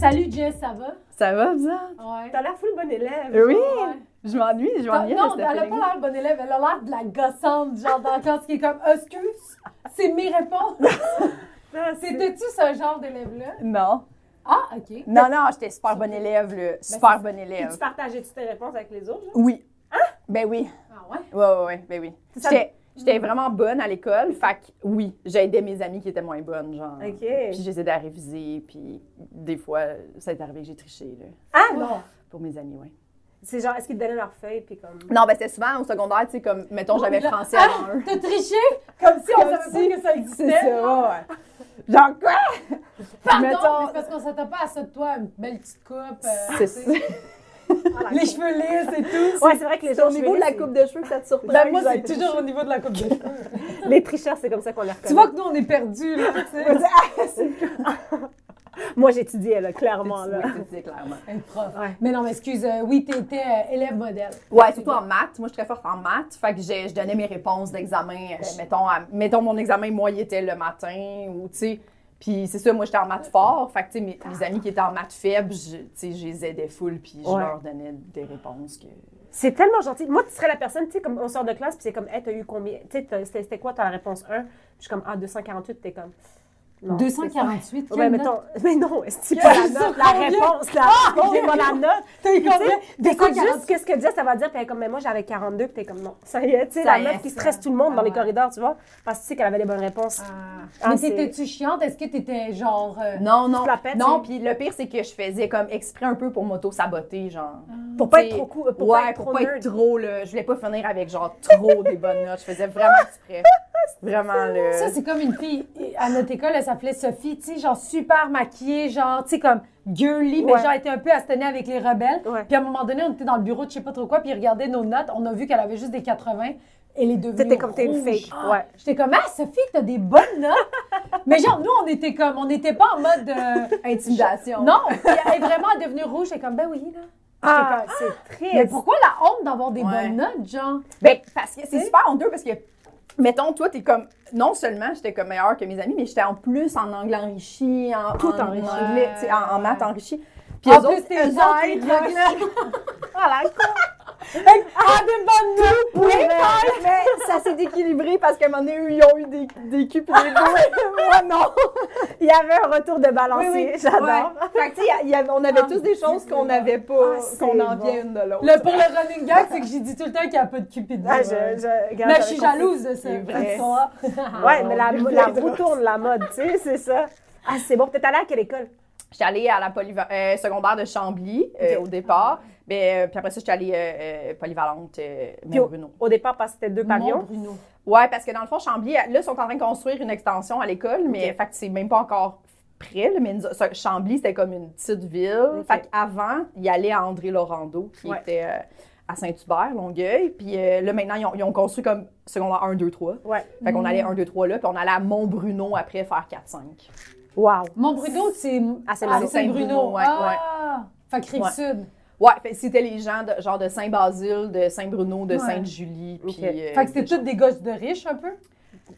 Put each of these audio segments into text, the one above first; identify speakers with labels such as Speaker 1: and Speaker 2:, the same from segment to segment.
Speaker 1: Salut Jess, ça va?
Speaker 2: Ça va, bizarre?
Speaker 1: Ouais.
Speaker 3: T'as l'air full bonne élève.
Speaker 2: Oui,
Speaker 1: Ouais.
Speaker 2: je m'ennuie, je
Speaker 1: T'as-
Speaker 2: m'ennuie.
Speaker 1: Non,
Speaker 2: de
Speaker 1: elle
Speaker 2: cette
Speaker 1: a pas
Speaker 2: ligne.
Speaker 1: l'air bonne élève, elle a l'air de la gossante, genre dans la classe qui est comme excuse, c'est mes réponses.
Speaker 3: Ça, Ah, c'est-
Speaker 1: C'était-tu ce genre d'élève-là?
Speaker 2: Non,
Speaker 1: Ah, ok.
Speaker 2: non, non, j'étais super bonne élève, là. Super
Speaker 3: c'est-
Speaker 2: bonne
Speaker 3: Puis
Speaker 2: élève.
Speaker 3: tu partageais-tu tes réponses avec les autres? là?
Speaker 2: Oui. Ben oui.
Speaker 1: Ah ouais?
Speaker 2: Ouais, ouais, ouais, ben oui.
Speaker 3: Ça-
Speaker 2: J'étais j'étais vraiment bonne à l'école, fait que oui, j'aidais mes amis qui étaient moins bonnes, genre. Puis
Speaker 3: OK.
Speaker 2: je les aidais à réviser, puis des fois, ça est arrivé que j'ai triché, là,
Speaker 3: Ah non!
Speaker 2: pour mes amis, ouais.
Speaker 3: C'est genre, est-ce qu'ils te donnaient leur feuille puis comme...
Speaker 2: Non, ben c'était souvent au secondaire, tu sais, comme, mettons, j'avais
Speaker 1: Là,
Speaker 2: français
Speaker 1: ah,
Speaker 2: avant eux.
Speaker 1: T'as triché?
Speaker 3: Comme si
Speaker 2: Oh, Comme si-
Speaker 3: que ça
Speaker 2: C'est ça, ouais. Genre quoi?
Speaker 1: Pardon,
Speaker 2: Mettons-
Speaker 1: mais c'est parce qu'on s'attend pas à ça de toi, une belle petite coupe. euh,
Speaker 2: C'est
Speaker 1: tu
Speaker 2: ça.
Speaker 1: sais.
Speaker 3: Ah,
Speaker 1: Les cheveux lisses et tout.
Speaker 3: Ouais, c'est vrai que les
Speaker 2: C'est au
Speaker 3: gens
Speaker 2: niveau de la coupe de cheveux que ça te surprend.
Speaker 1: Ben, moi,
Speaker 2: que
Speaker 1: c'est
Speaker 2: j'ai
Speaker 1: toujours au niveau de la coupe de cheveux.
Speaker 3: Les tricheurs, c'est comme ça qu'on les reconnaît.
Speaker 1: Tu vois que nous, on est perdus, là, tu sais.
Speaker 3: Ah! Moi, j'étudiais, là, clairement,
Speaker 2: Oui,
Speaker 3: là.
Speaker 2: tu le dis clairement.
Speaker 1: Hey, prof.
Speaker 3: Ouais.
Speaker 1: Mais non, mais excuse, euh, oui, t'étais euh, élève modèle.
Speaker 2: Ouais, surtout en maths. Moi, je suis très forte en maths. Fait que j'ai- je donnais mes réponses d'examen. euh, mettons, à- mettons, mon examen, moi, il était le matin ou, tu sais. Puis c'est ça, moi, j'étais en maths fort. Fait que, tu sais, mes, mes amis qui étaient en maths faible, je, tu sais, je les aidais full. Puis je
Speaker 3: Ouais.
Speaker 2: leur donnais des réponses que...
Speaker 3: C'est tellement gentil. Moi, tu serais la personne, tu sais, comme on sort de classe, puis c'est comme, hey, t'as eu combien? Tu sais, t'as- c'était c'était quoi ta réponse 1? Puis je suis comme, ah, 248, t'es comme. non, c'est-
Speaker 1: 248,
Speaker 3: Ouais,
Speaker 1: quelle note?
Speaker 3: mettons. Mais non, est-ce que
Speaker 1: Quelle
Speaker 3: pas la
Speaker 1: note?
Speaker 3: note? La
Speaker 1: Combien?
Speaker 3: réponse, la réponse, j'ai pas la note.
Speaker 1: T'es
Speaker 3: Puis tu sais,
Speaker 1: combien?
Speaker 3: T'écoutes
Speaker 1: 240.
Speaker 3: juste qu'est-ce que Jess, ça va dire, puis elle est comme, mais moi, j'avais 42, puis t'es comme, non. Ça y est, tu sais,
Speaker 2: Ça
Speaker 3: la
Speaker 2: y est,
Speaker 3: meuf qui
Speaker 1: ça.
Speaker 3: stresse tout le monde
Speaker 1: Ah
Speaker 3: dans les
Speaker 1: ouais.
Speaker 3: corridors, tu vois, parce que tu sais qu'elle avait les bonnes réponses.
Speaker 1: Ah.
Speaker 3: Ah,
Speaker 1: mais
Speaker 3: c'est-
Speaker 1: t'étais-tu chiante? Est-ce que t'étais genre. euh,
Speaker 2: Non, non.
Speaker 3: te la pètes,
Speaker 2: non,
Speaker 3: hein?
Speaker 2: puis le pire, c'est que je faisais comme exprès un peu pour m'auto-saboter, genre.
Speaker 3: Pour pas
Speaker 2: t'sais,
Speaker 3: être trop cool, pour
Speaker 2: ouais,
Speaker 3: pas être
Speaker 2: pour
Speaker 3: trop
Speaker 2: pas
Speaker 3: nerd.
Speaker 2: être trop, là. Je voulais pas finir avec, genre, trop des bonnes notes. Je faisais vraiment exprès. Vraiment, là.
Speaker 1: Ça, c'est comme une fille à notre école, elle s'appelait Sophie, tu sais, genre super maquillée, genre, tu sais, comme girly, mais
Speaker 3: Ouais.
Speaker 1: genre, elle était un peu à se tenir avec les rebelles.
Speaker 3: Ouais.
Speaker 1: Puis à un moment donné, on était dans le bureau de je sais pas trop quoi, puis ils regardaient nos notes. On a vu qu'elle avait juste des 80. Elle est devenue.
Speaker 3: T'étais comme, t'es une
Speaker 1: rouge.
Speaker 3: fake.
Speaker 1: Ah!
Speaker 3: Ouais.
Speaker 1: J'étais comme, ah, Sophie, t'as des bonnes notes. mais genre, nous, on était comme, on n'était pas en mode. euh,
Speaker 2: Intimidation.
Speaker 1: non, Puis elle est vraiment devenue rouge. J'étais comme, ben oui, là.
Speaker 3: Ah, c'est
Speaker 1: Mais
Speaker 3: triste.
Speaker 1: pourquoi la honte d'avoir des
Speaker 2: Ouais.
Speaker 1: bonnes notes, genre?
Speaker 2: Ben, parce que
Speaker 3: Tu
Speaker 2: c'est
Speaker 3: sais?
Speaker 2: super honteux parce que, mettons, toi, t'es comme, non seulement j'étais comme meilleure que mes amis, mais j'étais en plus en anglais enrichi, en,
Speaker 3: Tout
Speaker 2: en
Speaker 3: enrichi.
Speaker 2: anglais, tu sais, en, en maths
Speaker 1: Ouais.
Speaker 2: enrichi. Puis
Speaker 1: En
Speaker 2: eux
Speaker 1: plus,
Speaker 2: autres,
Speaker 1: t'es
Speaker 2: eux
Speaker 1: genre,
Speaker 2: autres,
Speaker 1: t'es
Speaker 2: ils doivent-
Speaker 3: Voilà,
Speaker 1: Ah, des bonnes notes!
Speaker 2: Oui, mais- mais ça s'est déséquilibré parce qu'à un moment donné, eux, ils ont eu des, des culs pis des dos. Moi, non!
Speaker 3: il y avait un retour de balancier, j'adore.
Speaker 2: Ouais. Fait que, tu sais, il y avait- on avait
Speaker 1: Ah,
Speaker 2: tous des choses qu'on n'avait pas,
Speaker 3: Ah, c'est
Speaker 2: qu'on enviait
Speaker 3: bon.
Speaker 2: une de l'autre.
Speaker 1: Le, pour le running gag, c'est que j'ai dit tout le temps qu'il n'y a pas de cupid.
Speaker 3: Ah,
Speaker 1: Ouais.
Speaker 3: je, je, regarde,
Speaker 1: Mais je
Speaker 3: j'avais
Speaker 1: suis
Speaker 3: compris.
Speaker 1: jalouse de
Speaker 2: C'est
Speaker 1: ce
Speaker 2: vrai.
Speaker 1: histoire.
Speaker 3: Ouais, mais la, la roue tourne la mode, tu sais, c'est ça. Ah, c'est bon. Peut-être allée à quelle école?
Speaker 2: J'étais allée à la polyva- euh, secondaire de Chambly euh,
Speaker 3: Ok.
Speaker 2: au départ. Ben, euh, puis après ça, j'étais allée euh, euh, polyvalente euh,
Speaker 3: Puis au-
Speaker 2: Bruno.
Speaker 3: Au départ, parce que c'était deux
Speaker 1: Mon
Speaker 3: pavillons.
Speaker 1: Bruno.
Speaker 2: Oui, parce que dans le fond, Chambly, là, ils sont en train de construire une extension à l'école, mais
Speaker 3: Ok.
Speaker 2: fait que c'est même pas encore prêt. là, mais nous- ça, Chambly, c'était comme une petite ville.
Speaker 3: Ok.
Speaker 2: Fait qu'avant, il y allait à André Laurando, qui
Speaker 3: Ouais.
Speaker 2: était euh, à Saint-Hubert, Longueuil. Puis euh, là, maintenant, ils ont, ils ont construit comme secondaire 1, 2, 3.
Speaker 3: Ouais.
Speaker 2: Fait qu'on
Speaker 1: Mm.
Speaker 2: allait 1, 2, 3 là, puis on allait à Mont-Bruno après faire 4, 5.
Speaker 3: Wow.
Speaker 1: Mon Bruno, c'est
Speaker 3: Ah, c'est
Speaker 1: ah,
Speaker 3: Bruno.
Speaker 1: c'est Bruno.
Speaker 2: ouais,
Speaker 1: Ah, Fait que Rive-Sud.
Speaker 2: Ouais, fait que c'était les gens de, genre de Saint-Basile, de Saint-Bruno, de
Speaker 1: Ouais.
Speaker 2: Sainte-Julie. puis,
Speaker 3: Ok.
Speaker 2: euh,
Speaker 1: Fait que c'est toutes des gosses de riches, un peu.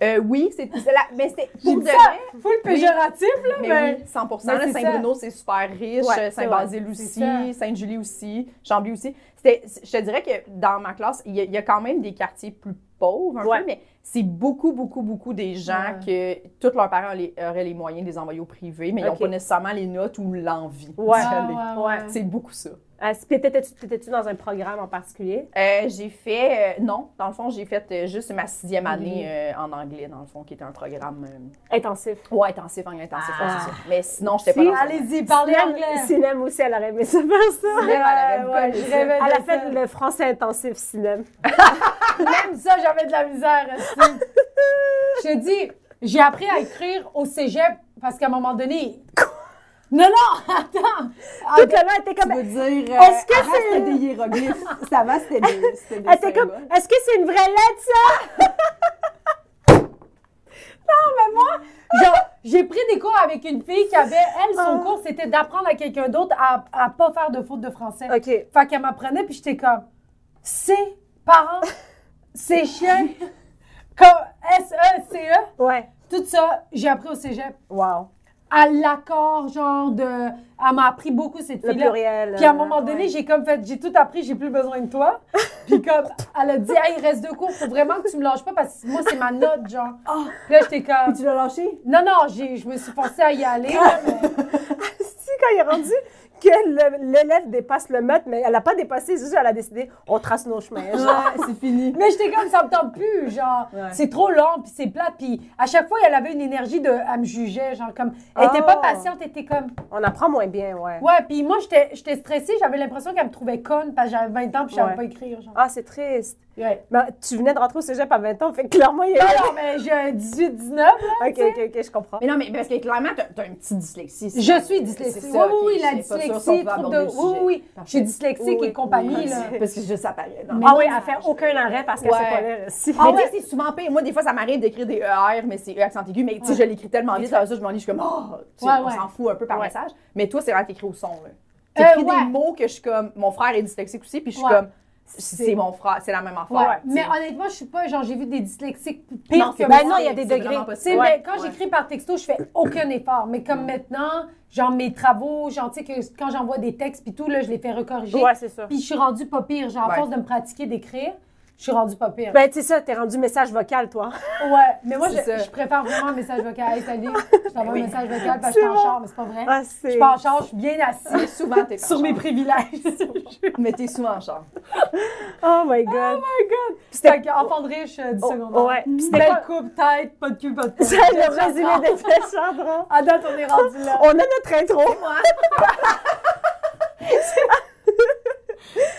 Speaker 2: euh, oui, c'est c'est la- mais c'était pour
Speaker 1: dit
Speaker 2: de
Speaker 1: ça,
Speaker 2: vrai,
Speaker 1: Full
Speaker 2: Oui.
Speaker 1: péjoratif, là,
Speaker 2: Mais
Speaker 1: mais...
Speaker 2: oui, 100
Speaker 1: mais
Speaker 2: là,
Speaker 1: c'est
Speaker 2: Saint-Bruno, c'est super riche.
Speaker 3: Ouais, c'est
Speaker 2: Saint-Basile
Speaker 1: vrai, c'est
Speaker 2: aussi, Sainte-Julie aussi, Chambly aussi. C'était- je te dirais que dans ma classe, il y, a- il y a quand même des quartiers plus pauvres, un
Speaker 3: Ouais.
Speaker 2: peu, mais c'est beaucoup, beaucoup, beaucoup des gens que tous leurs parents les- auraient les moyens de les envoyer au privé, mais ils n'ont
Speaker 3: Ok.
Speaker 2: pas nécessairement les notes ou l'envie.
Speaker 3: Ouais.
Speaker 2: d'y
Speaker 1: Ah,
Speaker 2: aller.
Speaker 1: ouais, ouais.
Speaker 2: C'est beaucoup ça.
Speaker 3: Ah, c'est- puis t'étais-tu t'étais-tu dans un programme en particulier?
Speaker 2: Euh, j'ai fait, euh, non, dans le fond, j'ai fait euh, juste ma sixième année euh, en anglais, dans le fond, qui était un programme euh,
Speaker 3: Intensif.
Speaker 2: ouais, intensif, anglais intensif, ouais,
Speaker 3: Ah.
Speaker 2: c'est ça. Mais sinon, j'étais pas
Speaker 3: Si,
Speaker 2: dans ça.
Speaker 1: Allez-y, parlez
Speaker 3: Sinem-
Speaker 1: anglais.
Speaker 3: Sinem aussi, elle aurait aimé se faire ça. Euh,
Speaker 2: Sinem, elle aurait
Speaker 3: Ouais,
Speaker 2: aimé
Speaker 3: ouais.
Speaker 1: ça.
Speaker 3: Elle a
Speaker 1: de
Speaker 3: fait
Speaker 1: ça.
Speaker 3: le français intensif, Sinem.
Speaker 1: Même ça, j'avais de la misère. esti. Je te dis, j'ai appris à écrire au cégep parce qu'à un moment donné... Non, non, attends. Ah,
Speaker 3: Tout le long, elle était comme...
Speaker 2: veux dire.
Speaker 3: Est-ce que c'est-
Speaker 2: des hiéroglyphes. Ça va, c'était des. C'était
Speaker 3: Elle était comme... Est-ce que c'est une vraie lettre, ça?
Speaker 1: Genre, j'ai pris des cours avec une fille qui avait, elle, son
Speaker 3: Ah.
Speaker 1: cours, c'était d'apprendre à quelqu'un d'autre à, à pas faire de faute de français.
Speaker 3: OK.
Speaker 1: Fait qu'elle m'apprenait, puis j'étais comme, c'est parents, c'est chien, E, comme S-E-C-E,
Speaker 3: Ouais.
Speaker 1: tout ça, j'ai appris au cégep.
Speaker 3: Wow.
Speaker 1: à l'accord, genre de. Elle m'a appris beaucoup cette
Speaker 3: Le
Speaker 1: fille-là.
Speaker 3: pluriel.
Speaker 1: Puis à un
Speaker 3: euh,
Speaker 1: moment donné,
Speaker 3: ouais.
Speaker 1: j'ai comme fait, j'ai tout appris, j'ai plus besoin de toi. Puis comme, elle a dit, hey, il reste deux cours, faut vraiment que tu me lâches pas parce que moi, c'est ma note, genre.
Speaker 4: Ah.
Speaker 1: Puis là, j'étais comme,
Speaker 4: Puis tu l'as lâché?
Speaker 1: non, non, j'ai, je me suis forcée à y aller. là, mais-
Speaker 3: Si, quand il est rendu que le- l'élève dépasse le maître, mais elle n'a pas dépassé, c'est juste elle a décidé, on trace nos chemins. genre.
Speaker 4: Ouais, c'est fini.
Speaker 1: Mais j'étais comme, ça me tente plus, genre,
Speaker 4: Ouais.
Speaker 1: c'est trop lent, puis c'est plat. Puis à chaque fois, elle avait une énergie de, elle me jugeait, genre, comme, elle était pas
Speaker 3: Oh.
Speaker 4: Ah.
Speaker 1: patiente, elle était comme,
Speaker 3: On apprend moins bien, ouais.
Speaker 1: ouais, puis moi, j'étais j'étais stressée, j'avais l'impression qu'elle me trouvait conne parce que j'avais 20 ans, puis je savais
Speaker 3: Ouais.
Speaker 1: pas écrire, genre.
Speaker 3: Ah, c'est triste.
Speaker 1: Ouais.
Speaker 3: Mais tu venais de rentrer au cégep à 20 ans, fait que clairement, il y
Speaker 1: Non,
Speaker 3: a eu...
Speaker 1: non, mais j'ai 18, 19.
Speaker 3: Ok, ok, ok, je comprends.
Speaker 2: Mais non, mais parce que clairement, t'as t'as une petite dyslexie. c'est-
Speaker 1: Je suis
Speaker 2: c'est
Speaker 1: dyslexique. Oui,
Speaker 2: ça,
Speaker 1: oui, oui,
Speaker 2: ok,
Speaker 1: la
Speaker 2: j'étais pas sûre si on
Speaker 1: dyslexie,
Speaker 2: pouvait
Speaker 1: trouble
Speaker 2: aborder
Speaker 1: de.
Speaker 2: le
Speaker 1: Oui,
Speaker 2: sujet.
Speaker 1: oui, je suis
Speaker 2: Parfait.
Speaker 1: dyslexique
Speaker 3: Oui,
Speaker 1: et compagnie,
Speaker 3: oui.
Speaker 1: là.
Speaker 2: Parce que je ça paraît. Non.
Speaker 1: Mais
Speaker 3: Ah oui, à
Speaker 1: non,
Speaker 3: faire
Speaker 2: je-
Speaker 3: aucun arrêt parce qu'elle
Speaker 2: Ouais.
Speaker 3: sait pas lire. Si.
Speaker 2: Mais
Speaker 1: Ah
Speaker 2: tu
Speaker 1: ouais.
Speaker 2: sais, c'est souvent pire. Moi, des fois, ça m'arrive d'écrire des ER, mais c'est E accent aigu. Mais tu sais, je l'écris tellement vite, ça, je m'en lis, je suis comme, oh, tu sais,
Speaker 1: Ouais,
Speaker 2: on
Speaker 1: ouais.
Speaker 2: s'en fout un peu par
Speaker 3: Ouais.
Speaker 2: message. Mais toi, c'est vraiment t'écris au son, là.
Speaker 1: Euh,
Speaker 2: T'écris
Speaker 1: ouais.
Speaker 2: des mots que je suis comme, mon frère est dyslexique aussi, puis je suis
Speaker 1: Ouais.
Speaker 2: comme, c'est mon frère, c'est la même affaire.
Speaker 1: Ouais.
Speaker 2: tu sais.
Speaker 1: Mais honnêtement, je suis pas, genre, j'ai vu des dyslexiques pires
Speaker 2: Non,
Speaker 1: que
Speaker 2: c'est
Speaker 1: moi.
Speaker 2: ben non, il y a des
Speaker 1: C'est
Speaker 2: degrés.
Speaker 1: vraiment pas possible.
Speaker 2: Ouais.
Speaker 1: Mais quand
Speaker 2: Ouais. Mm.
Speaker 1: j'écris par texto, je fais aucun effort. Mais comme maintenant, genre, mes travaux, genre, tu sais, que quand j'envoie des textes puis tout, là, je les fais recorriger.
Speaker 3: Ouais, c'est ça.
Speaker 1: Puis je suis rendue pas pire. Genre, à
Speaker 2: Ouais.
Speaker 1: force de me pratiquer d'écrire, je suis rendue pas pire.
Speaker 3: Ben, tu sais ça, t'es rendu message vocal, toi.
Speaker 1: ouais. Mais moi, je,
Speaker 2: C'est ça.
Speaker 1: je préfère vraiment un message vocal. Hey, salut, je t'envoie
Speaker 2: Oui.
Speaker 1: un message vocal parce
Speaker 3: C'est
Speaker 1: que je suis en
Speaker 3: bon.
Speaker 1: char, mais c'est pas vrai.
Speaker 3: Ah,
Speaker 1: Je
Speaker 3: c'est...
Speaker 1: suis pas en char, je suis bien
Speaker 2: Mais
Speaker 1: assise
Speaker 2: souvent, t'es en
Speaker 1: sur mes
Speaker 2: charge.
Speaker 1: privilèges.
Speaker 2: Mais t'es souvent en charge.
Speaker 3: Oh my God.
Speaker 1: Fait que enfant de riche euh, du
Speaker 3: Oh,
Speaker 1: secondaire.
Speaker 3: ouais. Puis c'était
Speaker 1: Belle
Speaker 3: quoi-
Speaker 1: coupe, tête, pas de cul, pas de
Speaker 3: C'est
Speaker 1: poing.
Speaker 3: le résumé de Fais Chandra.
Speaker 1: À date, on est rendu là.
Speaker 3: On a notre intro.
Speaker 2: Non,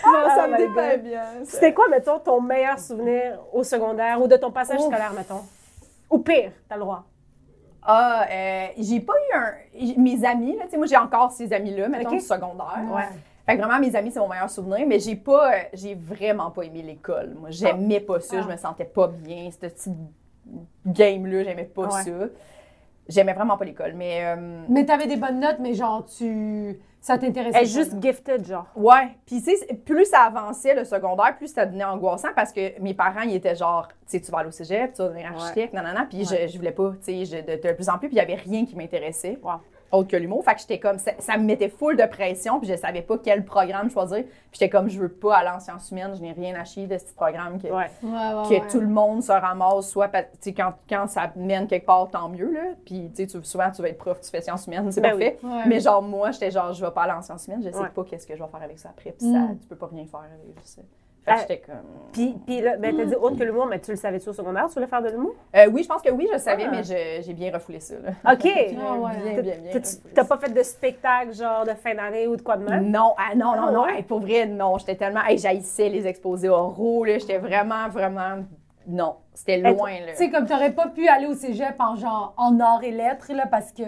Speaker 1: Ah,
Speaker 3: ça
Speaker 2: ça
Speaker 3: me
Speaker 2: me
Speaker 3: dit pas
Speaker 2: dépeint bien.
Speaker 3: C'était quoi, mettons, ton meilleur souvenir au secondaire ou de ton passage
Speaker 2: Ouf.
Speaker 3: scolaire, mettons? Ou pire, t'as le droit.
Speaker 2: Ah, euh, j'ai pas eu un. j'- Mes amis, là, tu sais, moi, j'ai encore ces amis-là, mettons,
Speaker 3: Ok.
Speaker 2: du secondaire.
Speaker 1: Ouais.
Speaker 2: Fait que vraiment, mes amis, c'est mon meilleur souvenir, mais j'ai pas. euh, J'ai vraiment pas aimé l'école. Moi, j'aimais pas ça, je
Speaker 1: Ah.
Speaker 2: me sentais pas bien. Cette petite game-là, j'aimais pas
Speaker 3: Ouais.
Speaker 2: ça. J'aimais vraiment pas l'école, mais. euh,
Speaker 1: Mais t'avais des bonnes notes, mais genre, tu. Ça t'intéressait.
Speaker 3: Elle est
Speaker 1: pas,
Speaker 3: juste
Speaker 1: là.
Speaker 3: gifted, genre.
Speaker 2: Ouais, puis tu sais, c'est- plus ça avançait le secondaire, plus ça devenait angoissant parce que mes parents, ils étaient genre, tu sais, tu vas aller au cégep, tu vas devenir architecte, nanana, puis je, je voulais pas, tu sais, je- de, de plus en plus, puis il y avait rien qui m'intéressait,
Speaker 3: Wow.
Speaker 2: autre que l'humour, fait que j'étais comme, ça, ça me mettait full de pression, puis je savais pas quel programme choisir, puis j'étais comme, je veux pas aller en sciences humaines, je n'ai rien à chier de ce petit programme que,
Speaker 3: Ouais.
Speaker 1: Ouais, ouais,
Speaker 2: que
Speaker 1: ouais.
Speaker 2: tout le monde se ramasse, soit, pa- tu sais, quand, quand ça mène quelque part, tant mieux, là, puis tu sais, tu- souvent, tu vas être prof, tu fais sciences humaines, c'est
Speaker 3: Ben oui.
Speaker 2: parfait,
Speaker 1: Ouais.
Speaker 2: mais genre, moi, j'étais genre, je vais pas aller en sciences humaines, je sais
Speaker 3: Ouais.
Speaker 2: pas qu'est-ce que je vais faire avec ça après, puis ça,
Speaker 1: Mm.
Speaker 2: tu peux pas rien faire avec ça. Fait
Speaker 3: Ah.
Speaker 1: Euh,
Speaker 2: que j'étais comme...
Speaker 3: Puis, puis là, ben, t'as dit autre que l'humour, mais tu le savais-tu au secondaire, tu voulais faire de l'humour?
Speaker 2: Euh, oui, je pense que oui, je savais,
Speaker 3: Ah.
Speaker 2: mais je- j'ai bien refoulé ça, là.
Speaker 3: OK.
Speaker 1: Ah ouais.
Speaker 2: Bien, bien, bien.
Speaker 3: T'as-
Speaker 2: refoulé
Speaker 3: T'as
Speaker 2: ça.
Speaker 3: pas fait de spectacle, genre, de fin d'année ou de quoi de même?
Speaker 2: Non, ah, non, non,
Speaker 3: Ah,
Speaker 2: non,
Speaker 3: ouais.
Speaker 2: hey, pour vrai, non, j'étais tellement... Hey, j'haïssais les exposés oraux, là, j'étais vraiment, vraiment... Non, c'était
Speaker 3: Hey,
Speaker 2: loin, là.
Speaker 1: Tu sais, comme t'aurais pas pu aller au cégep en genre, en arts et lettres, là, parce que,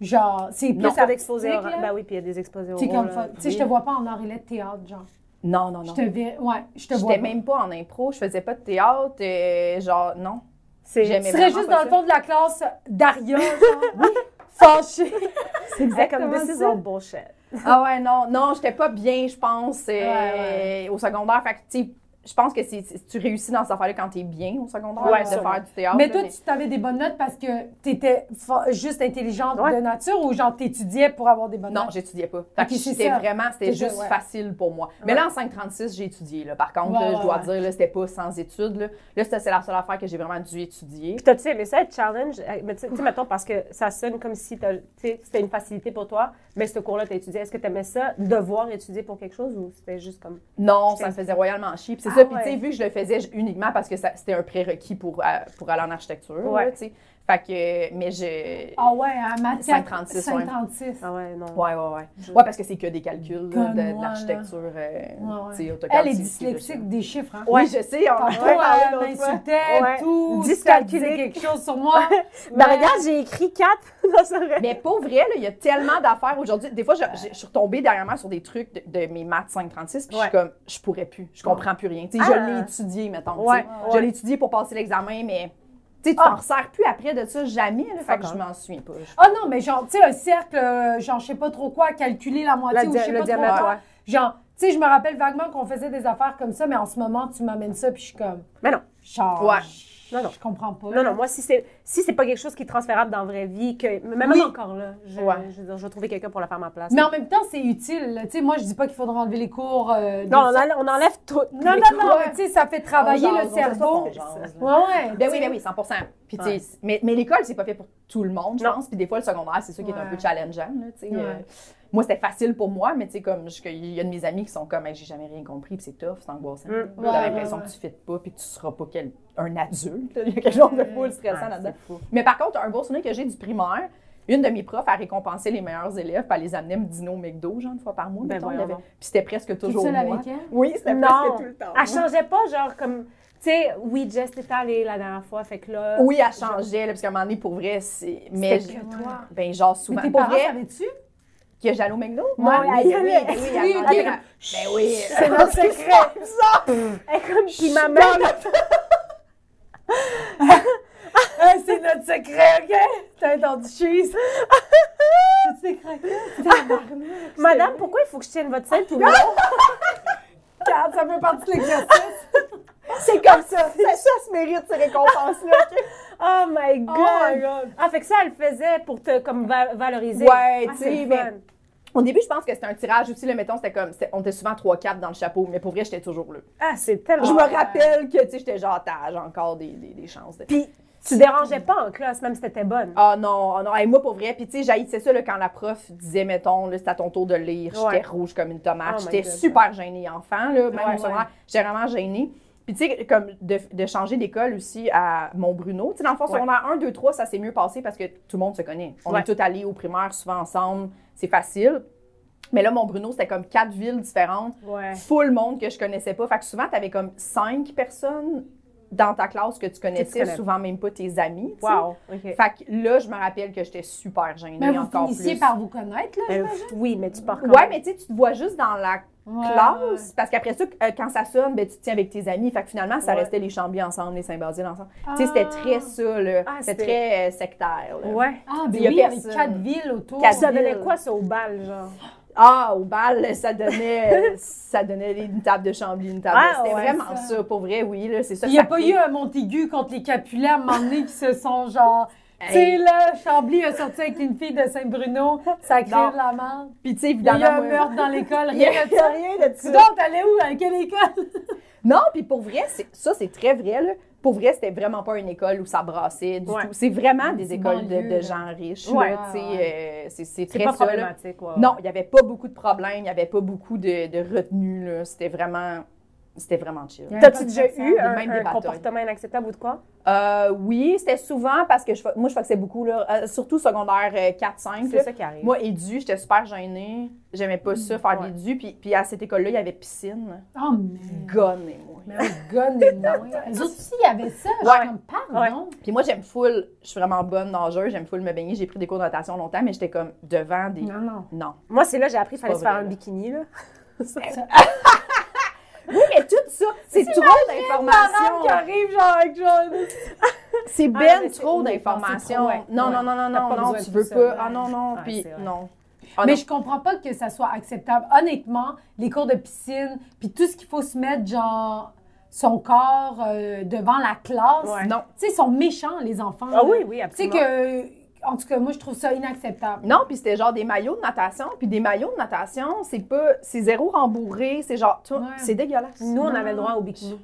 Speaker 1: genre, c'est plus
Speaker 3: Plus ça
Speaker 1: artistique,
Speaker 3: d'exposés.
Speaker 1: là.
Speaker 3: oraux. Ben oui, puis il y a des exposés euh,
Speaker 1: T'sais,
Speaker 3: oraux.
Speaker 1: comme
Speaker 3: là.
Speaker 1: fa- t'sais, je te
Speaker 2: oui.
Speaker 1: vois pas en arts et lettres théâtre, genre.
Speaker 2: Non, non,
Speaker 1: Je
Speaker 2: non.
Speaker 1: te vais. Ouais, je te vois.
Speaker 2: J'étais
Speaker 1: pas.
Speaker 2: même pas en impro, je faisais pas de théâtre, euh, genre, non.
Speaker 3: C'est
Speaker 1: Tu
Speaker 2: J'aimais
Speaker 1: serais
Speaker 2: vraiment
Speaker 1: juste
Speaker 2: pas
Speaker 1: dans le fond de la classe d'Aria, genre. Fâchée.
Speaker 3: c'est exactement comme
Speaker 1: exactement
Speaker 3: this is
Speaker 1: ça.
Speaker 3: all bullshit.
Speaker 2: Ah ouais, non, non, j'étais pas bien, je pense, euh,
Speaker 1: Ouais,
Speaker 2: au secondaire. Fait que, tu sais, je pense que c'est- c'est- tu réussis dans cette affaire-là quand t'es bien au secondaire,
Speaker 3: Ouais,
Speaker 2: de
Speaker 3: sûrement.
Speaker 2: faire du théâtre.
Speaker 1: Mais
Speaker 2: là,
Speaker 1: toi, tu avais des bonnes notes parce que t'étais fa- juste intelligente
Speaker 3: Ouais.
Speaker 1: de nature ou genre t'étudiais pour avoir des bonnes
Speaker 2: Non,
Speaker 1: notes?
Speaker 2: j'étudiais pas. Fait que
Speaker 1: Ok, c'est
Speaker 2: c'était
Speaker 1: ça.
Speaker 2: vraiment, c'était
Speaker 1: C'est ça,
Speaker 2: juste
Speaker 1: ouais.
Speaker 2: facile pour moi. Mais
Speaker 3: Ouais.
Speaker 2: là, en 536, j'ai étudié, là. Par contre,
Speaker 1: Ouais,
Speaker 2: là,
Speaker 1: ouais,
Speaker 2: je dois
Speaker 1: ouais.
Speaker 2: dire, là, c'était pas sans études, là. Là, ça, c'est la seule affaire que j'ai vraiment dû étudier.
Speaker 3: Puis t'as-tu aimé ça, être challenge? Euh, Mais tu tu sais, mettons, parce que ça sonne comme si t'as- tu sais, c'était une facilité pour toi, mais ce cours-là, t'as étudié. Est-ce que t'aimais ça, devoir étudier pour quelque chose, ou c'était juste comme...
Speaker 2: Non,
Speaker 3: J'étais-
Speaker 2: ça me faisait royalement chier. Puis c'est
Speaker 3: Ah
Speaker 2: ça. Puis
Speaker 3: ouais.
Speaker 2: tu sais, vu que je le faisais j- uniquement parce que ça- c'était un prérequis pour, euh, pour aller en architecture,
Speaker 3: Ouais.
Speaker 2: là, tu sais. Fait que, mais je...
Speaker 1: Ah ouais, à matière.
Speaker 2: 536, ouais.
Speaker 1: 536.
Speaker 3: Ah ouais, non.
Speaker 2: Ouais, ouais, ouais. Ouais, parce que c'est que des calculs là,
Speaker 1: Comme moi,
Speaker 2: de, de
Speaker 1: là.
Speaker 2: l'architecture. euh,
Speaker 1: ouais.
Speaker 2: tu sais, AutoCAD,
Speaker 1: Elle est
Speaker 2: c'est- c'est
Speaker 1: dyslexique des chiffres, hein?
Speaker 2: ça. Oui, je sais, on en a
Speaker 1: Tantôt,
Speaker 2: parlé
Speaker 1: elle
Speaker 2: l'autre fois.
Speaker 1: m'insultait,
Speaker 3: Ouais.
Speaker 1: tout.
Speaker 3: Dyscalculique.
Speaker 1: ça disait quelque chose sur moi.
Speaker 3: Ben regarde, j'ai écrit 4 dans ce vrai.
Speaker 2: Mais pour vrai, là, il y a tellement d'affaires aujourd'hui. Des fois, je, je- je suis retombée dernièrement sur des trucs de, de mes maths 536, puis je
Speaker 3: Ouais.
Speaker 2: suis comme, je pourrais plus, je comprends plus rien. Tu sais,
Speaker 3: Ah.
Speaker 2: Je l'ai étudié, mettons. tu sais.
Speaker 3: Ouais,
Speaker 2: Je
Speaker 3: ouais.
Speaker 2: l'ai étudié pour passer l'examen, mais tu sais, tu
Speaker 1: Ah.
Speaker 2: t'en sers plus après de ça jamais. Là, fait que je
Speaker 3: D'accord.
Speaker 2: m'en souviens pas.
Speaker 1: Ah non, mais genre, tu sais, un cercle, euh, genre, je sais pas trop quoi, calculer la moitié
Speaker 3: La
Speaker 1: ou
Speaker 3: dia-
Speaker 1: je sais
Speaker 3: le
Speaker 1: pas trop
Speaker 3: diamètre,
Speaker 1: quoi.
Speaker 3: ouais.
Speaker 1: Genre, tu sais, je me rappelle vaguement qu'on faisait des affaires comme ça, mais en ce moment, tu m'amènes ça, puis je suis comme.
Speaker 3: Mais non.
Speaker 1: Genre.
Speaker 2: Ouais.
Speaker 3: Non, non.
Speaker 1: Je comprends pas.
Speaker 3: Non, non, moi, si c'est si c'est pas quelque chose qui est transférable dans la vraie vie, que même
Speaker 1: Oui.
Speaker 3: encore là, je,
Speaker 2: Ouais.
Speaker 3: je veux dire, je vais trouver quelqu'un pour la faire à ma place.
Speaker 1: Mais en même temps, c'est utile. là. Tu sais, moi, je dis pas qu'il faudra enlever les cours. euh,
Speaker 3: non, on,
Speaker 1: des-
Speaker 3: enlève- on enlève tout.
Speaker 1: non, non, non, mais tu sais, ça fait travailler
Speaker 2: On jase,
Speaker 1: le
Speaker 2: on fait Ah, ça,
Speaker 1: cerveau.
Speaker 2: on jase, là.
Speaker 1: Ouais, ouais.
Speaker 2: Ben oui, ben oui, 100 Puis, tu sais,
Speaker 3: Ouais.
Speaker 2: c'est- mais, mais l'école, c'est pas fait pour tout le monde, je
Speaker 3: Non.
Speaker 2: pense. Puis des fois, le secondaire, c'est ça qui est un
Speaker 1: Ouais.
Speaker 2: peu challengeant. là, tu sais.
Speaker 1: Ouais.
Speaker 2: Euh, moi, c'était facile pour moi, mais tu sais, comme je- il y a de mes amis qui sont comme, Hey, j'ai jamais rien compris, puis c'est tough, c'est angoissant.
Speaker 3: Mm.
Speaker 2: T'as
Speaker 1: Ouais,
Speaker 2: l'impression
Speaker 1: ouais,
Speaker 2: que tu fites pas, puis que tu seras pas quel- un adulte. Il y a quelque chose de full stressant
Speaker 3: Mm. Ouais,
Speaker 2: là-dedans.
Speaker 3: c'est fou.
Speaker 2: Mais par contre, un beau souvenir que j'ai du primaire, une de mes profs a récompensé les meilleurs élèves, puis elle les amenait me dîner au McDo, genre une fois par mois.
Speaker 3: Ben
Speaker 2: mettons. Il y
Speaker 3: voyons
Speaker 2: avait-
Speaker 3: donc.
Speaker 2: Puis c'était presque
Speaker 1: Toute
Speaker 2: toujours
Speaker 1: seule
Speaker 2: moi.
Speaker 1: avec elle.
Speaker 2: Oui, c'était
Speaker 3: Non. Ah,
Speaker 2: presque tout le temps.
Speaker 3: Elle changeait pas, genre, comme, tu sais, oui, Jess, t'étais allée la dernière fois, fait que là...
Speaker 2: Oui, elle changeait, là, parce qu'à un moment donné, pour vrai, c'est. Mais
Speaker 3: C'était
Speaker 2: je-
Speaker 3: que
Speaker 1: toi.
Speaker 2: Ben, genre, souvent.
Speaker 1: Mais tes
Speaker 2: pour
Speaker 1: parents,
Speaker 2: vrai,
Speaker 1: savais-tu?
Speaker 2: que j'allais au McDo?
Speaker 3: Ouais,
Speaker 2: oui,
Speaker 3: elle y
Speaker 2: oui,
Speaker 3: allait.
Speaker 2: oui, elle
Speaker 1: Oui,
Speaker 2: m'en
Speaker 1: ok.
Speaker 2: allait. Ben oui.
Speaker 3: C'est notre secret. Elle est comme, puis ma mère,
Speaker 1: Ah, c'est notre secret, OK? T'as entendu cheese? C'est notre secret.
Speaker 3: madame, pourquoi il faut que je tienne votre sein tout
Speaker 2: Ah!
Speaker 3: le long?
Speaker 1: Regarde, ça fait partie de l'exercice.
Speaker 2: C'est comme ça. ça. Ça se mérite, ces récompenses-là. ok?
Speaker 3: Oh my god!
Speaker 1: my God.
Speaker 3: Ah, fait que ça, elle le faisait pour te, comme, va- valoriser.
Speaker 2: Ouais,
Speaker 3: Ah,
Speaker 2: tu
Speaker 3: c'est
Speaker 2: sais,
Speaker 3: le fun.
Speaker 2: mais- Au début, je pense que c'était un tirage aussi, là, mettons, c'était comme. c'était- On était souvent 3-4 dans le chapeau, mais pour vrai, j'étais toujours là. Euh,
Speaker 3: Ah, c'est tellement...
Speaker 2: Je
Speaker 1: ouais.
Speaker 2: me rappelle que, tu sais, j'étais genre, t'as j'ai encore des, des, des chances. de-
Speaker 3: Puis, tu dérangeais pas en classe, même si t'étais bonne.
Speaker 2: Ah non, ah non, Hey, moi pour vrai, puis tu sais, j'haïssais ça là, quand la prof disait, mettons, là, c'est à ton tour de lire, j'étais
Speaker 3: Ouais.
Speaker 2: rouge comme une tomate,
Speaker 3: Oh my
Speaker 2: j'étais
Speaker 3: God.
Speaker 2: super gênée enfant, là, même
Speaker 3: Ouais,
Speaker 2: au secondaire, j'étais vraiment gênée. Puis tu sais, comme de, de changer d'école aussi à Montbruno, tu sais, dans le fond,
Speaker 3: Ouais.
Speaker 2: secondaire 1, 2, 3, ça s'est mieux passé parce que tout le monde se connaît. On
Speaker 3: Ouais.
Speaker 2: est tous allés au primaire, souvent ensemble, c'est facile. Mais là, Montbruno, c'était comme quatre villes différentes,
Speaker 3: Ouais.
Speaker 2: full monde que je connaissais pas. Fait que souvent, t'avais comme cinq personnes dans ta classe que tu connaissais,
Speaker 3: connais.
Speaker 2: souvent même pas tes amis, tu sais.
Speaker 3: Wow, OK.
Speaker 2: Fait que là, je me rappelle que j'étais super gênée
Speaker 1: Mais Ben, vous
Speaker 2: encore
Speaker 1: finissiez
Speaker 2: plus.
Speaker 1: par vous connaître, là.
Speaker 3: Ben, oui, mais tu pars quand
Speaker 2: Ouais,
Speaker 3: même.
Speaker 2: mais tu sais, tu te vois juste dans la
Speaker 1: Ouais.
Speaker 2: classe. Parce qu'après ça, euh, quand ça sonne, ben, tu te tiens avec tes amis. Fait que finalement, ça
Speaker 3: Ouais.
Speaker 2: restait les Chambiers ensemble, les Saint-Basile ensemble.
Speaker 1: Ah.
Speaker 2: Tu sais, c'était très ça, là.
Speaker 3: Ah,
Speaker 2: c'était
Speaker 3: c'était-
Speaker 2: très euh, sectaire, là.
Speaker 3: Ouais.
Speaker 1: Ah, ben
Speaker 2: Il y a
Speaker 1: oui, avec
Speaker 2: personne.
Speaker 1: quatre villes autour.
Speaker 2: Quatre
Speaker 3: Tu savais
Speaker 2: ville.
Speaker 3: quoi, ça, au bal, genre?
Speaker 2: Ah, au bal, ça donnait, ça donnait une table de Chambly, une table.
Speaker 3: Ah,
Speaker 2: c'était
Speaker 3: ouais,
Speaker 2: vraiment
Speaker 1: ça.
Speaker 2: ça. pour vrai, oui, là. C'est ça.
Speaker 1: Il n'y a
Speaker 2: que
Speaker 1: pas
Speaker 2: ça
Speaker 1: eu un Montaigu contre les Capulets à un moment donné qui se sont genre.
Speaker 2: Hey.
Speaker 1: Tu sais, là, Chambly a sorti avec une fille de Saint-Bruno, ça crée
Speaker 2: Non.
Speaker 1: de la merde.
Speaker 2: Puis, tu sais,
Speaker 1: Il y a eu
Speaker 2: évidemment.
Speaker 1: un
Speaker 2: moi-
Speaker 1: meurtre dans l'école,
Speaker 2: Il y a
Speaker 1: rien de ça.
Speaker 2: rien de ça.
Speaker 1: Donc, t'allais où? À quelle école?
Speaker 2: Non, puis pour vrai, c'est- ça c'est très vrai. Là. Pour vrai, c'était vraiment pas une école où ça brassait du
Speaker 3: Ouais.
Speaker 2: tout. C'est vraiment des
Speaker 1: Des
Speaker 2: écoles de,
Speaker 1: banlieues,
Speaker 2: de
Speaker 1: là.
Speaker 2: gens riches.
Speaker 3: Ouais,
Speaker 2: là, tu sais, euh, c'est- c'est
Speaker 3: C'est
Speaker 2: très
Speaker 3: pas
Speaker 2: ça, là.
Speaker 3: problématique, ouais.
Speaker 2: Non, il n'y avait pas beaucoup de problèmes, il n'y avait pas beaucoup de, de retenue. là. C'était vraiment, c'était vraiment chill.
Speaker 3: T'as-tu déjà
Speaker 2: Même
Speaker 3: eu un,
Speaker 2: des
Speaker 3: un
Speaker 2: batailles.
Speaker 3: comportement inacceptable ou de quoi?
Speaker 2: Euh, oui, c'était souvent parce que je, fa- moi je faisais beaucoup là, euh, surtout secondaire euh, 4-5. là.
Speaker 3: ça qui arrive.
Speaker 2: Moi, édu, j'étais super gênée. J'aimais pas ça, faire
Speaker 3: Ouais.
Speaker 2: des dus. Puis, puis à cette école-là, il y avait piscine.
Speaker 1: Oh, mais.
Speaker 2: Gonnez-moi.
Speaker 1: Mais un gun et moi. Les autres aussi, il y avait ça. Genre,
Speaker 2: Ouais.
Speaker 1: comme, pardon.
Speaker 2: Puis moi, j'aime full, je suis vraiment bonne nageuse, j'aime full me baigner. J'ai pris des cours de natation longtemps, mais j'étais comme devant des.
Speaker 1: Non, non.
Speaker 2: Non.
Speaker 3: Moi, c'est là que j'ai appris qu'il fallait
Speaker 2: pas
Speaker 3: se faire
Speaker 2: vrai,
Speaker 3: un
Speaker 2: là.
Speaker 3: bikini, là.
Speaker 2: Oui, mais tout ça, c'est trop
Speaker 1: Parents qui
Speaker 2: d'informations.
Speaker 1: arrivent, genre, avec genre.
Speaker 2: C'est
Speaker 3: Ah,
Speaker 2: ben
Speaker 3: mais c'est-
Speaker 2: trop
Speaker 3: oui, c'est
Speaker 2: d'informations.
Speaker 3: trop, ouais.
Speaker 2: Non, non, non, non,
Speaker 3: T'as
Speaker 2: non,
Speaker 3: pas
Speaker 2: non,
Speaker 3: besoin de
Speaker 2: tu
Speaker 3: tout
Speaker 2: veux
Speaker 3: ça,
Speaker 2: pas.
Speaker 3: ouais.
Speaker 2: Ah non, non,
Speaker 3: Ah,
Speaker 2: puis
Speaker 3: c'est vrai.
Speaker 2: non. Ah,
Speaker 1: mais
Speaker 2: non.
Speaker 1: je comprends pas que ça soit acceptable. Honnêtement, les cours de piscine, puis tout ce qu'il faut se mettre, genre, son corps euh, devant la classe.
Speaker 3: Ouais.
Speaker 2: Non.
Speaker 1: Tu sais, ils sont méchants, les enfants.
Speaker 3: Ah
Speaker 1: là.
Speaker 3: oui,
Speaker 1: Tu
Speaker 3: oui,
Speaker 1: sais
Speaker 3: absolument.
Speaker 1: que, en tout cas, moi, je trouve ça inacceptable.
Speaker 2: Non, puis c'était genre des maillots de natation, puis des maillots de natation, c'est pas, c'est zéro rembourré, c'est genre, tu vois,
Speaker 1: Ouais.
Speaker 2: c'est dégueulasse.
Speaker 3: Nous, on
Speaker 1: Non.
Speaker 3: avait le droit au bikini. Mmh.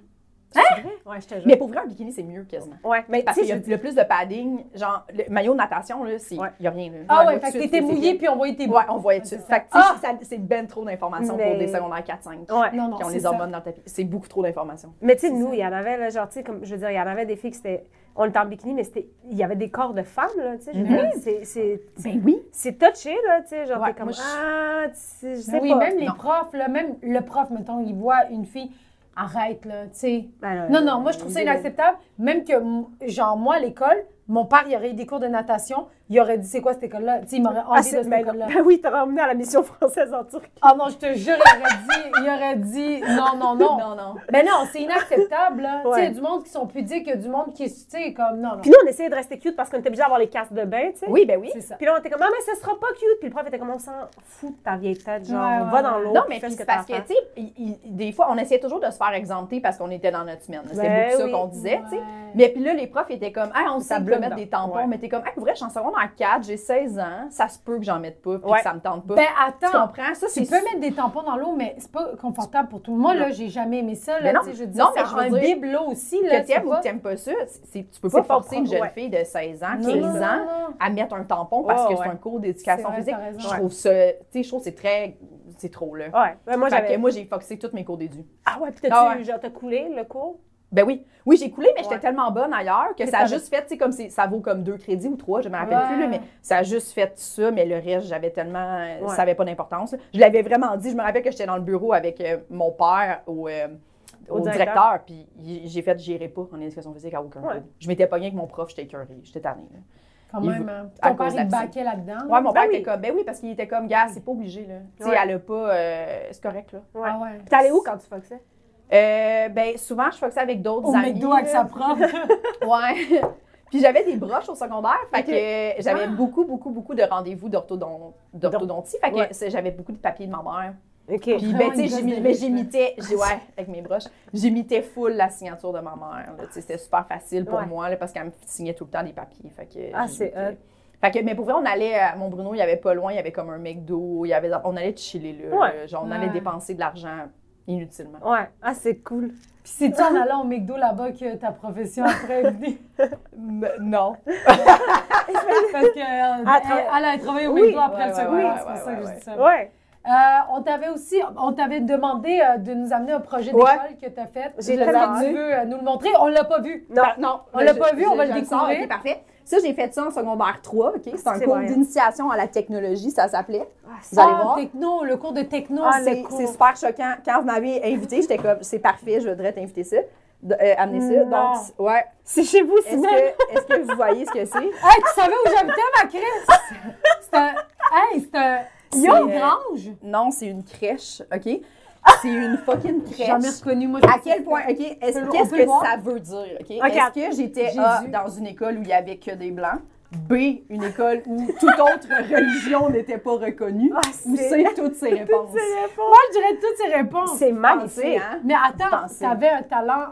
Speaker 3: Hein? Ouais, je te jure.
Speaker 2: Mais pour vrai, un bikini, c'est mieux quasiment.
Speaker 3: Ouais, mais
Speaker 2: Parce
Speaker 3: tu
Speaker 2: qu'il
Speaker 3: sais,
Speaker 2: y a le plus de padding, genre, le maillot de natation, là, c'est, il
Speaker 3: Ouais.
Speaker 2: y a rien, là.
Speaker 1: Ah
Speaker 2: Moi,
Speaker 1: ouais, fait que
Speaker 2: tout de suite,
Speaker 1: t'étais
Speaker 2: c'est
Speaker 1: mouillé
Speaker 2: fini.
Speaker 1: puis on voyait tes
Speaker 2: Ouais, on voyait tout.
Speaker 1: C'est
Speaker 2: Fait
Speaker 1: ça.
Speaker 2: que, tu sais,
Speaker 1: Ah!
Speaker 2: ça- c'est ben trop d'informations
Speaker 3: Mais-
Speaker 2: pour des secondaires 4-5.
Speaker 3: je- ouais.
Speaker 1: Non, non,
Speaker 2: Qui ont
Speaker 1: c'est
Speaker 2: les
Speaker 1: ça.
Speaker 2: hormones dans le tapis. C'est beaucoup trop d'informations.
Speaker 3: Mais tu sais,
Speaker 1: C'est
Speaker 3: nous,
Speaker 1: ça.
Speaker 3: il y en avait, là, genre, tu sais, comme, je veux dire, il y en avait des filles qui c'était. On était en bikini, mais c'était, il y avait des corps de femmes, là, tu sais. je veux dire, c'est- c'est-
Speaker 2: Ben oui.
Speaker 3: C'est touché, là, tu sais. Genre,
Speaker 2: Ouais,
Speaker 3: t'es comme,
Speaker 2: moi, je-
Speaker 3: ah, tu sais, je sais
Speaker 1: Oui,
Speaker 3: pas.
Speaker 1: même les
Speaker 2: Non.
Speaker 1: profs, là, même le prof, mettons, il voit une fille, arrête, là, tu sais.
Speaker 3: Ben, là,
Speaker 2: Euh,
Speaker 1: Non, non, moi, je trouve ça inacceptable. Même que, m- genre, moi, à l'école, Mon père, il aurait eu des cours de natation. Il aurait dit, c'est quoi cette école-là? Tu sais, il m'aurait
Speaker 3: Ah,
Speaker 1: enlevé
Speaker 3: c'est-
Speaker 1: de cette
Speaker 3: ben,
Speaker 1: école-là.
Speaker 3: ben oui, t'aurais emmené à la mission française en Turquie.
Speaker 1: Ah non, je te jure, il aurait dit, il aurait dit, non, non, non.
Speaker 2: Non, non.
Speaker 1: Mais non, c'est inacceptable, là. Tu sais, il y a
Speaker 3: Ouais.
Speaker 1: du monde qui sont pudiques, il y a du monde qui est, tu sais, comme, non, non.
Speaker 3: Puis nous, on essayait de rester cute parce qu'on était obligé d'avoir les casques de bain, tu sais.
Speaker 2: Oui, ben oui.
Speaker 1: C'est ça.
Speaker 3: Puis là, on était comme, ah, mais ce sera pas cute. Puis le prof était comme, on s'en fout de ta vieille tête. Genre,
Speaker 1: Ouais,
Speaker 3: on
Speaker 1: ouais,
Speaker 3: va dans
Speaker 1: ouais.
Speaker 3: l'eau.
Speaker 2: Non,
Speaker 3: puis
Speaker 2: mais
Speaker 3: fais
Speaker 2: puis
Speaker 3: ce que
Speaker 2: c'est
Speaker 3: t'as à
Speaker 2: parce que,
Speaker 3: faire.
Speaker 2: tu sais, il- il- des fois, on essayait toujours de se faire exempter parce qu'on était dans notre semaine. C'était
Speaker 3: Ben
Speaker 2: beaucoup
Speaker 3: oui.
Speaker 2: ça qu'on disait, tu sais.
Speaker 1: Ouais.
Speaker 2: Mais puis là, les profs étaient comme, ah, on sait
Speaker 3: Ça
Speaker 2: que tu
Speaker 3: bloque
Speaker 2: mettre
Speaker 3: dans-
Speaker 2: des tampons,
Speaker 3: ouais.
Speaker 2: mais t'es comme, ah, pour vrai, je suis en secondaire 4, j'ai 16 ans, ça se peut que j'en mette pas, puis
Speaker 3: Ouais.
Speaker 2: que ça me tente pas.
Speaker 1: Ben
Speaker 2: tu
Speaker 1: attends,
Speaker 2: comprends? Ça,
Speaker 1: tu
Speaker 2: c'est
Speaker 1: peux mettre des tampons dans l'eau, mais c'est pas confortable pour tout. Moi, là, j'ai jamais aimé ça, là.
Speaker 2: Ben non.
Speaker 1: tu sais, je dis,
Speaker 2: Non,
Speaker 1: ça
Speaker 2: mais je
Speaker 1: rend
Speaker 2: veux dire,
Speaker 1: bible, là, aussi, là.
Speaker 2: que
Speaker 1: tu sais
Speaker 2: t'aimes ou
Speaker 1: pas.
Speaker 2: que t'aimes pas ça, c'est- c'est- tu peux
Speaker 3: C'est
Speaker 2: pas
Speaker 3: pas
Speaker 2: forcer une
Speaker 3: propre,
Speaker 2: jeune
Speaker 3: ouais.
Speaker 2: fille de 16 ans,
Speaker 1: Non,
Speaker 2: 15
Speaker 1: non,
Speaker 2: ans,
Speaker 1: non, non.
Speaker 2: à mettre un tampon parce
Speaker 3: Oh, Ouais,
Speaker 2: que c'est
Speaker 3: ouais.
Speaker 2: un cours
Speaker 1: C'est
Speaker 2: d'éducation
Speaker 1: vrai,
Speaker 2: physique.
Speaker 1: t'as raison.
Speaker 2: Je
Speaker 1: Ouais.
Speaker 2: trouve ça, tu sais, je trouve que c'est très, c'est trop là.
Speaker 3: Ouais. Ben, moi,
Speaker 2: Fait que
Speaker 3: j'avais.
Speaker 2: moi, j'ai foxé tous mes cours d'édu.
Speaker 3: Ah ouais, puis t'as-tu,
Speaker 2: Ah ouais.
Speaker 3: genre, t'as coulé le cours?
Speaker 2: Ben oui, oui, j'ai coulé, mais j'étais
Speaker 3: Ouais.
Speaker 2: tellement bonne ailleurs que
Speaker 3: Mais
Speaker 2: ça a
Speaker 3: t'avais-
Speaker 2: juste fait, tu sais, comme c'est- ça vaut comme deux crédits ou trois, je me rappelle
Speaker 1: Ouais.
Speaker 2: plus, là, mais ça a juste fait ça, mais le reste, j'avais tellement, euh,
Speaker 3: Ouais.
Speaker 2: ça avait pas d'importance. là. Je l'avais vraiment dit, je me rappelle que j'étais dans le bureau avec euh, mon père au, euh,
Speaker 3: Au
Speaker 2: au
Speaker 3: directeur.
Speaker 2: directeur, puis il- j'ai fait, j'irai pas en éducation physique à aucun
Speaker 3: Ouais.
Speaker 2: cours. Je m'étais pognée avec mon prof, j'étais écœurée, j'étais tannée. là.
Speaker 1: Quand
Speaker 2: Il
Speaker 1: même,
Speaker 2: veut-
Speaker 1: hein.
Speaker 2: à
Speaker 1: Ton père,
Speaker 2: cause
Speaker 1: il
Speaker 2: d'absence.
Speaker 1: baquait là-dedans.
Speaker 2: Ouais, mon
Speaker 3: Ben
Speaker 2: père
Speaker 3: oui.
Speaker 2: était comme, ben oui, parce qu'il était comme, gars, c'est pas obligé, là. Tu sais,
Speaker 3: Ouais.
Speaker 2: elle a pas, euh, c'est correct, là.
Speaker 3: Ouais.
Speaker 1: Ah ouais.
Speaker 3: Puis t'allais où quand tu foxais?
Speaker 2: Euh, ben, souvent, je fais ça avec d'autres
Speaker 1: Au
Speaker 2: amis.
Speaker 1: McDo avec
Speaker 2: là.
Speaker 1: sa prof.
Speaker 2: Ouais. Puis j'avais des broches au secondaire, fait
Speaker 3: Ok. Ah.
Speaker 2: que j'avais beaucoup, beaucoup, beaucoup de rendez-vous d'orthodon- d'orthodontie, fait que
Speaker 3: Ouais.
Speaker 2: c'est- j'avais beaucoup de papiers de ma mère.
Speaker 3: OK.
Speaker 2: Puis ben,
Speaker 1: Vraiment
Speaker 2: tu
Speaker 1: une
Speaker 2: sais,
Speaker 1: gosse
Speaker 2: j'imi-
Speaker 1: de
Speaker 2: mais
Speaker 1: riche,
Speaker 2: j'imitais, j'ai- ouais, avec mes broches, j'imitais full la signature de ma mère. là. Tu sais, C'était super facile pour
Speaker 3: Ouais.
Speaker 2: moi là, parce qu'elle me signait tout le temps des papiers. Fait que
Speaker 3: Ah, c'est
Speaker 2: j'imitais.
Speaker 3: hot.
Speaker 2: Fait que, mais pour vrai, on allait à Mont-Bruno, il y avait pas loin, il y avait comme un McDo, il y avait, on allait chiller là.
Speaker 3: Ouais.
Speaker 2: là. genre, on allait
Speaker 1: Ouais.
Speaker 2: dépenser de l'argent inutilement.
Speaker 3: Ouais. Ah, c'est cool.
Speaker 1: Puis c'est-tu en allant au McDo là-bas que ta profession après est venue?
Speaker 2: non.
Speaker 1: Parce euh, qu'elle
Speaker 3: À tra-
Speaker 1: a travaillé au
Speaker 3: Oui.
Speaker 1: McDo après le
Speaker 2: Ouais, ouais,
Speaker 1: secondaire,
Speaker 2: ouais,
Speaker 1: c'est pour
Speaker 2: ouais,
Speaker 1: ça que
Speaker 2: ouais,
Speaker 1: je dis ça.
Speaker 3: Ouais.
Speaker 1: Euh, on t'avait aussi, on t'avait demandé euh, de nous amener un projet d'école
Speaker 2: Ouais.
Speaker 1: que tu as fait.
Speaker 3: J'ai
Speaker 1: Je sais
Speaker 3: tellement
Speaker 1: que tu veux euh, nous le montrer. On l'a pas vu.
Speaker 3: Non.
Speaker 2: Par- non,
Speaker 1: On
Speaker 2: ben,
Speaker 1: l'a
Speaker 2: je-
Speaker 1: pas vu,
Speaker 2: je-
Speaker 1: on va le
Speaker 2: je sors,
Speaker 1: découvrir.
Speaker 2: ok, parfait. Ça, j'ai fait ça en secondaire 3, OK? C'est un
Speaker 3: C'est
Speaker 2: cours
Speaker 3: vrai.
Speaker 2: d'initiation à la technologie, ça s'appelait.
Speaker 3: Ah, c'est-
Speaker 2: Vous allez
Speaker 1: Ah,
Speaker 2: voir.
Speaker 1: Techno, le cours de techno,
Speaker 3: Ah,
Speaker 1: c'est
Speaker 2: c'est c'est super choquant. Quand vous m'avez invité, j'étais comme, c'est parfait, je voudrais t'inviter ça, de- euh, amener ça.
Speaker 3: Non.
Speaker 2: Donc, c'est- ouais.
Speaker 3: C'est chez vous,
Speaker 2: Est-ce
Speaker 3: sinon.
Speaker 2: que, est-ce que vous voyez ce que c'est?
Speaker 1: Hey, tu savais où j'habitais, ma Chris? C'est un. Hey, c'est un. Il y a une
Speaker 2: C'est, euh,
Speaker 1: grange.
Speaker 2: Non, c'est une crèche, OK? C'est une fucking
Speaker 1: J'ai jamais
Speaker 2: crèche.
Speaker 1: reconnu, moi.
Speaker 2: À quel point, OK?
Speaker 1: On peut
Speaker 2: est-ce-
Speaker 1: le
Speaker 2: Qu'est-ce que
Speaker 1: voir?
Speaker 2: ça veut dire, OK?
Speaker 3: Regarde.
Speaker 2: Est-ce que j'étais
Speaker 1: Jésus.
Speaker 2: A, dans une école où il y avait que des Blancs, B, une école où toute autre religion n'était pas reconnue,
Speaker 3: Ah,
Speaker 2: Ou
Speaker 3: c'est...
Speaker 2: c'est toutes ces réponses?
Speaker 1: Moi, je dirais toutes ces réponses.
Speaker 3: C'est
Speaker 2: Pensez,
Speaker 3: magnifique.
Speaker 2: hein?
Speaker 1: Mais attends,
Speaker 2: Pensez.
Speaker 1: t'avais un talent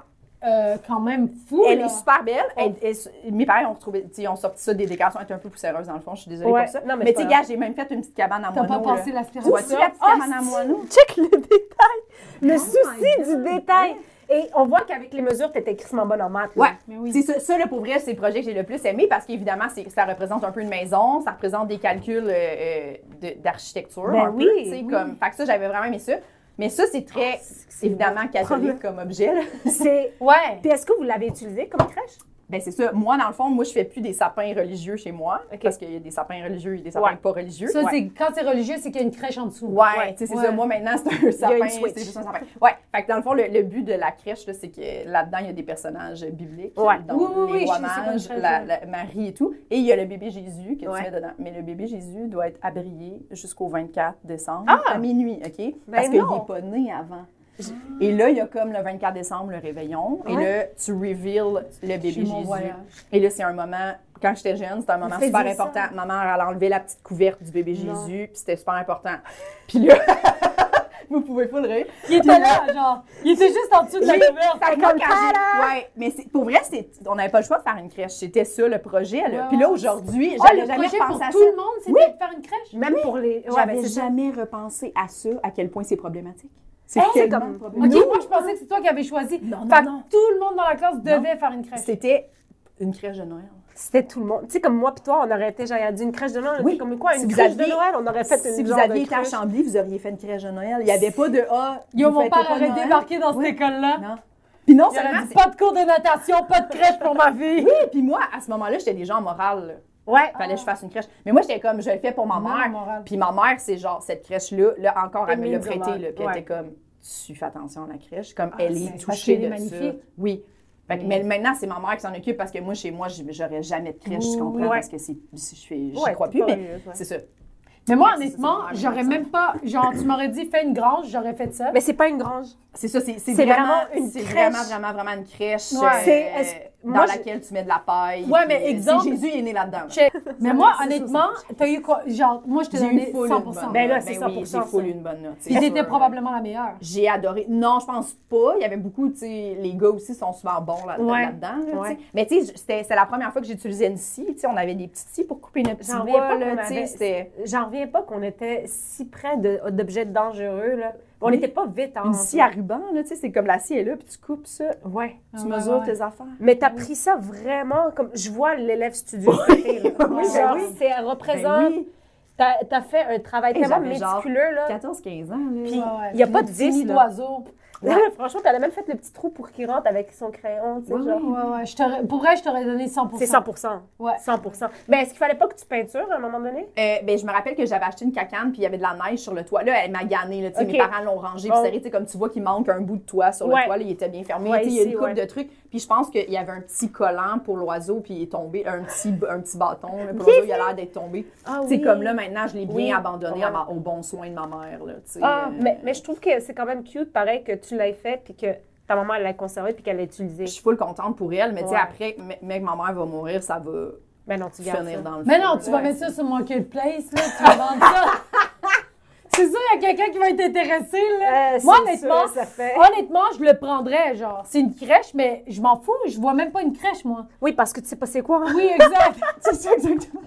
Speaker 1: euh, quand même fou.
Speaker 2: Elle
Speaker 1: là.
Speaker 2: est super belle. Elle- elle- mes parents ont retrouvé, tu sais, ils ont sorti ça des déclarations étaient un peu poussiéreuses dans le fond. Je suis désolée
Speaker 3: Ouais.
Speaker 2: pour ça.
Speaker 3: Non, mais
Speaker 2: mais
Speaker 3: c'est
Speaker 2: tu sais,
Speaker 3: pas
Speaker 2: gars, j'ai même fait une petite cabane à
Speaker 1: T'as
Speaker 2: moineau.
Speaker 1: pas passé Ah,
Speaker 2: Tu vois-tu
Speaker 1: l'aspiration.
Speaker 2: la petite cabane à moineau?
Speaker 3: Check le détail. Le
Speaker 1: my
Speaker 3: souci du détail. Et on voit qu'avec les mesures, t'étais crissement bonne en maths. là.
Speaker 2: Ouais.
Speaker 1: Mais oui.
Speaker 2: C'est ça, ça, là, pour vrai, c'est le projet que j'ai le plus aimé parce qu'évidemment, c'est- ça représente un peu une maison, ça représente des calculs euh, euh, de- d'architecture.
Speaker 3: Ben
Speaker 2: un peu,
Speaker 3: oui,
Speaker 2: tu sais,
Speaker 3: oui.
Speaker 2: Comme, fait que ça, j'avais vraiment aimé ça. Mais ça, Ah, c'est
Speaker 3: Ah,
Speaker 2: très, évidemment, catholique comme objet. là.
Speaker 3: C'est...
Speaker 1: Ouais.
Speaker 3: Puis est-ce que vous l'avez utilisé comme crèche?
Speaker 2: Ben c'est ça. Moi, dans le fond, moi, je fais plus des sapins religieux chez moi.
Speaker 3: OK.
Speaker 2: Parce qu'il y a des sapins religieux et des sapins
Speaker 3: Ouais.
Speaker 2: pas religieux.
Speaker 1: Ça,
Speaker 2: Ouais.
Speaker 1: c'est quand c'est religieux, c'est qu'il y a une crèche en dessous.
Speaker 2: Ouais, tu sais, c'est
Speaker 1: Ouais.
Speaker 2: ça. Moi, maintenant, c'est un
Speaker 3: une
Speaker 2: sapin.
Speaker 3: switch.
Speaker 2: C'est juste un sapin. Ouais. Fait que dans le fond, le, le but de la crèche, là, c'est que là-dedans, il y a des personnages bibliques.
Speaker 3: Ouais.
Speaker 2: Donc,
Speaker 1: Oui, oui,
Speaker 2: les
Speaker 1: oui,
Speaker 2: rois
Speaker 1: je sais pas,
Speaker 2: mages,
Speaker 1: je sais
Speaker 2: la-
Speaker 1: pas.
Speaker 2: la Marie et tout. Et il y a le bébé Jésus que
Speaker 3: Ouais.
Speaker 2: tu mets dedans. Mais le bébé Jésus doit être abrié jusqu'au 24 décembre
Speaker 3: Ah!
Speaker 2: à minuit, OK?
Speaker 3: Ben
Speaker 2: Parce qu'il
Speaker 3: non. Ah.
Speaker 2: n'est pas né avant. Et là, il y a comme le 24 décembre, le réveillon. Et là,
Speaker 3: Ouais.
Speaker 2: tu reveals le bébé
Speaker 1: J'ai mon
Speaker 2: Jésus.
Speaker 1: voyage.
Speaker 2: Et là, c'est un moment, quand j'étais jeune, c'était un moment
Speaker 3: Vous faisiez
Speaker 2: super
Speaker 3: ça?
Speaker 2: important. Ma mère, elle a enlevé la petite couverte du bébé
Speaker 3: Non.
Speaker 2: Jésus, puis c'était super important. Puis là, vous pouvez pas le rire.
Speaker 1: Il était là, genre. Il était juste en dessous de la
Speaker 2: Oui,
Speaker 1: couverture.
Speaker 2: Fait que moi, quand
Speaker 3: Tadam!
Speaker 2: j'ai- Ouais, mais c'est- pour vrai, c'est- on n'avait pas le choix de faire une crèche. C'était ça le projet. Là.
Speaker 1: Ouais,
Speaker 2: Puis là,
Speaker 1: ouais.
Speaker 2: aujourd'hui,
Speaker 1: Ah,
Speaker 2: j'avais
Speaker 1: le
Speaker 2: jamais
Speaker 1: projet pour
Speaker 2: repensé à
Speaker 1: tout
Speaker 2: ça.
Speaker 1: le monde, c'était
Speaker 2: Oui.
Speaker 1: de faire une crèche.
Speaker 3: Même pour les... ouais,
Speaker 2: J'avais
Speaker 3: les gens.
Speaker 2: jamais repensé à ça, à quel point c'est problématique. C'est
Speaker 3: Hey, c'est
Speaker 2: tellement
Speaker 3: comme...
Speaker 1: OK,
Speaker 2: Nous-
Speaker 1: moi, je pensais que c'est toi qui avais choisi.
Speaker 2: Non, non,
Speaker 1: fait
Speaker 2: non.
Speaker 1: que tout le monde dans la classe devait faire une crèche.
Speaker 2: C'était une crèche de Noël.
Speaker 3: C'était tout le monde. Tu sais, comme moi puis toi, on aurait été, j'aurais dit une crèche de Noël, on
Speaker 2: Oui.
Speaker 3: était comme quoi, une
Speaker 2: Si vous
Speaker 3: crèche de
Speaker 2: aviez-
Speaker 3: Noël, on aurait fait une
Speaker 2: Si vous
Speaker 3: genre de
Speaker 2: aviez été à
Speaker 3: crèche.
Speaker 2: Chambly, vous auriez fait une crèche de Noël. Il n'y avait pas de Ah,
Speaker 1: Yo,
Speaker 2: vous
Speaker 1: mon
Speaker 2: fêtez
Speaker 1: père
Speaker 2: pas
Speaker 1: aurait
Speaker 2: Noël.
Speaker 1: débarqué dans cette
Speaker 2: Oui.
Speaker 1: école-là.
Speaker 2: Non. Puis non
Speaker 1: Il aurait
Speaker 2: seulement,
Speaker 1: dit, pas de cours de natation, pas de crèche pour ma vie.
Speaker 2: Oui, puis moi, à ce moment-là, j'étais déjà en morale. là.
Speaker 3: Ouais.
Speaker 2: Fallait que je fasse une crèche. Mais moi, j'étais comme, je le fais pour ma
Speaker 1: Non,
Speaker 2: mère.
Speaker 1: morale.
Speaker 2: Puis ma mère, c'est genre, cette crèche-là, là encore, elle me l'a
Speaker 3: Émile Zola,
Speaker 2: prêtée. là. Puis
Speaker 3: ouais.
Speaker 2: elle était comme, tu fais attention à la crèche. Comme,
Speaker 1: Ah,
Speaker 2: elle
Speaker 1: c'est-
Speaker 2: est
Speaker 1: parce
Speaker 2: touchée
Speaker 1: qu'elle
Speaker 2: de
Speaker 1: est
Speaker 2: ça.
Speaker 1: magnifique.
Speaker 2: Oui. Fait que- mais maintenant, c'est ma mère qui s'en occupe parce que moi, chez moi, j- j'aurais jamais de crèche, tu comprends?
Speaker 3: Ouais.
Speaker 2: Parce que c'est- je suis- j'y
Speaker 3: Ouais,
Speaker 2: crois
Speaker 3: t'es
Speaker 2: plus,
Speaker 3: pas
Speaker 2: mais
Speaker 3: heureuse, ouais.
Speaker 2: c'est ça.
Speaker 1: Mais moi,
Speaker 2: Ouais, c'est ça,
Speaker 1: honnêtement,
Speaker 2: c'est
Speaker 1: j'aurais
Speaker 2: vraiment
Speaker 1: même pas. Genre, tu m'aurais dit, fais une grange, j'aurais fait ça.
Speaker 3: Mais c'est pas une grange.
Speaker 2: C'est ça, c'est c'est
Speaker 3: C'est
Speaker 2: vraiment,
Speaker 3: vraiment une
Speaker 2: c'est
Speaker 3: crèche.
Speaker 2: vraiment, vraiment, vraiment une crèche
Speaker 1: Ouais.
Speaker 2: euh,
Speaker 3: C'est- est-ce-
Speaker 2: dans
Speaker 3: moi,
Speaker 2: laquelle tu mets de la paille.
Speaker 1: Ouais, mais
Speaker 2: puis, euh,
Speaker 1: exemple-
Speaker 2: c'est Jésus il est né là-dedans. là.
Speaker 1: Check. Mais moi,
Speaker 3: c'est ça,
Speaker 1: honnêtement, t'as eu quoi? Genre, moi, je te
Speaker 2: J'ai eu
Speaker 1: donnais
Speaker 2: full une bonne.
Speaker 1: 100
Speaker 3: Ben là,
Speaker 2: note.
Speaker 3: c'est
Speaker 2: oui,
Speaker 3: 100%,
Speaker 2: J'ai full
Speaker 3: ça.
Speaker 2: une bonne note. c'est
Speaker 1: Ils étaient
Speaker 2: sûr.
Speaker 1: probablement la meilleure.
Speaker 2: J'ai adoré. Non, je pense pas. Il y avait beaucoup, tu sais, les gars aussi sont souvent bons là- là-
Speaker 3: Ouais.
Speaker 2: là-dedans. là,
Speaker 3: Ouais.
Speaker 2: tu sais. Mais tu sais, c'était c'était la première fois que j'utilisais une scie. Tu sais, on avait des petits scies pour couper notre petite
Speaker 3: J'en
Speaker 2: bois,
Speaker 3: reviens pas
Speaker 2: là, tu
Speaker 3: qu'on
Speaker 2: sais,
Speaker 3: avait-
Speaker 2: c'était-
Speaker 3: J'en reviens pas qu'on était si près de- d'objets dangereux. Là. On
Speaker 2: Oui.
Speaker 3: n'était pas vite. hein, en
Speaker 2: Une scie à ruban, là, tu sais, c'est comme la scie est là, puis tu coupes ça,
Speaker 3: Ouais.
Speaker 1: Ah,
Speaker 2: tu
Speaker 1: ouais,
Speaker 2: mesures
Speaker 1: ouais.
Speaker 2: tes affaires.
Speaker 3: Mais t'as pris ça vraiment comme. Je vois l'élève studio. Oui,
Speaker 2: oui,
Speaker 3: genre,
Speaker 2: ben oui.
Speaker 3: c'est elle représente.
Speaker 2: oui.
Speaker 3: T'as t'as fait un travail
Speaker 2: Et
Speaker 3: tellement
Speaker 2: j'avais genre
Speaker 3: méticuleux. Là.
Speaker 2: 14-15 ans, là.
Speaker 3: Puis, il y a pas de vis, là.
Speaker 1: d'oiseau.
Speaker 3: Ouais, franchement, t'avais même fait le petit trou pour qu'il rentre avec son crayon. tu sais,
Speaker 2: Ouais,
Speaker 3: genre.
Speaker 1: Ouais, ouais. Je t'aurais- pour vrai, je t'aurais donné 100
Speaker 3: C'est 100
Speaker 1: Ouais.
Speaker 3: 100 Mais est-ce qu'il fallait pas que tu peintures à un moment donné?
Speaker 2: Euh, ben, je me rappelle que j'avais acheté une cacane puis il y avait de la neige sur le toit. Là, elle m'a gagné. Là, tu sais,
Speaker 3: Ok.
Speaker 2: Mes parents l'ont rangée.
Speaker 3: Bon.
Speaker 2: Puis serré, tu sais, comme tu vois qu'il manque un bout de toit sur
Speaker 3: Ouais.
Speaker 2: le toit. Là, il était bien fermé.
Speaker 3: Ouais,
Speaker 2: Tu sais, il y a une
Speaker 3: ici,
Speaker 2: coupe
Speaker 3: ouais.
Speaker 2: de trucs. Puis je pense qu'il y avait un petit collant pour l'oiseau puis il est tombé. Un petit, un petit bâton. là, pour l'oiseau, il a l'air d'être tombé.
Speaker 3: Ah
Speaker 2: C'est comme là, maintenant, je l'ai bien
Speaker 3: Oui.
Speaker 2: abandonné
Speaker 3: Ouais.
Speaker 2: à ma- aux bons soins de ma mère. Là, tu sais,
Speaker 3: Ah,
Speaker 2: euh,
Speaker 3: mais, mais je trouve que c'est quand même cute, pareil, que tu l'aies fait, puis que ta maman elle l'a conservé, puis qu'elle l'a utilisé.
Speaker 2: Je suis full contente pour elle. Mais tu sais,
Speaker 3: Ouais.
Speaker 2: après, me- mec, ma mère va mourir, ça va
Speaker 3: Mais non, tu gardes
Speaker 2: finir
Speaker 3: ça.
Speaker 2: dans le
Speaker 1: Mais
Speaker 2: feu,
Speaker 1: non,
Speaker 2: là.
Speaker 1: tu vas mettre ça sur Marketplace, là, tu vas vendre ça. C'est sûr, il y a quelqu'un qui va être intéressé, là.
Speaker 3: Euh,
Speaker 1: Moi,
Speaker 3: c'est
Speaker 1: honnêtement,
Speaker 3: sûr, ça fait...
Speaker 1: Honnêtement, je le prendrais, genre. C'est une crèche, mais je m'en fous, je vois même pas une crèche, moi.
Speaker 3: Oui, parce que tu sais pas c'est quoi. hein.
Speaker 1: Oui, exact. C'est ça, exactement.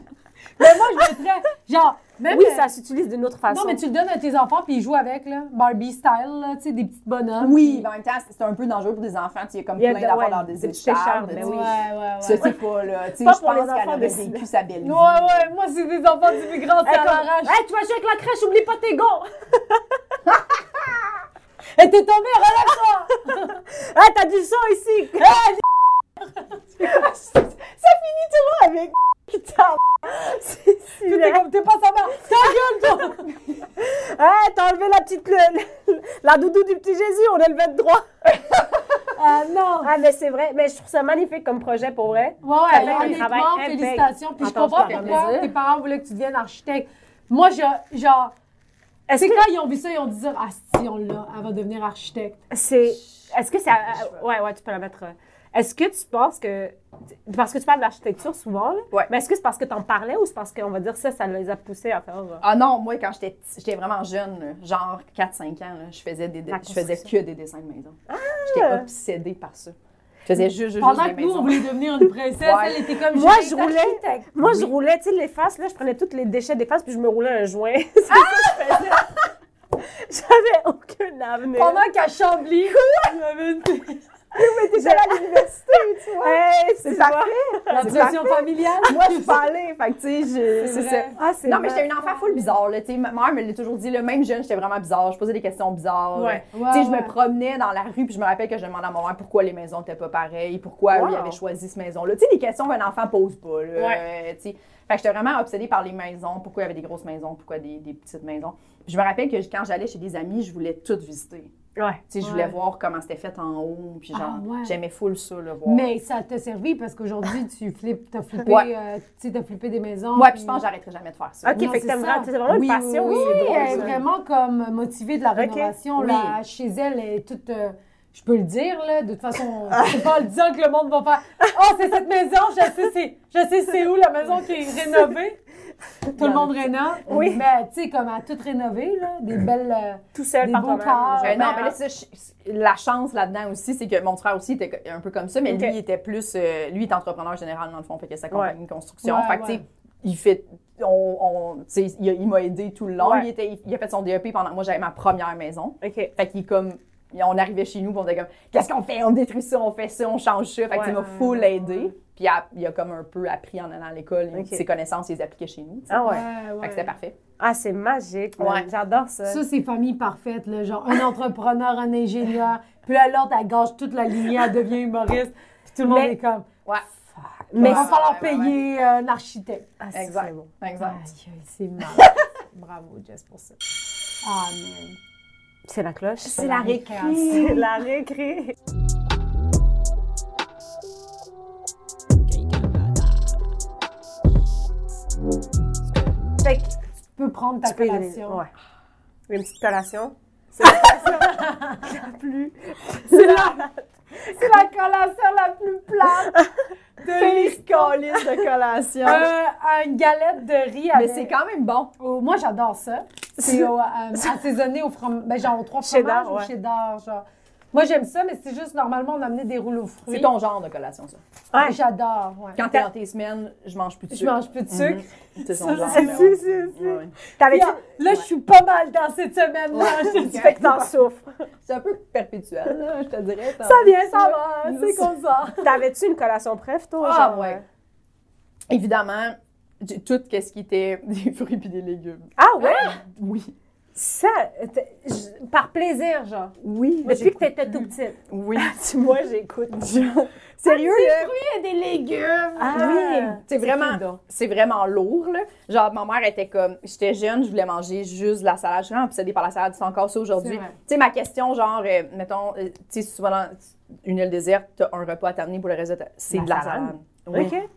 Speaker 1: Mais moi, je mettrais, genre, même.
Speaker 3: Oui,
Speaker 1: euh,
Speaker 3: ça s'utilise d'une autre façon.
Speaker 1: Non, mais tu le donnes à tes enfants, puis ils jouent avec, là. Barbie style, là, tu sais, des petits bonhommes.
Speaker 2: Oui, mais en même temps, c'est un peu dangereux pour des enfants. tu sais, Il y a comme
Speaker 3: Il y a
Speaker 2: plein
Speaker 3: de-
Speaker 2: d'affaires
Speaker 3: ouais,
Speaker 2: dans
Speaker 3: des
Speaker 2: des
Speaker 3: petites
Speaker 2: écharpes.
Speaker 3: écharpes,
Speaker 2: tu
Speaker 3: mais
Speaker 2: sais.
Speaker 1: Ben Ouais,
Speaker 3: oui.
Speaker 1: ouais,
Speaker 2: Ça,
Speaker 1: ouais.
Speaker 2: c'est pas, là. Tu sais,
Speaker 3: Pas
Speaker 2: je
Speaker 3: pour les
Speaker 2: pense
Speaker 3: enfants
Speaker 2: qu'elle avait
Speaker 3: de-
Speaker 2: vécu sa belle vie.
Speaker 1: Ouais, ouais, moi, c'est des enfants du migrant,
Speaker 3: Hey,
Speaker 1: ça
Speaker 3: comme-
Speaker 1: m'arrache.
Speaker 3: Hey, tu vas jouer avec la crèche, oublie pas tes gants!
Speaker 1: Et t'es hein, tombée, relève-toi!
Speaker 3: Hey, Ah, t'as du sang ici! Ah,
Speaker 2: ça finit toujours avec putain.
Speaker 3: Puis
Speaker 1: T'es comme, t'es pas sa mère. Ta gueule, toi!
Speaker 3: Hey, Ah, t'as enlevé la petite. le- le- la doudou du petit Jésus, on est le 23!
Speaker 1: Ah, non!
Speaker 3: Ah, mais c'est vrai, mais je trouve ça magnifique comme projet pour vrai.
Speaker 1: Ouais,
Speaker 3: T'as fait
Speaker 1: ouais,
Speaker 3: un
Speaker 1: honnêtement,
Speaker 3: travail impec.
Speaker 1: félicitations. Puis je
Speaker 3: Attends,
Speaker 1: comprends
Speaker 3: je t'en fais
Speaker 1: pourquoi
Speaker 2: plaisir.
Speaker 1: tes parents voulaient que tu deviennes architecte. Moi, je, genre,
Speaker 3: Est-ce
Speaker 1: c'est
Speaker 3: que
Speaker 1: quand ils ont vu ça, ils ont dit Ah, si, on l'a, elle va devenir architecte.
Speaker 3: c'est. Est-ce que ça. Ouais, ouais, tu peux la mettre. euh. Est-ce que tu penses que. Parce que tu parles d'architecture souvent, là.
Speaker 2: Ouais.
Speaker 3: Mais est-ce que c'est parce que t'en parlais ou c'est parce qu'on va dire ça, ça les a poussés à faire. euh,
Speaker 2: Ah non, moi quand j'étais petite- j'étais vraiment jeune, là, genre 4-5 ans, là, je faisais des
Speaker 1: Ah,
Speaker 3: La
Speaker 2: je faisais
Speaker 3: construction.
Speaker 2: que des dessins de maison. J'étais obsédée par ça. Je faisais juste, juste,
Speaker 1: Pendant
Speaker 2: juste
Speaker 1: que
Speaker 2: des
Speaker 1: nous, on
Speaker 2: maisons.
Speaker 1: voulait devenir une princesse,
Speaker 2: Ouais.
Speaker 1: elle était comme
Speaker 3: Moi,
Speaker 1: vais
Speaker 3: je
Speaker 1: être
Speaker 3: roulais.
Speaker 1: architecte.
Speaker 3: Moi, je
Speaker 2: Oui.
Speaker 3: roulais, tu sais, les faces, là, je prenais tous les déchets des faces, puis je me roulais un joint. C'est ça que je faisais. J'avais aucun avenir.
Speaker 1: Pendant qu'à Chambly, j'avais une-
Speaker 2: déjà à l'université, tu vois.
Speaker 3: Hey,
Speaker 2: C'est
Speaker 3: tu vois.
Speaker 2: parfait.
Speaker 1: la
Speaker 2: C'est
Speaker 1: pression familiale.
Speaker 2: Moi je parlais, fait que tu sais, je-
Speaker 1: C'est
Speaker 2: c'est
Speaker 1: vrai.
Speaker 2: ça.
Speaker 3: Ah, c'est
Speaker 2: Non, mais j'étais
Speaker 3: vrai.
Speaker 2: une enfant full bizarre. Là, tu sais. ma mère me l'a toujours dit. Là, même jeune, j'étais vraiment bizarre. Je posais des questions bizarres.
Speaker 3: Ouais.
Speaker 2: Tu sais, je
Speaker 1: Ah, Ouais, ouais.
Speaker 2: me promenais dans la rue, puis je me rappelle que je demandais à mon mère pourquoi les maisons n'étaient pas pareilles, pourquoi
Speaker 3: Wow.
Speaker 2: il avait choisi cette maison-là. Tu sais, des questions qu'un enfant pose pas. Là, Euh, tu sais. fait que j'étais vraiment obsédée par les maisons, pourquoi il y avait des grosses maisons, pourquoi des, des petites maisons. Puis je me rappelle que quand j'allais chez des amis, je voulais tout visiter. Tu
Speaker 3: Ouais.
Speaker 2: sais, je voulais
Speaker 1: Ouais.
Speaker 2: voir comment c'était fait en haut, puis genre,
Speaker 1: Ah, ouais.
Speaker 2: j'aimais full ça, là, voir.
Speaker 1: Mais ça t'a servi parce qu'aujourd'hui, tu flippes, t'as flippé,
Speaker 2: Ouais.
Speaker 1: euh, tu sais, t'as flippé des maisons.
Speaker 2: Ouais, puis je pense que j'arrêterai jamais de faire ça.
Speaker 3: Ok,
Speaker 1: Non,
Speaker 3: fait que
Speaker 1: c'est
Speaker 3: t'aimes
Speaker 1: ça.
Speaker 3: vraiment- c'est vraiment une
Speaker 1: Oui,
Speaker 3: passion.
Speaker 1: Oui,
Speaker 3: c'est drôle,
Speaker 1: elle est
Speaker 3: ça.
Speaker 1: vraiment comme motivée de la rénovation.
Speaker 2: euh, Oui.
Speaker 1: Là, chez elle, elle est toute. euh, je peux le dire, là. De toute façon, c'est pas en le disant que le monde va faire. Oh, c'est cette maison, je sais c'est, je sais c'est où la maison qui est rénovée. Tout le
Speaker 2: Non,
Speaker 1: monde rénove.
Speaker 3: Oui.
Speaker 1: Mais tu sais, comme à tout rénover, là, des belles. euh,
Speaker 3: Tout seul
Speaker 1: Des
Speaker 3: par
Speaker 1: beaux
Speaker 3: toi-même.
Speaker 1: cadres.
Speaker 2: Euh,
Speaker 3: genre.
Speaker 2: non, mais là, ça, je- la chance là-dedans aussi, c'est que mon frère aussi était co- un peu comme ça, mais
Speaker 3: Ok.
Speaker 2: lui, il était plus. euh, lui, il est entrepreneur général, dans le fond, fait que sa compagnie de construction.
Speaker 1: Ouais,
Speaker 2: fait que, tu
Speaker 1: ouais.
Speaker 2: sais, il fait. On, on- tu sais, il a- il m'a aidé tout le long.
Speaker 3: Ouais.
Speaker 2: Il, était, il, il a fait son DEP pendant que moi, j'avais ma première maison.
Speaker 3: Ok.
Speaker 2: Fait qu'il est comme. On arrivait chez nous, puis on était comme Qu'est-ce qu'on fait On détruit ça, on fait ça, on change ça. Fait que, tu sais, il m'a
Speaker 3: Ouais.
Speaker 2: full aidé. Puis il a, il a comme un peu appris en allant à l'école.
Speaker 3: Ok.
Speaker 2: Ses connaissances, il les appliquait chez nous. tu sais.
Speaker 3: Ah ouais.
Speaker 2: Fait que c'était parfait.
Speaker 3: Ah, c'est magique. man.
Speaker 2: Ouais.
Speaker 3: J'adore ça.
Speaker 1: Ça, c'est famille parfaite, là, genre un entrepreneur, un ingénieur, puis là, l'autre, elle gâche toute la lignée, elle devient humoriste, puis tout le monde
Speaker 3: Mais-
Speaker 1: est comme,
Speaker 2: Ouais.
Speaker 1: mais
Speaker 3: Mais
Speaker 1: il va
Speaker 2: Ouais,
Speaker 1: falloir
Speaker 2: ouais, ouais,
Speaker 1: payer euh, un architecte.
Speaker 3: Ah, c'est
Speaker 2: Exact.
Speaker 3: très bon.
Speaker 2: Exact.
Speaker 1: Aïe, aïe, c'est mal. Bravo, Jess, pour ça. Ah, man.
Speaker 3: C'est la cloche.
Speaker 2: C'est la récréation.
Speaker 3: C'est la récré. Fait que
Speaker 1: Tu peux prendre ta
Speaker 3: tu peux y donner-
Speaker 1: collation.
Speaker 3: Ouais. Une petite collation. C'est la collation la plus. C'est la,
Speaker 1: C'est la collation la plus plate de l'histoire.
Speaker 2: calice de collation.
Speaker 1: Euh, une galette de riz
Speaker 2: Ah,
Speaker 1: avec...
Speaker 2: Mais c'est quand même bon.
Speaker 1: Oh, moi, j'adore ça. C'est au, euh, assaisonné au fromage. Ben, genre, aux trois fromages
Speaker 3: Cheddar,
Speaker 1: ou
Speaker 3: ouais.
Speaker 1: cheddar, genre. Moi, j'aime ça, mais c'est juste, normalement, on amenait des rouleaux fruits.
Speaker 2: C'est ton genre de collation, ça.
Speaker 1: Ouais, J'adore, ouais.
Speaker 2: Quand Mhm. t'es dans tes semaines, je mange plus de
Speaker 1: Je
Speaker 2: sucre.
Speaker 1: mange plus de sucre.
Speaker 2: C'est
Speaker 1: Ça,
Speaker 2: son genre.
Speaker 1: c'est-
Speaker 2: mais
Speaker 3: si,
Speaker 2: ouais.
Speaker 3: si, si.
Speaker 2: Ouais, ouais.
Speaker 1: Puis,
Speaker 3: T'avais dit
Speaker 1: ah, là, je suis pas mal dans cette semaine-là.
Speaker 2: Ouais.
Speaker 1: Je
Speaker 2: Ok.
Speaker 1: dis,
Speaker 3: fait que t'en souffres.
Speaker 2: C'est un peu perpétuel, là, je te dirais. t'en-
Speaker 3: Ça vient,
Speaker 1: Ça
Speaker 3: ça va.
Speaker 1: va, hein, c'est comme ça.
Speaker 3: T'avais-tu une collation bref, toi?
Speaker 2: Ah,
Speaker 3: genre,
Speaker 2: ouais.
Speaker 3: euh?
Speaker 2: Évidemment, du- tout ce qui était des fruits puis des légumes.
Speaker 3: Ah, ouais?
Speaker 2: Oui.
Speaker 3: Ça, t'es- j- par plaisir, genre.
Speaker 2: Oui.
Speaker 3: Depuis que t'étais tout petite.
Speaker 2: Oui.
Speaker 3: Moi, j'écoute.
Speaker 2: Sérieux?
Speaker 1: Il y a des légumes.
Speaker 3: Ah,
Speaker 2: oui. C'est vraiment...
Speaker 3: cool, donc.
Speaker 2: c'est vraiment lourd. Là. Genre, ma mère était comme, j'étais jeune, je voulais manger juste de la salade. Je suis Ah, vraiment obsédée par la salade, c'est encore ça
Speaker 1: C'est
Speaker 2: aujourd'hui. Tu
Speaker 1: vrai.
Speaker 2: sais, ma question, genre, euh, mettons, euh, tu sais, souvent dans une île déserte, t'as un repas à t'amener pour le reste de ta... C'est
Speaker 1: La
Speaker 2: de la
Speaker 1: salade.
Speaker 2: salade. Oui.
Speaker 3: OK.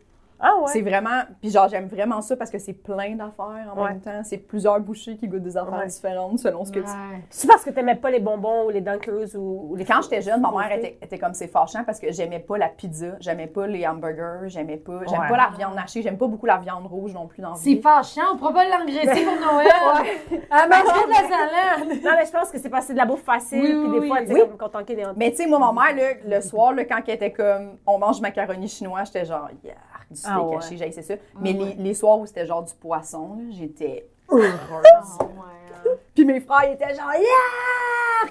Speaker 3: Ah, ouais.
Speaker 2: C'est vraiment, puis genre, j'aime vraiment ça parce que c'est plein d'affaires en
Speaker 3: Ouais.
Speaker 2: même temps. C'est plusieurs bouchées qui goûtent des affaires
Speaker 3: Ouais.
Speaker 2: différentes selon ce que tu
Speaker 1: Ouais.
Speaker 3: C'est parce que t'aimais pas les bonbons ou les Dunkers ou, ou les.
Speaker 2: Quand j'étais jeune, ma mère
Speaker 3: Fruité.
Speaker 2: était, était comme c'est fâchant parce que j'aimais pas la pizza, j'aimais pas les hamburgers, j'aimais pas, j'aime
Speaker 3: Ouais.
Speaker 2: pas la viande hachée, j'aime pas beaucoup la viande rouge non plus dans la
Speaker 1: C'est
Speaker 2: vie.
Speaker 1: fâchant, on pourra pas l'engraisser pour Noël. Elle mangerait de la salade.
Speaker 3: Non, mais je pense que c'est passé de la bouffe facile,
Speaker 1: Oui,
Speaker 3: puis
Speaker 1: oui,
Speaker 3: des
Speaker 1: oui.
Speaker 3: fois, tu sais,
Speaker 2: Oui.
Speaker 3: comme quand t'en des
Speaker 2: Mais tu sais, moi, ma mère, là, le soir, là, quand elle était comme on mange macaroni chinois, j'étais genre, yeah, du steak
Speaker 3: Ah Oh. ouais.
Speaker 2: haché, j'ai ça. Mais
Speaker 1: ouais.
Speaker 2: les, les soirs où c'était genre du poisson, là, j'étais
Speaker 1: Ah,
Speaker 2: heureuse.
Speaker 1: ouais.
Speaker 2: Puis mes frères, ils étaient genre,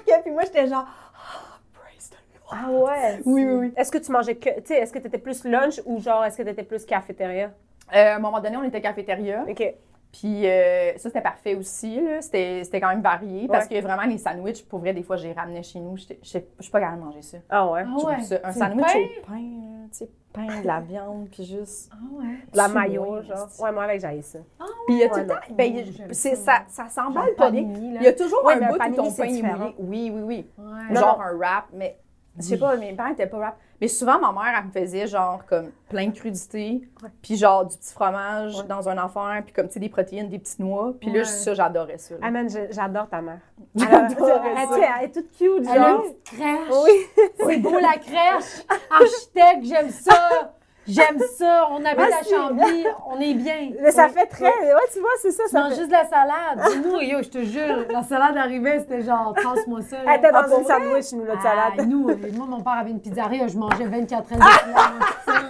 Speaker 2: yeah! Puis moi, j'étais genre, Ah, praise the Lord.
Speaker 3: Ah, ouais.
Speaker 2: Oui, oui, oui.
Speaker 3: Est-ce que tu mangeais que. Tu sais, est-ce que t'étais plus lunch ou genre, est-ce que t'étais plus cafétéria?
Speaker 2: Euh, à un moment donné, on était cafétéria.
Speaker 3: OK.
Speaker 2: Puis euh, ça, c'était parfait aussi. là. C'était c'était quand même varié parce que vraiment, les sandwichs, pour vrai, des fois, je les ramenais chez nous. J'étais- j'étais- Je suis pas capable de manger ça.
Speaker 3: Ah, ouais.
Speaker 1: Ah
Speaker 2: Je trouve
Speaker 1: ouais.
Speaker 2: ça- Un
Speaker 1: C'est
Speaker 2: sandwich
Speaker 1: pain?
Speaker 2: au pain, là, tu sais, pain, de la viande, puis juste.
Speaker 1: Ah ouais.
Speaker 3: De La
Speaker 2: du
Speaker 3: mayo,
Speaker 2: moins,
Speaker 3: genre.
Speaker 2: c'est-
Speaker 3: Ouais, moi, avec, j'aille ça.
Speaker 2: Puis il y a tout
Speaker 3: Ouais,
Speaker 2: le temps.
Speaker 1: non.
Speaker 2: ben,
Speaker 1: Mm,
Speaker 2: il-
Speaker 1: j'aime
Speaker 2: c'est-
Speaker 1: ça.
Speaker 2: ça, ça s'emballe pas bien.
Speaker 1: panini,
Speaker 2: Il y a toujours
Speaker 3: Ouais, mais un
Speaker 2: un bout où
Speaker 3: panini,
Speaker 2: ton
Speaker 3: c'est
Speaker 2: pain est
Speaker 3: différent.
Speaker 2: mouillé. Oui, oui, oui.
Speaker 1: Ouais.
Speaker 2: Genre un wrap, mais je sais pas, mes parents étaient pas wrap. Mais souvent, ma mère, elle me faisait genre comme plein de crudités, puis genre du petit fromage
Speaker 3: Ouais.
Speaker 2: dans un affaire, puis comme tu sais, des protéines, des petites noix. Puis
Speaker 1: Ouais.
Speaker 2: là, ça, j'adorais ça. là.
Speaker 3: Ah, man, je- j'adore ta mère.
Speaker 2: J'adorais
Speaker 3: Elle,
Speaker 2: ça.
Speaker 3: tu sais, elle est toute cute,
Speaker 1: Elle a une
Speaker 3: genre.
Speaker 1: petite crèche.
Speaker 3: Oui.
Speaker 1: C'est beau la crèche. Architecte, j'aime ça. J'aime ça. On habite
Speaker 3: Moi
Speaker 1: à
Speaker 3: aussi.
Speaker 1: Chambly. On est bien.
Speaker 3: Mais ça
Speaker 1: Oui.
Speaker 3: fait très. Ouais, tu vois, c'est ça,
Speaker 1: Tu
Speaker 3: ça
Speaker 1: manges
Speaker 3: fait.
Speaker 1: juste de la salade. Nous, yo, je te jure, la salade arrivait, c'était genre, passe-moi ça. là.
Speaker 3: Elle était
Speaker 1: Ah,
Speaker 3: dans
Speaker 1: pour
Speaker 3: une sandwich, nous, notre
Speaker 1: Ah,
Speaker 3: salade. Ah!
Speaker 1: nous, euh, moi, mon père avait une pizzeria, je mangeais 24 heures de pizza.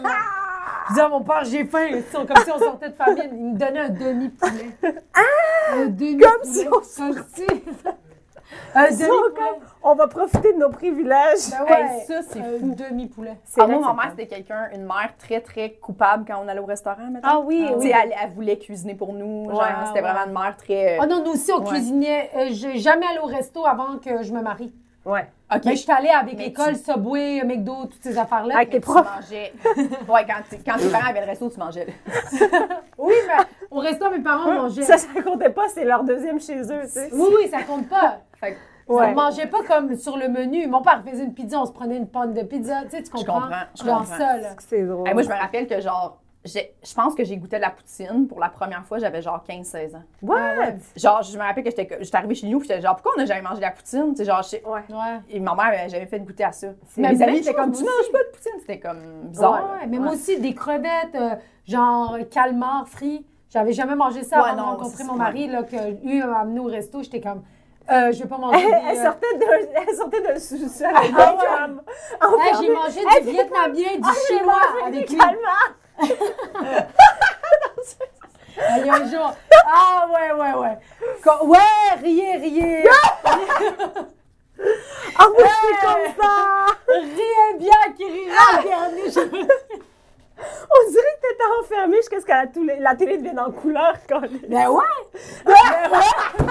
Speaker 1: Je disais à mon père, j'ai faim. Et on- Comme si on sortait de famine. Il me donnait un demi-poulet. un demi
Speaker 3: Ah! Comme si on se-
Speaker 1: Comme si... un demi-poulet.
Speaker 3: Ah, On va profiter de nos privilèges.
Speaker 1: Ben
Speaker 2: Hey,
Speaker 1: ouais,
Speaker 2: ça, c'est
Speaker 1: un
Speaker 2: fou.
Speaker 1: demi-poulet.
Speaker 2: Ah,
Speaker 3: vrai
Speaker 2: moi,
Speaker 3: que
Speaker 2: ma mère,
Speaker 3: c'est
Speaker 2: c'était quelqu'un, une mère très, très coupable quand on allait au restaurant, maintenant.
Speaker 3: Ah oui,
Speaker 1: Ah
Speaker 2: Tu sais,
Speaker 3: oui.
Speaker 2: elle, elle voulait cuisiner pour nous. genre,
Speaker 3: Ouais,
Speaker 2: c'était
Speaker 1: ouais.
Speaker 2: vraiment une mère très. euh,
Speaker 1: Oh non, nous aussi, on
Speaker 2: Ouais.
Speaker 1: cuisinait. Euh, j'ai jamais allé au resto avant que je me marie.
Speaker 3: Ouais.
Speaker 2: OK.
Speaker 1: Mais je suis allée avec
Speaker 2: Mais
Speaker 1: l'école, Subway, McDo, toutes ces affaires-là.
Speaker 3: Avec tes
Speaker 2: Tu
Speaker 3: profs.
Speaker 2: mangeais. ouais, quand, tu- quand tes parents avaient le resto, tu mangeais.
Speaker 1: Oui, mais au resto, mes parents
Speaker 2: Hein?
Speaker 1: mangeaient.
Speaker 3: Hum? Ça, ça comptait pas, c'est leur deuxième chez eux, tu sais.
Speaker 1: Oui, oui, ça compte pas.
Speaker 2: Fait que
Speaker 1: On
Speaker 3: Ouais.
Speaker 1: mangeait pas comme sur le menu. Mon père faisait une pizza, on se prenait une panne de pizza, tu sais, tu comprends?
Speaker 2: comprends, je
Speaker 1: Genre
Speaker 2: comprends.
Speaker 1: ça, là.
Speaker 3: C'est drôle.
Speaker 2: Hey, moi, je me rappelle que genre, j'ai- je pense que j'ai goûté de la poutine pour la première fois, j'avais genre 15-16 ans.
Speaker 3: What?
Speaker 2: Genre, je me rappelle que j'étais que- j'étais arrivée chez nous, puis j'étais genre, pourquoi on n'a jamais mangé de la poutine? Tu sais, genre, je-
Speaker 3: Ouais.
Speaker 1: Ouais.
Speaker 2: Et ma mère, elle, j'avais fait goûter à ça.
Speaker 3: C'est
Speaker 2: Mes
Speaker 3: la même
Speaker 2: amis étaient comme,
Speaker 3: chose
Speaker 2: tu manges pas de poutine. C'était comme bizarre.
Speaker 1: Ouais, mais moi aussi, des crevettes, euh, genre calmar, frites. J'avais jamais mangé ça
Speaker 2: Ouais,
Speaker 1: avant de
Speaker 2: non,
Speaker 1: rencontrer
Speaker 2: c'est
Speaker 1: mon
Speaker 2: ça.
Speaker 1: mari, là, que lui m'a amené au resto. J'étais comme, euh, je vais pas manger.
Speaker 3: Elle,
Speaker 1: des,
Speaker 3: elle
Speaker 1: euh,
Speaker 3: sortait de, elle sortait de sous-sol. Elle était
Speaker 1: Ah ouais.
Speaker 3: comme
Speaker 1: Hey,
Speaker 3: enfermée.
Speaker 1: j'ai mangé
Speaker 3: Hey,
Speaker 1: du vietnamien, du
Speaker 3: j'ai
Speaker 1: chinois
Speaker 3: mangé
Speaker 1: avec
Speaker 3: des
Speaker 1: lui.
Speaker 3: calmars.
Speaker 1: Il y a un jour. Ah, ouais, ouais, ouais. Quand- Ouais, riez, riez.
Speaker 3: Ah oui, c'est comme ça.
Speaker 1: Riez bien qui rira en dernier. Je-
Speaker 3: On dirait que t'étais enfermée jusqu'à ce que la, télé- la télé devienne en couleur. Quand
Speaker 1: Ben ouais. Ben ouais.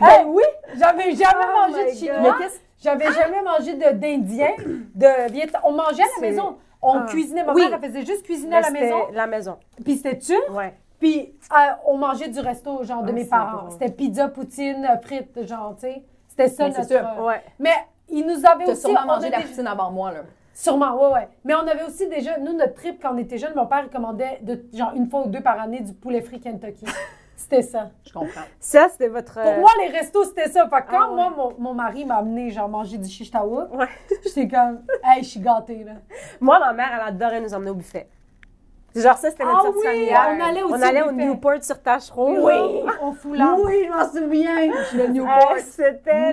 Speaker 1: Hey, oui, j'avais jamais
Speaker 3: Oh
Speaker 1: mangé
Speaker 3: my
Speaker 1: de
Speaker 3: God.
Speaker 1: chinois. J'avais jamais mangé de- d'indien, de vietnam. On mangeait à
Speaker 3: C'est-
Speaker 1: la maison. On
Speaker 3: Ah.
Speaker 1: cuisinait. Ma
Speaker 3: Oui.
Speaker 1: mère, elle faisait juste cuisiner à la maison.
Speaker 3: La maison,
Speaker 1: Puis c'était tu.
Speaker 3: ouais.
Speaker 1: Puis euh, on mangeait du resto, genre, de
Speaker 3: Ah,
Speaker 1: mes
Speaker 3: c'est
Speaker 1: parents.
Speaker 3: drôle.
Speaker 1: C'était pizza, poutine, euh, frites, genre, tu sais. C'était ça
Speaker 2: Mais c'est
Speaker 1: notre...
Speaker 2: sûr,
Speaker 1: euh,
Speaker 3: Ouais.
Speaker 1: Mais ils nous avaient
Speaker 2: T'as
Speaker 1: aussi...
Speaker 2: sûrement
Speaker 1: on
Speaker 2: mangé de
Speaker 1: avait-
Speaker 2: la poutine avant moi, là.
Speaker 1: Sûrement, ouais, ouais. Mais on avait aussi déjà, nous, notre trip quand on était jeunes, mon père il commandait de, genre une fois ou deux par année du poulet frit Kentucky. C'était ça.
Speaker 2: Je comprends.
Speaker 3: Ça, c'était votre.
Speaker 1: Pour
Speaker 3: euh,
Speaker 1: moi, les restos, c'était ça. Fait que quand
Speaker 3: Ah ouais.
Speaker 1: moi, mon, mon mari m'a amené, genre, manger du shish tawa,
Speaker 3: Ouais.
Speaker 1: j'étais comme, hey, je suis gâtée, là.
Speaker 3: Moi, ma mère, elle adorait nous emmener au buffet. Genre, ça, c'était notre
Speaker 1: Ah
Speaker 3: sortie
Speaker 1: oui,
Speaker 3: familiale.
Speaker 1: on allait aussi
Speaker 3: On allait
Speaker 1: au
Speaker 3: au
Speaker 1: buffet.
Speaker 3: Newport sur Tachereau.
Speaker 1: Oui, on fout là.
Speaker 2: Oui, je m'en souviens. Je suis le
Speaker 3: Ah,
Speaker 2: Newport.
Speaker 3: c'était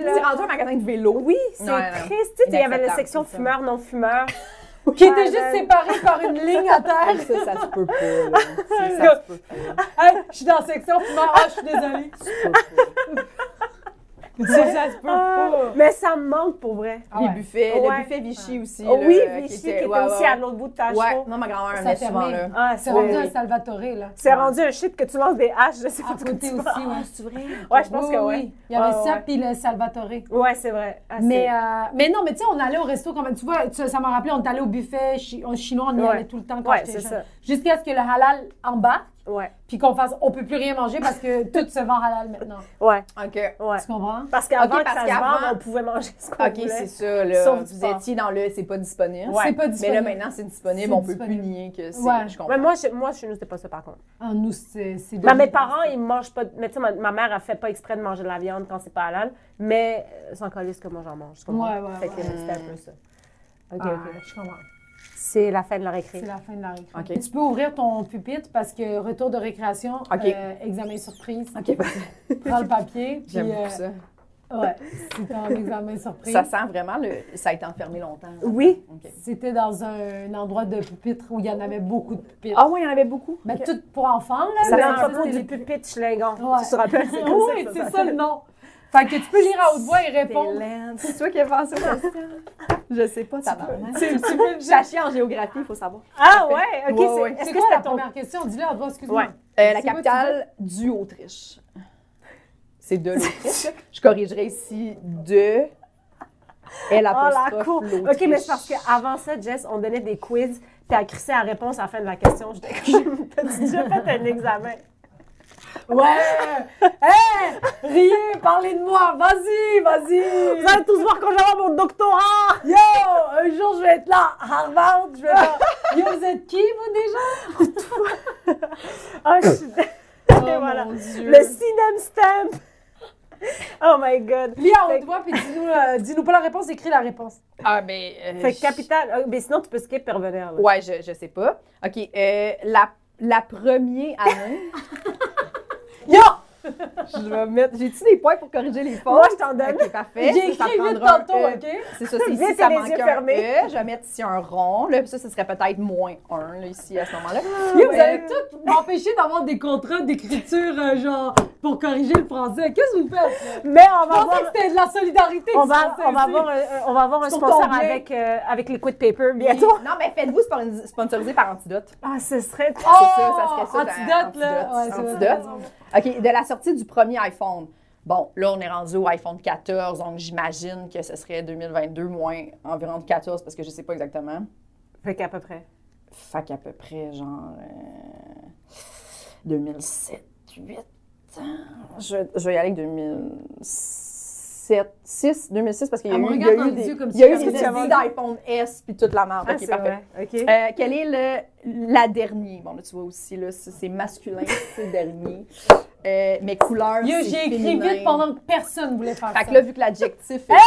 Speaker 2: C'est
Speaker 3: là.
Speaker 2: rendu un magasin de vélo.
Speaker 3: Oui, c'est
Speaker 2: Non, non, non.
Speaker 3: triste. Tu sais, Il y avait la
Speaker 2: Inacceptable,
Speaker 3: section
Speaker 2: ça.
Speaker 3: fumeur, non-fumeur.
Speaker 1: Qui était juste
Speaker 3: man.
Speaker 1: séparée par une ligne à terre.
Speaker 2: Ah, Ça, ça se peut pas. là. Ça, ça se peut pas.
Speaker 1: Hey, je suis dans la section fumeur. Ah, je suis désolée.
Speaker 2: Ça se peut pas.
Speaker 1: Ça, ça se peut
Speaker 3: Ah,
Speaker 1: pas.
Speaker 3: mais ça me manque pour vrai.
Speaker 1: Ah
Speaker 2: Les
Speaker 1: ouais.
Speaker 2: buffets,
Speaker 3: Ouais.
Speaker 2: le buffet Vichy aussi.
Speaker 3: Oh
Speaker 2: là,
Speaker 3: oui,
Speaker 2: euh,
Speaker 3: Vichy, qui était
Speaker 2: ouais,
Speaker 3: aussi
Speaker 2: ouais,
Speaker 3: à l'autre bout de Tachereau.
Speaker 2: Ouais, non, ma grand-mère
Speaker 1: Ça
Speaker 2: venait
Speaker 1: fermé.
Speaker 2: souvent là.
Speaker 3: Ah,
Speaker 1: C'est
Speaker 3: c'est
Speaker 1: rendu
Speaker 3: rendu,
Speaker 1: un Salvatore, là.
Speaker 3: c'est rendu un shit que tu lances des haches, je sais
Speaker 1: À
Speaker 3: pas de quoi
Speaker 1: côté
Speaker 3: tu
Speaker 1: aussi,
Speaker 3: parles.
Speaker 1: ouais.
Speaker 2: c'est vrai.
Speaker 3: Ouais, je pense
Speaker 1: Oui,
Speaker 3: que
Speaker 1: oui,
Speaker 3: ouais.
Speaker 1: oui. Il y avait
Speaker 3: Ouais,
Speaker 1: ça,
Speaker 3: ouais.
Speaker 1: puis le Salvatore.
Speaker 3: Ouais, c'est vrai. Ah,
Speaker 1: Mais,
Speaker 3: c'est-
Speaker 1: euh, mais non, mais tu sais, on allait au resto quand même. Tu vois, tu- ça m'a rappelé, on est allé au buffet chi- en chinois, on y
Speaker 3: Ouais.
Speaker 1: allait tout le temps quand
Speaker 3: ouais,
Speaker 1: j'étais
Speaker 3: c'est
Speaker 1: jeune.
Speaker 3: ça.
Speaker 1: Jusqu'à ce que le halal embarque,
Speaker 3: Ouais,
Speaker 1: puis qu'on fasse, on peut plus rien manger parce que tout se vend halal maintenant.
Speaker 3: ouais,
Speaker 2: OK.
Speaker 3: ouais.
Speaker 1: Tu comprends?
Speaker 3: Parce qu'avant
Speaker 2: Ok,
Speaker 3: que
Speaker 2: parce
Speaker 3: ça se
Speaker 2: qu'avant-
Speaker 3: vende, on pouvait manger ce qu'on
Speaker 2: OK,
Speaker 3: voulait.
Speaker 2: c'est ça. Là.
Speaker 3: Sauf du
Speaker 2: Vous
Speaker 3: porc.
Speaker 2: étiez dans le c'est pas disponible.
Speaker 3: Ouais.
Speaker 1: C'est pas
Speaker 2: Mais
Speaker 1: disponible.
Speaker 2: là, maintenant, c'est disponible.
Speaker 1: C'est
Speaker 2: On peut plus
Speaker 1: disponible.
Speaker 2: nier que c'est.
Speaker 1: Ouais.
Speaker 2: Je
Speaker 3: Mais
Speaker 2: comprends.
Speaker 3: moi, chez- moi, chez nous, c'était pas ça par contre.
Speaker 1: Ah, nous, c'est. c'est
Speaker 3: Mais Bah, mes
Speaker 1: devenu-
Speaker 3: parents, ils mangent pas. de- Mais tu sais, ma, ma mère, elle fait pas exprès de manger de la viande quand c'est pas halal, mais euh, sans colis que moi j'en mange. tu comprends?
Speaker 1: Ouais, ouais,
Speaker 3: Fait que
Speaker 1: ouais.
Speaker 3: c'était un peu ça. Ok,
Speaker 1: Ah,
Speaker 3: ok.
Speaker 1: je comprends.
Speaker 3: C'est la fin de leur écrit.
Speaker 1: C'est la fin de la récré.
Speaker 2: Ok.
Speaker 1: Tu peux ouvrir ton pupitre parce que retour de récréation,
Speaker 2: Ok.
Speaker 1: euh, examen surprise,
Speaker 2: OK, bah,
Speaker 1: prends le papier. puis,
Speaker 2: j'aime
Speaker 1: euh,
Speaker 2: beaucoup ça.
Speaker 1: Ouais, c'était un examen surprise.
Speaker 2: Ça sent vraiment le. Ça a été enfermé longtemps. là.
Speaker 3: Oui.
Speaker 2: OK.
Speaker 1: C'était dans un endroit de pupitre où il y en avait beaucoup de pupitres.
Speaker 2: Ah, ouais, il y en avait beaucoup.
Speaker 1: Ben, tout pour enfants, là.
Speaker 3: Ça
Speaker 1: mais-
Speaker 3: vient propos
Speaker 1: c'était
Speaker 3: du
Speaker 1: les-
Speaker 3: pupitre Schlingon.
Speaker 1: Ouais.
Speaker 3: Tu te rappelles? c'est comme
Speaker 1: Oui,
Speaker 3: que
Speaker 1: c'est ça
Speaker 3: s'appelle.
Speaker 1: le nom. Fait que tu peux lire à haute voix et répondre.
Speaker 2: Lente. C'est toi qui as pensé à ça. Je sais pas, ça va.
Speaker 1: Tu- tu peux-
Speaker 2: J'ai en géographie, il faut savoir.
Speaker 3: Ah ouais, ok.
Speaker 2: Ouais,
Speaker 3: c'est-
Speaker 2: ouais.
Speaker 3: Est-ce
Speaker 1: C'est
Speaker 3: que
Speaker 1: quoi la
Speaker 3: c'était ton.
Speaker 1: première question? Dis-le à haute voix, excuse-moi.
Speaker 2: Euh,
Speaker 3: Ouais.
Speaker 2: la
Speaker 1: C'est quoi,
Speaker 2: capitale du Autriche. C'est de l'Autriche. Je corrigerai ici de. Elle
Speaker 3: Oh
Speaker 2: apostrophe
Speaker 3: la cour!
Speaker 2: l'Autriche.
Speaker 3: Ok, mais c'est parce qu'avant ça, Jess, on donnait des quiz, puis elle crissait la réponse à la fin de la question. J'étais comme, t'as-tu déjà fait un examen?
Speaker 1: Ouais! Hein? Hey! Riez, parlez de moi! Vas-y, vas-y!
Speaker 3: Vous allez tous voir quand j'aurai mon doctorat!
Speaker 1: Yo! Un jour, je vais être là! Harvard, je vais faire... Yo, vous êtes qui, vous, déjà?
Speaker 3: Ah, je suis.
Speaker 1: Oh,
Speaker 3: voilà.
Speaker 1: mon Dieu!
Speaker 3: Le Cinem Stamp! Oh my god!
Speaker 1: Lis à
Speaker 3: Fait
Speaker 1: haute
Speaker 3: que-
Speaker 1: voix, puis dis-nous euh, dis-nous pas la réponse, écris la réponse.
Speaker 2: Ah, mais. euh,
Speaker 3: Fait
Speaker 2: je-
Speaker 3: que capital. ah, Mais sinon, tu peux skip et revenir. là.
Speaker 2: Ouais, je, je sais pas. OK. euh, la, la première année.
Speaker 1: Yo!
Speaker 2: je vais mettre. J'ai-tu des points pour corriger les fautes?
Speaker 3: Moi, je t'en donne.
Speaker 2: Ok, parfait.
Speaker 1: J'ai
Speaker 2: Ça, ça
Speaker 1: écrit vite
Speaker 2: prendra un
Speaker 1: tantôt,
Speaker 2: E.
Speaker 1: OK?
Speaker 2: C'est ça, c'est
Speaker 3: Vite et
Speaker 2: ici, ça
Speaker 3: les
Speaker 2: manque
Speaker 3: yeux
Speaker 2: un
Speaker 3: fermés.
Speaker 2: E. Je vais mettre ici un rond. Là, puis ça, ce serait peut-être moins un, là, ici, à ce moment-là.
Speaker 1: Yo, Vous
Speaker 2: Ouais.
Speaker 1: allez tous m'empêcher d'avoir des contrats d'écriture, euh, genre, pour corriger le français. Qu'est-ce que vous faites?
Speaker 3: Mais on
Speaker 1: Je
Speaker 3: va
Speaker 1: pensais que
Speaker 3: voir.
Speaker 1: c'était de la solidarité.
Speaker 3: On
Speaker 1: du
Speaker 3: va,
Speaker 1: français
Speaker 3: on va
Speaker 1: aussi.
Speaker 3: avoir un, un- on va avoir un
Speaker 1: Sur ton
Speaker 3: sponsor
Speaker 1: blé.
Speaker 3: avec, euh, avec Liquid Paper
Speaker 2: Et
Speaker 3: bientôt.
Speaker 2: toi? Non, mais faites-vous spon- sponsoriser par Antidote.
Speaker 3: Ah, ce serait.
Speaker 1: Oh!
Speaker 2: ça, ça serait ça,
Speaker 1: Antidote,
Speaker 2: t'as-
Speaker 1: là.
Speaker 2: antidote,
Speaker 1: Ouais, c'est
Speaker 2: antidote. OK, de la sortie du premier iPhone. Bon, là, on est rendu au iPhone 14, donc j'imagine que ce serait 2022 moins environ de 14 parce que je sais pas exactement.
Speaker 3: Fait qu'à peu près.
Speaker 2: Fait qu'à peu près, genre, euh, 2007, 8. hein? Je, je vais y aller avec 2007, 6, 2006 parce qu'il y a
Speaker 1: Elle
Speaker 2: eu,
Speaker 1: me
Speaker 2: il y a
Speaker 1: Ah, regarde dans
Speaker 2: eu
Speaker 1: les
Speaker 2: des,
Speaker 1: yeux comme
Speaker 2: il y a
Speaker 1: si
Speaker 2: eu
Speaker 1: elle
Speaker 2: des
Speaker 1: me disait-
Speaker 2: d'iPhone S puis toute la merde.
Speaker 3: Ah,
Speaker 2: OK,
Speaker 3: c'est
Speaker 2: parfait.
Speaker 3: vrai. OK.
Speaker 2: Euh, quel est le, la dernier? Bon, là, tu vois aussi, là, c'est c'est masculin, c'est dernier. Euh, mes couleurs,
Speaker 1: Yo,
Speaker 2: c'est
Speaker 1: j'ai écrit
Speaker 2: féminin.
Speaker 1: vite pendant que personne voulait faire
Speaker 2: Fait
Speaker 1: ça.
Speaker 2: que là, vu que l'adjectif est
Speaker 1: Hey,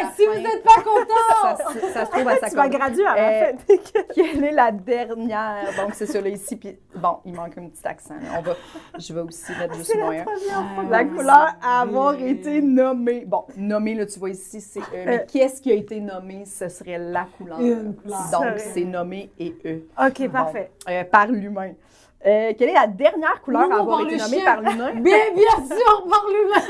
Speaker 2: hey,
Speaker 1: si vous n'êtes pas content,
Speaker 2: ça, se- ça se trouve à sa
Speaker 3: Tu vas
Speaker 2: corde.
Speaker 3: graduer à la
Speaker 2: Euh,
Speaker 3: fin. Fait que-
Speaker 2: Quelle est la dernière? Donc, c'est celle-là ici. Puis, bon, il manque un petit accent. là. On va, je vais aussi mettre juste
Speaker 3: C'est la
Speaker 2: moyen.
Speaker 3: première fois.
Speaker 2: La couleur à avoir été nommée. Bon, nommée, là, tu vois ici, c'est E. Mais
Speaker 3: Euh.
Speaker 2: qu'est-ce qui a été nommé? Ce serait la couleur.
Speaker 1: Une couleur.
Speaker 2: Donc, c'est nommé et E.
Speaker 3: OK, parfait.
Speaker 2: Euh, par l'humain. Euh, quelle est la dernière couleur
Speaker 1: Non,
Speaker 2: à
Speaker 1: non,
Speaker 2: avoir
Speaker 1: par
Speaker 2: été
Speaker 1: le
Speaker 2: nommée
Speaker 1: chien.
Speaker 2: par l'humain?
Speaker 1: bien, bien sûr, par l'humain.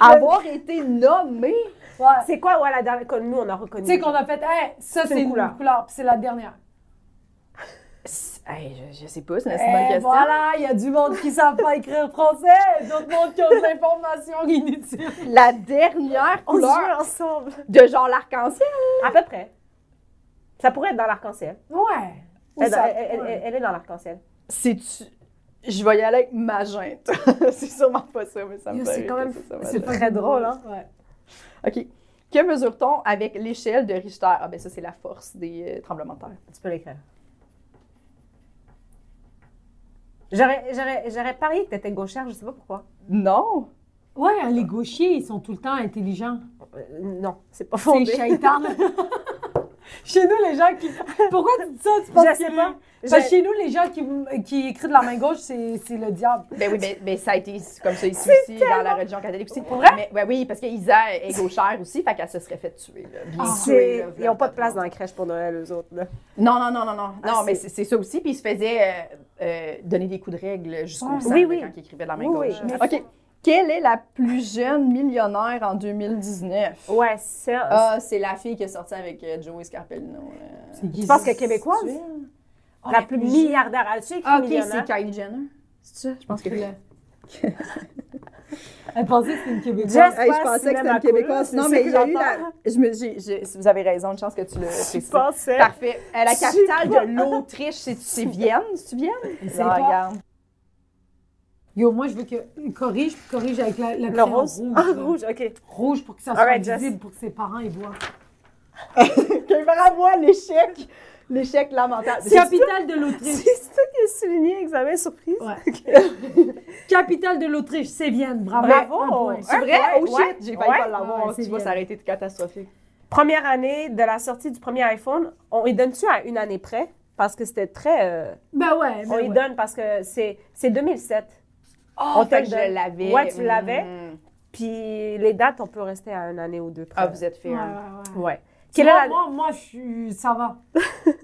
Speaker 2: avoir été nommée?
Speaker 1: Ouais.
Speaker 3: C'est quoi, ouais, la dernière que nous, on a reconnu?
Speaker 1: Tu sais qu'on a fait, hey, ça,
Speaker 3: C'est
Speaker 1: c'est
Speaker 3: une
Speaker 1: une
Speaker 3: couleur.
Speaker 1: couleur, puis c'est la dernière.
Speaker 2: C'est- hey, je, je sais pas, c'est une assez
Speaker 3: Euh,
Speaker 2: bonne
Speaker 1: Eh,
Speaker 2: question.
Speaker 1: voilà, il y a du monde qui ne savent pas écrire français, d'autres monde qui ont de l'information inutile.
Speaker 2: La dernière
Speaker 3: On se
Speaker 2: couleur
Speaker 3: joue ensemble.
Speaker 2: de genre l'arc-en-ciel?
Speaker 3: À peu près. Ça pourrait être dans l'arc-en-ciel.
Speaker 1: Ouais. Ou
Speaker 3: Elle,
Speaker 1: ça-
Speaker 3: elle- elle-
Speaker 1: ouais.
Speaker 3: elle- elle est dans l'arc-en-ciel.
Speaker 2: C'est-tu... Je vais y aller avec magente. c'est sûrement pas ça, mais ça me
Speaker 3: Yo,
Speaker 2: fait
Speaker 3: c'est hein.
Speaker 2: rire
Speaker 3: quand
Speaker 2: que
Speaker 3: même-
Speaker 2: ça soit
Speaker 3: c'est
Speaker 2: magenta.
Speaker 3: très drôle, hein?
Speaker 1: Ouais.
Speaker 2: OK. Que mesure-t-on avec l'échelle de Richter? Ah, ben ça, c'est la force des euh, tremblements de terre.
Speaker 3: Tu peux l'écrire. J'aurais- J'aurais j'aurais parié que t'étais gauchère, je sais pas pourquoi.
Speaker 2: Non!
Speaker 1: Ouais, hein,
Speaker 3: Ah.
Speaker 1: les gauchers, ils sont tout le temps intelligents.
Speaker 3: Euh, non, c'est pas
Speaker 1: C'est
Speaker 3: fondé.
Speaker 1: shaitan. chez nous, les gens qui. Pourquoi tu dis ça? Tu penses
Speaker 3: Je sais
Speaker 1: que-
Speaker 3: pas.
Speaker 1: Parce que
Speaker 3: J'ai-
Speaker 1: chez nous, les gens qui, qui écrivent de la main gauche, c'est c'est le diable.
Speaker 2: Ben oui, ben, ben ça a été comme ça ici aussi, dans la religion catholique aussi.
Speaker 3: Pour vrai?
Speaker 2: Mais, ben oui, parce que Isa est gauchère aussi, fait qu'elle se serait fait tuer. là. Bien
Speaker 1: Ah.
Speaker 2: tuée, là,
Speaker 3: C'est-
Speaker 2: voilà.
Speaker 3: Ils n'ont pas de place dans la crèche pour Noël, eux autres. là.
Speaker 2: Non, non, non, non, non.
Speaker 3: Ah,
Speaker 2: non, mais
Speaker 3: c'est-
Speaker 2: c'est c'est ça aussi. Puis il se faisait euh, euh, donner des coups de règle jusqu'au
Speaker 1: Ouais.
Speaker 2: sang
Speaker 3: Oui,
Speaker 2: là,
Speaker 3: oui.
Speaker 2: quand il écrivait de la main
Speaker 3: Oui,
Speaker 2: gauche.
Speaker 3: oui.
Speaker 2: OK. Quelle est la plus jeune millionnaire en 2019?
Speaker 3: Ouais, ça.
Speaker 2: Ah, c'est la fille qui est sortie avec euh, Joey Scarpellino. là.
Speaker 3: tu penses que québécoise?
Speaker 1: Oh,
Speaker 2: Ah,
Speaker 3: la plus
Speaker 2: jeune.
Speaker 3: milliardaire. As-tu écrit
Speaker 2: Ah, OK,
Speaker 3: millionnaire?
Speaker 2: c'est Kylie Jenner. C'est ça? Je pense que oui.
Speaker 1: Elle pensait que c'était une québécoise.
Speaker 3: Jess,
Speaker 2: Hey, je
Speaker 3: Pas
Speaker 2: pensais que c'était
Speaker 3: cinéma
Speaker 2: une Québécoise.
Speaker 3: cool,
Speaker 2: Non,
Speaker 3: c'est
Speaker 2: mais
Speaker 3: ça
Speaker 2: il y
Speaker 3: que
Speaker 2: a eu
Speaker 3: j'entends.
Speaker 2: la. Je me, j'ai- j'ai- si vous avez raison, une chance que tu le
Speaker 3: Je
Speaker 2: précises.
Speaker 3: pensais.
Speaker 2: Parfait. Euh, la
Speaker 3: Je sais
Speaker 2: capitale
Speaker 3: pas.
Speaker 2: de l'Autriche, c'est c'est Vienne? C'est Vienne?
Speaker 1: sais
Speaker 2: Non,
Speaker 1: pas.
Speaker 2: regarde.
Speaker 1: Yo, moi, je veux que. Corrige, puis corrige avec la, la
Speaker 3: Le
Speaker 1: crayon
Speaker 3: rose.
Speaker 1: rouge.
Speaker 3: Ah,
Speaker 1: là.
Speaker 3: rouge, OK.
Speaker 1: Rouge pour que ça soit
Speaker 3: Alright, Jess.
Speaker 1: visible, pour que ses parents y voient.
Speaker 2: Que bravo à l'échec. L'échec lamentable.
Speaker 1: Capitale de l'Autriche.
Speaker 3: C'est ça qui est souligné, examen surprise.
Speaker 1: Ouais. Capitale de l'Autriche, c'est Vienne. Bravo.
Speaker 3: Bravo.
Speaker 1: Un point.
Speaker 2: C'est
Speaker 3: Ouais,
Speaker 2: vrai?
Speaker 3: ouais,
Speaker 2: oh shit,
Speaker 3: ouais.
Speaker 2: j'ai failli
Speaker 3: Ouais.
Speaker 2: pas l'avoir.
Speaker 1: Ouais, c'est
Speaker 2: tu vois,
Speaker 1: Vienne.
Speaker 2: ça aurait été catastrophique.
Speaker 3: Première année de la sortie du premier iPhone, on y donne-tu à une année près? Parce que c'était très... euh,
Speaker 1: Ben ouais. ben
Speaker 3: on y
Speaker 1: ouais.
Speaker 3: donne parce que c'est c'est 2007.
Speaker 2: Oh,
Speaker 3: fait
Speaker 2: fait
Speaker 3: que
Speaker 2: que
Speaker 3: je
Speaker 2: je l'avais.
Speaker 3: Ouais, tu
Speaker 2: Mm.
Speaker 3: l'avais. Puis les dates, on peut rester à une année ou deux près.
Speaker 2: Ah, vous êtes
Speaker 1: Ouais, ouais,
Speaker 2: fiers.
Speaker 1: ouais.
Speaker 3: Ouais.
Speaker 1: Tu
Speaker 3: Quelle est
Speaker 1: vois,
Speaker 3: la- moi,
Speaker 1: Moi, moi, je suis. Ça va.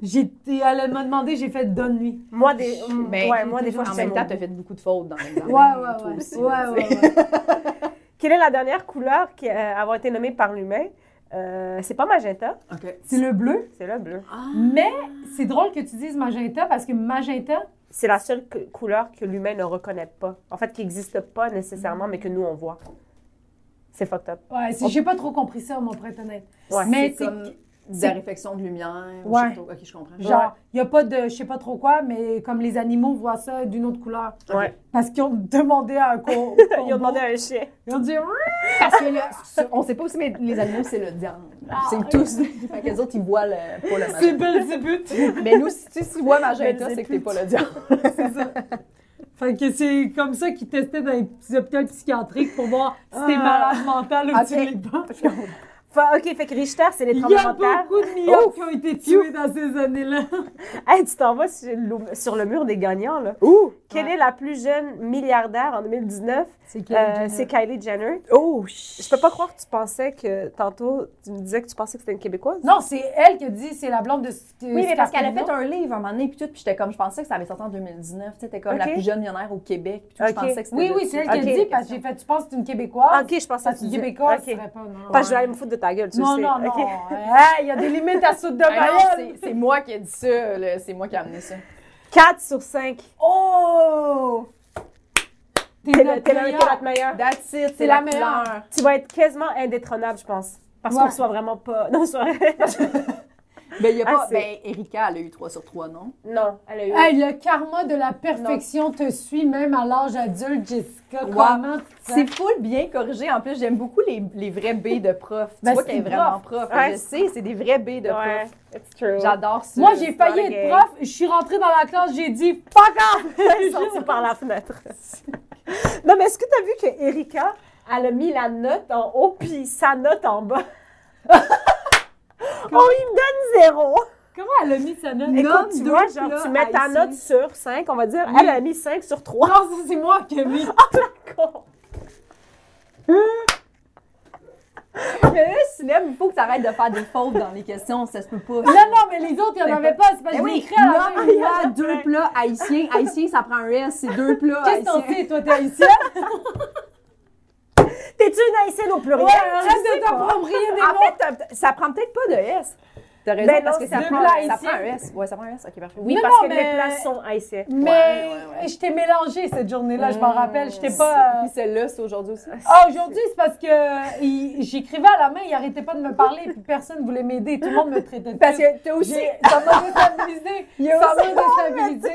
Speaker 1: J'étais. Elle m'a demandé, j'ai fait donne nuit.
Speaker 3: des,
Speaker 2: Mais
Speaker 3: ouais, moi, des fois, je
Speaker 2: en
Speaker 3: sais
Speaker 2: même
Speaker 3: mon-
Speaker 2: temps, t'as fait beaucoup de fautes dans les
Speaker 1: Ouais, ouais, ouais. ouais, ouais, ouais.
Speaker 3: Quelle est la dernière couleur qui euh, avoir été nommée par l'humain? Euh, c'est pas magenta,
Speaker 2: OK.
Speaker 1: C'est le bleu.
Speaker 3: c'est le bleu.
Speaker 1: Mais c'est drôle que tu dises magenta parce que magenta,
Speaker 3: C'est la seule que- couleur que l'humain ne reconnaît pas. En fait, qui n'existe pas nécessairement, mais que nous, on voit. C'est fucked up.
Speaker 1: ouais, c'est- j'ai pas trop compris ça, mon prêtre honnête.
Speaker 3: Ouais.
Speaker 1: Mais
Speaker 2: c'est
Speaker 1: c'est
Speaker 2: comme de
Speaker 1: c'est-
Speaker 2: la réflexion de lumière.
Speaker 1: Ouais.
Speaker 2: Je sais pas, ok, je comprends.
Speaker 1: genre, il y a pas de je sais pas trop quoi, mais comme les animaux voient ça d'une autre couleur.
Speaker 3: Ouais.
Speaker 1: Parce qu'ils ont demandé à un co-
Speaker 3: Ils ont demandé à un chien.
Speaker 1: Ils ont dit Ouais,
Speaker 2: Parce que là, ce- on sait pas aussi, mais les animaux, c'est le diable.
Speaker 1: Ah,
Speaker 2: c'est
Speaker 1: ok.
Speaker 2: tous. fait que les autres, ils voient le, pas le
Speaker 1: c'est
Speaker 2: magenta.
Speaker 1: belle, c'est but.
Speaker 2: Mais nous, si tu si tu vois magenta,
Speaker 1: Mais
Speaker 2: c'est que
Speaker 1: c'est
Speaker 2: t'es pas le diable.
Speaker 1: C'est ça. Fait que c'est comme ça qu'ils testaient dans les petits hôpitaux psychiatriques pour voir si t'es
Speaker 3: Ah.
Speaker 1: malade mental ou
Speaker 2: Ok.
Speaker 1: tu l'es pas.
Speaker 3: Fa- OK, fait que Richter, c'est les
Speaker 1: Il y a
Speaker 3: tremblements de terre.
Speaker 1: beaucoup de millions
Speaker 3: Oh.
Speaker 1: qui ont été tués dans ces années-là.
Speaker 3: Hey, tu t'en vas sur le, sur le mur des gagnants, là.
Speaker 2: Ouh!
Speaker 3: Quelle est la plus jeune milliardaire en 2019?
Speaker 1: C'est
Speaker 3: Euh, c'est Kylie Jenner.
Speaker 2: Oh!
Speaker 3: Je peux pas croire que tu pensais que, tantôt, tu me disais que tu pensais que c'était une Québécoise.
Speaker 1: Non, c'est elle qui a dit c'est la blonde de.
Speaker 2: Oui, mais parce qu'elle a fait un livre un moment donné, puis tout, puis j'étais comme, je pensais que ça avait sorti en 2019, tu sais, t'es comme
Speaker 3: Ok.
Speaker 2: la plus jeune millionnaire au Québec, puis tout,
Speaker 3: Ok.
Speaker 2: je pensais que c'était...
Speaker 1: Oui,
Speaker 2: de-
Speaker 1: oui, c'est elle qui
Speaker 2: Ok.
Speaker 1: a dit parce que j'ai fait. Tu penses que c'est une Québécoise?
Speaker 3: OK, je pensais
Speaker 1: Parce
Speaker 3: que tu
Speaker 1: que
Speaker 3: disais-
Speaker 1: Québécoise,
Speaker 3: OK.
Speaker 1: ce serait pas, non.
Speaker 3: Parce que je vais aller me foutre de ta gueule, tu
Speaker 1: Non,
Speaker 3: le sais.
Speaker 1: non, non.
Speaker 3: OK.
Speaker 1: Hey, Il y a des limites à soupe de
Speaker 2: Ah non,
Speaker 1: Mayenne.
Speaker 2: c'est- c'est moi qui ai dit ça, là, c'est moi qui ai amené ça.
Speaker 3: 4 sur 5.
Speaker 2: Oh!
Speaker 1: T'es
Speaker 3: T'es
Speaker 1: notre
Speaker 3: le- t'es le- t'es
Speaker 1: meilleur.
Speaker 3: notre meilleur.
Speaker 2: That's it,
Speaker 1: C'est
Speaker 2: c'est
Speaker 1: la
Speaker 2: la,
Speaker 1: meilleure.
Speaker 2: couleur.
Speaker 3: Tu vas être quasiment indétrônable, je pense. Parce qu'on
Speaker 1: Ouais.
Speaker 3: soit vraiment pas. Non, soit...
Speaker 2: Ben, y a
Speaker 3: Ah,
Speaker 2: pas...
Speaker 3: c'est-
Speaker 2: ben, Erika, elle a eu 3 sur 3, non?
Speaker 3: non, elle a eu.
Speaker 1: Hey, le karma de la perfection te suit même à l'âge adulte, Jessica.
Speaker 2: Wow.
Speaker 1: Comment tu fais?
Speaker 2: C'est full bien corrigé. En plus, j'aime beaucoup les, les vrais B de prof. Tu
Speaker 1: Ben,
Speaker 2: vois
Speaker 1: c'est
Speaker 2: qu'elle est
Speaker 1: une
Speaker 2: vraiment prof.
Speaker 3: Ouais.
Speaker 2: Je sais, c'est des vrais B de
Speaker 3: Ouais,
Speaker 2: prof.
Speaker 3: it's true.
Speaker 2: J'adore ça.
Speaker 1: Moi, j'ai failli
Speaker 3: dans le
Speaker 1: être
Speaker 3: game.
Speaker 1: prof. Je suis rentrée dans la classe, j'ai dit fuck off!
Speaker 3: Elle est sortie par la fenêtre. non, mais est-ce que t'as vu que Erika, elle a mis la note en haut puis sa note en bas? oh, il me donne zéro!
Speaker 1: Comment elle a mis sa note?
Speaker 3: Écoute, tu
Speaker 1: deux
Speaker 3: vois, genre,
Speaker 1: plats
Speaker 3: tu mets ta
Speaker 1: ici.
Speaker 3: note sur 5, on va dire.
Speaker 1: Oui.
Speaker 3: Elle a mis 5 sur 3.
Speaker 1: Non, ça, c'est moi qui ai mis.
Speaker 2: Mais là, Sinem, il faut que tu arrêtes de faire des fautes dans les questions. Ça se peut pas.
Speaker 1: Non, non, mais les autres, il n'y en
Speaker 2: Ben,
Speaker 1: avait pas. C'est parce
Speaker 2: Eh
Speaker 1: que j'ai
Speaker 2: oui,
Speaker 1: écrit à la
Speaker 2: non,
Speaker 1: main.
Speaker 2: il y a deux plats haïtiens. Haïtien, ça prend un S, c'est deux plats
Speaker 1: Qu'est-ce que t'en
Speaker 2: haïtiens.
Speaker 1: sais, toi, t'es haïtienne?
Speaker 3: T'es-tu une haïtienne au pluriel?
Speaker 1: Ouais, arrête de
Speaker 3: t'apprendre.
Speaker 1: t'approprier des
Speaker 2: En
Speaker 1: mots.
Speaker 2: fait, t'as- ça prend peut-être pas de S. T'as raison,
Speaker 3: Ben
Speaker 2: parce
Speaker 3: non,
Speaker 2: que ça
Speaker 1: deux
Speaker 2: prend,
Speaker 1: plats
Speaker 2: ça
Speaker 1: haïtiens.
Speaker 2: prend un S. Ouais, ça prend un S. OK, parfait.
Speaker 3: Oui,
Speaker 1: Non,
Speaker 3: parce
Speaker 1: non,
Speaker 3: que
Speaker 1: mais-
Speaker 3: les places sont haïtiennes.
Speaker 1: Mais
Speaker 2: ouais, ouais.
Speaker 1: je t'ai mélangée cette journée-là, je m'en rappelle. Je t'ai
Speaker 2: Mm.
Speaker 1: pas. euh,
Speaker 2: Puis celle-là, c'est aujourd'hui aussi.
Speaker 1: Ah, aujourd'hui, c'est parce que euh, il- j'écrivais à la main, il arrêtait pas de me parler, puis personne voulait m'aider. Tout le monde me traitait de
Speaker 2: Parce
Speaker 1: pute.
Speaker 2: que t'as aussi.
Speaker 1: J'ai- Ça m'a déstabilisée.
Speaker 2: Il y a
Speaker 1: Ça
Speaker 2: aussi-
Speaker 1: m'a déstabilisée.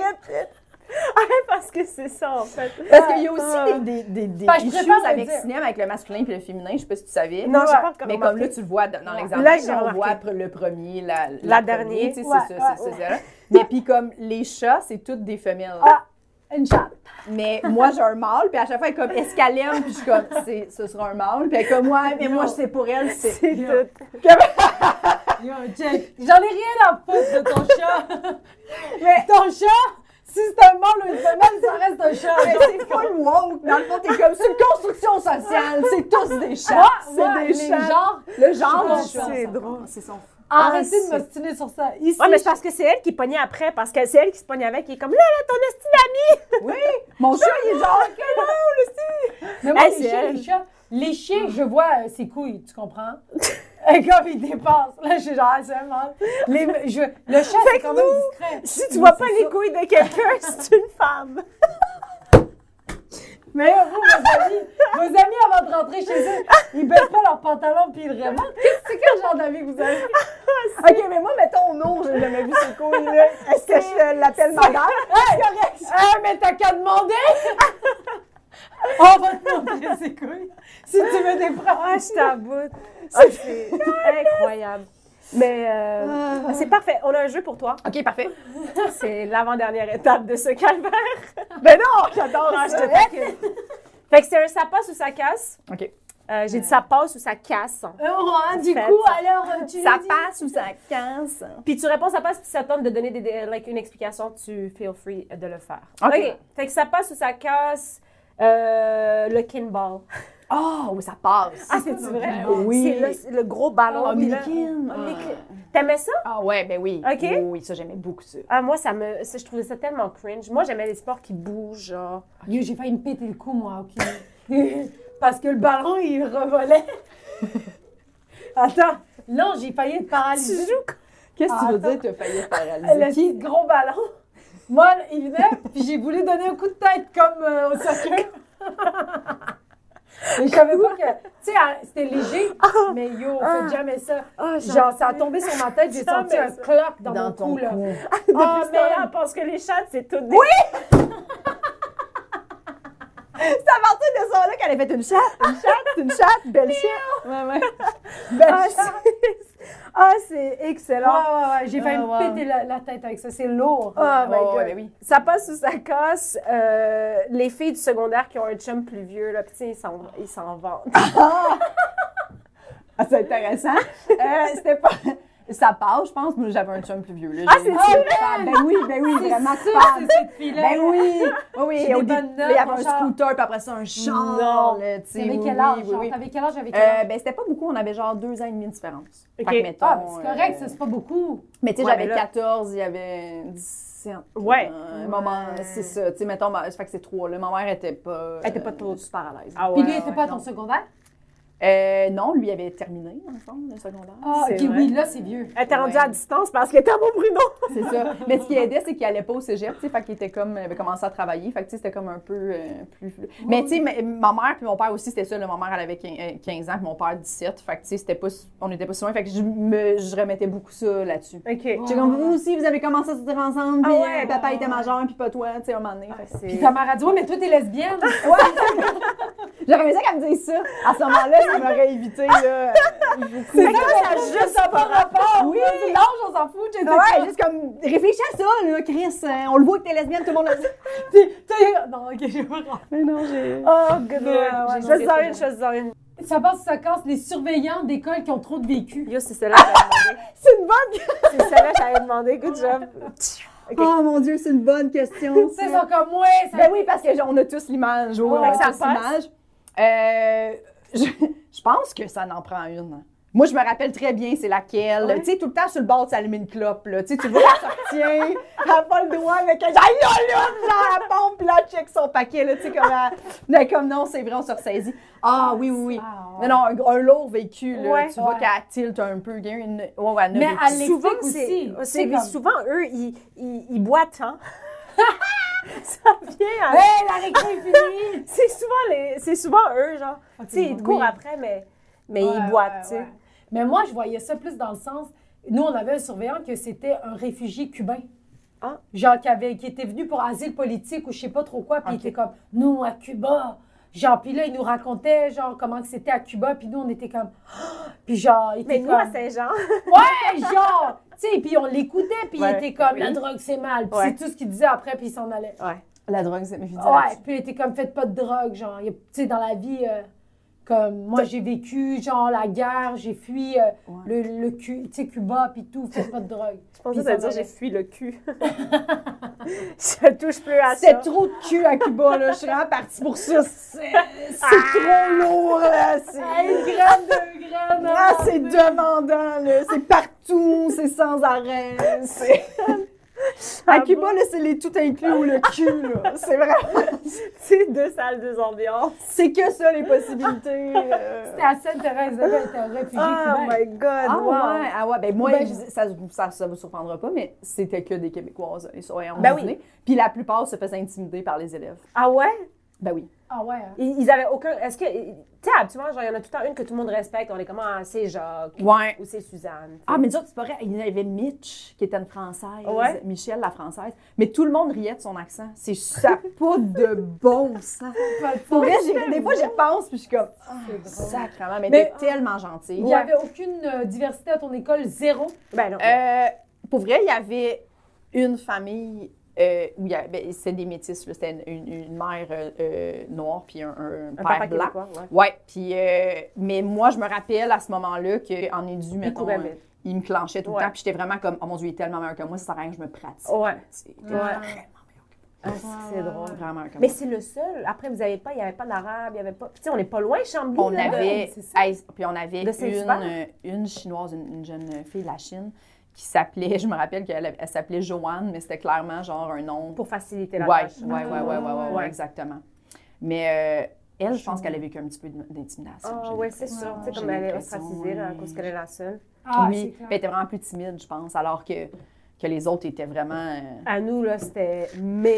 Speaker 3: Arrête, parce pense que c'est ça, en fait.
Speaker 2: Parce qu'il y a aussi
Speaker 3: Ah.
Speaker 2: des, des, des, des
Speaker 1: Parce que je
Speaker 2: issues
Speaker 1: préfère le
Speaker 2: avec
Speaker 1: dire.
Speaker 2: cinéma, avec le masculin et le féminin, je sais pas si tu savais.
Speaker 3: Non, j'ai
Speaker 1: Ouais.
Speaker 3: pas encore
Speaker 2: Mais comme là,
Speaker 3: remarqué.
Speaker 2: tu le vois dans dans l'examen,
Speaker 3: Là, j'ai
Speaker 2: on
Speaker 3: remarqué.
Speaker 2: voit pr- le premier, la,
Speaker 3: La
Speaker 2: premier,
Speaker 3: dernière.
Speaker 2: tu sais,
Speaker 1: Ouais,
Speaker 2: c'est
Speaker 1: ouais,
Speaker 2: ça, c'est
Speaker 1: ouais.
Speaker 2: ça, c'est là. Mais puis comme les chats, c'est toutes des femelles.
Speaker 1: Ah. Une chatte.
Speaker 2: Mais moi, j'ai un mâle, puis à chaque fois, elle est comme, est-ce qu'elle aime? Puis je suis comme, C'est- ce sera un mâle. Puis elle est comme, ouais, mais moi, je sais pour elle, c'est...
Speaker 3: C'est tout.
Speaker 1: Yo, Jack, J'en ai rien à foutre de ton chat. Mais ton chat, si c'est un mâle ou une femelle, ça reste un chat.
Speaker 2: Mais c'est full woke. Dans le fond, t'es comme, c'est une construction sociale. C'est tous des chats.
Speaker 1: Moi,
Speaker 2: c'est des
Speaker 1: les
Speaker 2: chats.
Speaker 1: genres,
Speaker 2: Le
Speaker 1: Ah,
Speaker 2: genre du
Speaker 1: c'est
Speaker 2: chat.
Speaker 3: drôle.
Speaker 2: C'est son
Speaker 1: arrêtez de
Speaker 3: c'est-
Speaker 1: m'ostiner sur ça. Ici,
Speaker 3: Ouais, mais c'est parce que c'est elle qui pognait après, parce que c'est elle qui se pognait avec, qui est comme là, là, ton esti
Speaker 2: Mon chat, il est genre...
Speaker 1: Mais moi,
Speaker 3: Hey,
Speaker 1: les
Speaker 3: c'est
Speaker 1: chiens,
Speaker 3: elle.
Speaker 1: les chats, les chiens, je vois euh, ses couilles, tu comprends? Et comme ils dépassent, là, je suis genre, ah, c'est vraiment- Les- je- Le chat, c'est quand même discret.
Speaker 3: Si tu vois
Speaker 1: Oui,
Speaker 3: pas
Speaker 1: c'est
Speaker 3: les
Speaker 1: ça.
Speaker 3: couilles de quelqu'un, c'est une femme.
Speaker 1: Mais euh, vous, vos amis, vos amis, avant de rentrer chez eux, ils baissent pas leurs pantalons puis ils le remontent. Qu'est-ce que c'est quel genre d'amis que vous avez?
Speaker 2: OK, mais moi, mettons, non, j'ai jamais vu ses couilles, là. Est-ce que je l'appelle madame?
Speaker 1: Ah, mais t'as qu'à demander! On va te montrer ses couilles. Si tu veux des
Speaker 3: Ah,
Speaker 1: preuves.
Speaker 3: je t'aboute. Ah, c'est incroyable. Mais euh, c'est parfait. On a un jeu pour toi.
Speaker 2: OK, parfait.
Speaker 3: C'est l'avant-dernière étape de ce calvaire.
Speaker 2: Mais non, Oh, j'adore
Speaker 3: Ah, je te
Speaker 2: ça.
Speaker 3: taquine. Fait que c'est un ça passe ou ça casse.
Speaker 2: OK.
Speaker 3: Euh, J'ai dit ça passe ou ça casse.
Speaker 1: Oh, hein, du
Speaker 3: Faites.
Speaker 1: coup, alors, euh, tu
Speaker 2: Ça
Speaker 1: lui dis-
Speaker 2: passe ou ça casse?
Speaker 3: Puis tu réponds ça passe, puis si ça tente de donner des- des- like, une explication, tu feel free de le faire.
Speaker 2: OK.
Speaker 3: Fait que ça passe ou ça casse. euh, le kinball.
Speaker 2: Oh, ça passe.
Speaker 3: Ah, c'est vrai?
Speaker 2: Oui.
Speaker 3: C'est le, le gros ballon.
Speaker 2: Oh,
Speaker 3: là.
Speaker 2: Mikin.
Speaker 3: Mikin. T'aimais ça?
Speaker 2: Ah ouais, ben oui.
Speaker 3: OK.
Speaker 2: Oui, Oui, ça, j'aimais beaucoup ça.
Speaker 3: Ah, moi, ça me, ça, je trouvais ça tellement cringe. Moi, j'aimais les sports qui bougent, genre.
Speaker 1: Yo, j'ai failli me péter le cou, moi, OK? Parce que le ballon, il revolait. Attends, là, j'ai failli être paralysée.
Speaker 2: Qu'est-ce
Speaker 1: que tu veux dire,
Speaker 2: tu as failli être paralysée?
Speaker 1: Le petit gros ballon. Moi, il venait, puis j'ai voulu donner un coup de tête comme euh, au soccer. Mais je savais pas que. Tu sais, hein, c'était léger, mais yo,
Speaker 3: Ah.
Speaker 1: faites jamais ça.
Speaker 3: Ah,
Speaker 1: Genre, ça a tombé sur ma tête, j'ai
Speaker 3: Jamais
Speaker 1: senti un
Speaker 3: ça.
Speaker 1: clock dans,
Speaker 2: Dans,
Speaker 1: mon
Speaker 2: ton
Speaker 1: cou, là.
Speaker 2: cou.
Speaker 3: Ah,
Speaker 1: ce
Speaker 3: mais
Speaker 1: temps-là,
Speaker 3: là, parce que les chats, c'est tout des...
Speaker 2: C'est à partir de ça là qu'elle a fait une chatte, une chatte, une chatte, belle chatte.
Speaker 1: Ouais, ouais.
Speaker 2: Ah, c'est- Ah, c'est
Speaker 1: Ouais,
Speaker 2: excellent.
Speaker 1: ouais, ouais. J'ai failli
Speaker 2: Ah,
Speaker 1: me
Speaker 2: wow.
Speaker 1: péter la, la tête avec ça. C'est lourd.
Speaker 2: Oh my
Speaker 3: Ouais,
Speaker 2: God.
Speaker 3: ah, ouais,
Speaker 2: oui.
Speaker 3: Ça passe ou ça casse. euh, les filles du secondaire qui ont un chum plus vieux, là, pis tu sais, ils s'en ils s'en vantent.
Speaker 2: Ah, c'est intéressant. Euh, C'était pas... Ça passe, je pense. Moi, j'avais un chum plus vieux. Là,
Speaker 3: Ah,
Speaker 2: J'ai-
Speaker 3: c'est
Speaker 2: Ah,
Speaker 3: vrai?
Speaker 2: Ben oui, ben oui, vraiment.
Speaker 1: C'est sûr,
Speaker 2: femme.
Speaker 1: c'est cette fille-là.
Speaker 2: Ben oui! Oui, oui,
Speaker 1: J'ai
Speaker 2: au
Speaker 1: des
Speaker 2: début,
Speaker 1: bonnes notes,
Speaker 2: là, il y avait
Speaker 1: mon
Speaker 2: un
Speaker 1: char.
Speaker 2: scooter, puis après ça, un char.
Speaker 3: Non.
Speaker 2: là, tu sais,
Speaker 1: T'avais
Speaker 2: oui,
Speaker 1: quel âge,
Speaker 2: oui,
Speaker 1: genre?
Speaker 2: oui.
Speaker 1: T'avais quel âge avec
Speaker 2: Euh,
Speaker 1: elle?
Speaker 2: ben, c'était pas beaucoup, on avait genre deux ans et demi de différence. Fait que,
Speaker 3: Ok.
Speaker 2: mettons,
Speaker 1: Ah, mais c'est correct,
Speaker 2: euh,
Speaker 1: ça, c'est pas beaucoup.
Speaker 2: Mais tu sais,
Speaker 3: Ouais, mais
Speaker 2: j'avais
Speaker 3: là-
Speaker 2: 14, il y avait 17.
Speaker 3: Ouais.
Speaker 2: Euh, maman, c'est ça. Tu sais, mettons, ma- ça fait que c'est trois, là. Ma mère était pas.
Speaker 3: Elle était pas
Speaker 2: euh,
Speaker 3: trop-
Speaker 2: super à l'aise.
Speaker 3: Ah
Speaker 1: Puis lui, il était
Speaker 2: ouais,
Speaker 1: pas à
Speaker 2: non.
Speaker 1: ton secondaire?
Speaker 2: Euh, non, lui avait terminé, dans le fond, le secondaire.
Speaker 1: Ah,
Speaker 3: C'est
Speaker 1: ok,
Speaker 3: vrai.
Speaker 1: oui, là, c'est vieux.
Speaker 3: Elle était rendue
Speaker 2: Ouais.
Speaker 3: à distance parce qu'elle était à Mont-Bruno.
Speaker 2: C'est ça. Mais ce qui aidait, c'est qu'il allait pas au cégep, tu sais, fait qu'il était comme, il avait commencé à travailler, fait que tu sais, c'était comme un peu euh, plus. Mais tu sais, ma, ma mère puis mon père aussi, c'était ça. là. ma mère, elle avait quin- euh, 15 ans, puis mon père 17, fait que tu sais, c'était pas, si- on n'était pas si loin, fait que je me, je remettais beaucoup ça là-dessus.
Speaker 3: OK.
Speaker 2: J'ai comme vous aussi, vous avez commencé à sortir ensemble, puis
Speaker 3: Ah ouais, Ah,
Speaker 2: euh, papa était majeur, puis pas toi, tu sais, un moment donné.
Speaker 1: Puis
Speaker 2: fait que
Speaker 3: C'est...
Speaker 1: ta mère a dit, ouais, mais toi, t'es lesbienne.
Speaker 2: J'aurais aimé ça qu'elle me dise ça. À ce moment-là, ça m'aurait évité, là.
Speaker 3: C'est ça, ça a juste ça par
Speaker 1: Oh
Speaker 3: rapport.
Speaker 2: Oh Oui.
Speaker 1: L'âge, on s'en fout. j'ai dit,
Speaker 2: Ouais, juste comme, réfléchis à ça, là, Chris. euh, On le voit que t'es lesbienne, tout le monde le sait.
Speaker 1: t'es- t'es- Non, ok, j'ai pas compris.
Speaker 2: Mais non, j'ai.
Speaker 3: Oh, good
Speaker 1: Ouais,
Speaker 3: lord.
Speaker 1: ouais,
Speaker 3: Je
Speaker 1: non,
Speaker 3: vais te dire une chose, dans une.
Speaker 1: Ça passe, ça casse les surveillants d'école qui ont trop de vécu.
Speaker 3: Yo, c'est celle-là que j'avais demandé.
Speaker 2: C'est une bonne
Speaker 3: C'est celle-là que j'avais demandé. Good job. Ok.
Speaker 2: Oh mon Dieu, c'est une bonne question.
Speaker 1: Tu sais, ils
Speaker 2: ça.
Speaker 1: sont comme, ouais, ça...
Speaker 2: Ben oui, parce qu'on a tous l'image. oui,
Speaker 3: Ouais,
Speaker 2: on a
Speaker 3: fait que
Speaker 2: tous
Speaker 3: ça passe.
Speaker 2: l'image. Euh, je, je pense que ça n'en prend une. Moi, je me rappelle très bien c'est laquelle.
Speaker 3: Ouais.
Speaker 2: Tu sais, tout le temps sur le bord, tu allumes une clope. Là. Tu sais, tu vois, elle sortient, elle a pas le doigt, mais quand j'aille là, là, genre, elle pompe, puis là, elle check son paquet. Là, tu sais, comme, elle- mais comme non, c'est vrai, on se ressaisit. Ah oui, oui, oui.
Speaker 1: Ah, ouais.
Speaker 2: Non, non, un, un lourd vécu, là.
Speaker 3: Ouais.
Speaker 2: tu vois
Speaker 1: Ouais.
Speaker 2: qu'elle tilt un peu. gain Une... Ouais, ouais, elle a
Speaker 1: Mais
Speaker 2: vécu.
Speaker 1: elle l'explique
Speaker 3: souvent,
Speaker 1: aussi.
Speaker 3: c'est,
Speaker 1: C'est
Speaker 3: c'est-
Speaker 1: comme-
Speaker 3: souvent, eux, ils, ils, ils boitent, hein? ça vient à-
Speaker 1: Hey, la récré est finie!
Speaker 3: C'est souvent, les, c'est souvent eux, genre. Tu sais, ils te
Speaker 1: Oui.
Speaker 3: courent après, mais, mais
Speaker 1: Ouais,
Speaker 3: ils boitent,
Speaker 1: ouais,
Speaker 3: tu sais.
Speaker 1: ouais. Mais moi, je voyais ça plus dans le sens. Nous, on avait un surveillant que c'était un réfugié cubain.
Speaker 3: Ah.
Speaker 1: Genre, qui, avait, qui était venu pour asile politique ou je sais pas trop quoi. Puis
Speaker 2: Ok.
Speaker 1: il était comme, nous, à Cuba. Genre, puis là, il nous racontait, genre, comment que c'était à Cuba. Puis nous, on était comme, Ah! puis genre, il était
Speaker 3: Mais nous,
Speaker 1: comme,
Speaker 3: à Saint-Jean,
Speaker 1: ouais, genre, tu sais, puis on l'écoutait, puis
Speaker 3: Ouais.
Speaker 1: il était comme,
Speaker 3: Oui.
Speaker 1: la drogue, c'est mal. Puis
Speaker 3: Ouais.
Speaker 1: c'est tout ce qu'il disait après, puis il s'en allait.
Speaker 2: La drogue, c'est mes
Speaker 1: Ouais, puis elle était comme, faites pas de drogue, genre, Y a- tu sais, dans la vie, euh, comme, moi, j'ai vécu, genre, la guerre, j'ai fui euh, le,
Speaker 2: Ouais.
Speaker 1: le Cu- tu sais, Cuba, puis tout, faites pas de drogue.
Speaker 3: je pensais que ça
Speaker 1: ça
Speaker 3: veut dire
Speaker 1: m'allait.
Speaker 3: j'ai fui le cul. je touche plus à
Speaker 2: C'est
Speaker 3: ça.
Speaker 2: trop de cul à Cuba, là. Je suis vraiment partie pour ça. C'est c'est trop lourd, là. C'est
Speaker 1: Hey, une graine, deux graines!
Speaker 2: Ah,
Speaker 1: hein.
Speaker 2: c'est demandant, là. C'est partout. C'est sans arrêt. C'est- À Cuba, là, c'est les tout inclus ou le cul, là. C'est vraiment...
Speaker 3: C'est deux salles, deux ambiances.
Speaker 2: C'est que ça, les possibilités. euh.
Speaker 1: C'était à Sainte-Thérèse, là, était un réfugié
Speaker 3: Oh
Speaker 1: cubain.
Speaker 3: my God,
Speaker 2: Ah
Speaker 3: wow.
Speaker 2: ouais, ah ouais, ben moi,
Speaker 1: Ben,
Speaker 2: je- ça, ça, ça vous surprendra pas, mais c'était que des Québécoises, ils sont
Speaker 3: Ben oui.
Speaker 2: Puis la plupart se faisaient intimider par les élèves.
Speaker 3: Ah ouais?
Speaker 2: Ben oui.
Speaker 1: Ah ouais, hein.
Speaker 3: Ils, ils avaient aucun. Est-ce que. Tu sais, habituellement, genre, il y en a tout le temps une que tout le monde respecte. On est comme, ah, c'est Jacques
Speaker 2: Ouais.
Speaker 3: ou c'est Suzanne.
Speaker 2: Ah, mais disons que c'est pas vrai, il y avait Mitch, qui était une Française,
Speaker 3: Ouais.
Speaker 2: Michel, la Française, mais tout le monde riait de son accent. C'est ça n'a pas de bon sens.
Speaker 1: Pas de
Speaker 2: Pour vrai,
Speaker 1: fun.
Speaker 2: j'ai- des fois, j'y repense, puis je suis comme,
Speaker 1: hein. Ah, C'est drôle.
Speaker 2: sacrement, mais,
Speaker 1: Mais-
Speaker 2: t'es tellement gentille.
Speaker 1: Il n'y avait aucune euh, diversité à ton école, zéro.
Speaker 3: Ben non.
Speaker 2: Euh, pour vrai, il y avait une famille euh, où il y avait, c'était des métis, là. c'était une, une- une mère euh, euh, noire puis un, un
Speaker 3: un
Speaker 2: père
Speaker 3: papa
Speaker 2: blanc.
Speaker 3: québécois, ouais.
Speaker 2: Ouais, puis euh, mais moi je me rappelle à ce moment-là qu'en édu,
Speaker 3: Il
Speaker 2: mettons,
Speaker 3: courait
Speaker 2: euh,
Speaker 3: vite.
Speaker 2: il me clenchait tout
Speaker 3: Ouais. Oh.
Speaker 2: le temps, puis j'étais vraiment comme, oh mon dieu, il est tellement meilleur que moi, ça sert à rien que je me pratique.
Speaker 3: Ouais.
Speaker 2: C'est
Speaker 1: Ouais.
Speaker 2: vraiment
Speaker 3: Ah, c'est
Speaker 1: ouais,
Speaker 3: drôle.
Speaker 1: ouais.
Speaker 2: vraiment meilleur que
Speaker 3: Mais
Speaker 2: moi.
Speaker 3: c'est le seul. Après, vous avez pas, il n'y avait pas d'arabe, il n'y avait pas. Tu sais, on n'est pas loin, Chambly.
Speaker 2: On
Speaker 3: là, de-
Speaker 2: avait,
Speaker 1: c'est ça.
Speaker 2: hey, puis on avait
Speaker 3: De
Speaker 2: une,
Speaker 3: Saint-Hubert?
Speaker 2: euh, une chinoise, une, une jeune fille de la Chine qui s'appelait, je me rappelle qu'elle elle s'appelait Joanne, mais c'était clairement genre un nom
Speaker 3: Pour faciliter la
Speaker 2: ouais,
Speaker 3: tâche.
Speaker 2: ouais, ouais, ouais, ouais, ouais,
Speaker 3: Ouais.
Speaker 2: exactement. Mais euh, elle, je pense qu'elle a vécu un petit peu d'intimidation.
Speaker 3: Ah,
Speaker 2: j'ai
Speaker 3: ouais, c'est
Speaker 2: l'impression.
Speaker 3: sûr. Tu sais,
Speaker 2: J'ai
Speaker 3: comme elle est
Speaker 2: l'impression,
Speaker 3: ostracisée là, à
Speaker 2: oui.
Speaker 3: cause qu'elle est la seule.
Speaker 1: Ah,
Speaker 2: oui,
Speaker 1: c'est
Speaker 2: mais elle
Speaker 1: clair.
Speaker 2: était vraiment plus timide, je pense, alors que, que les autres étaient vraiment. euh,
Speaker 3: À nous, là, c'était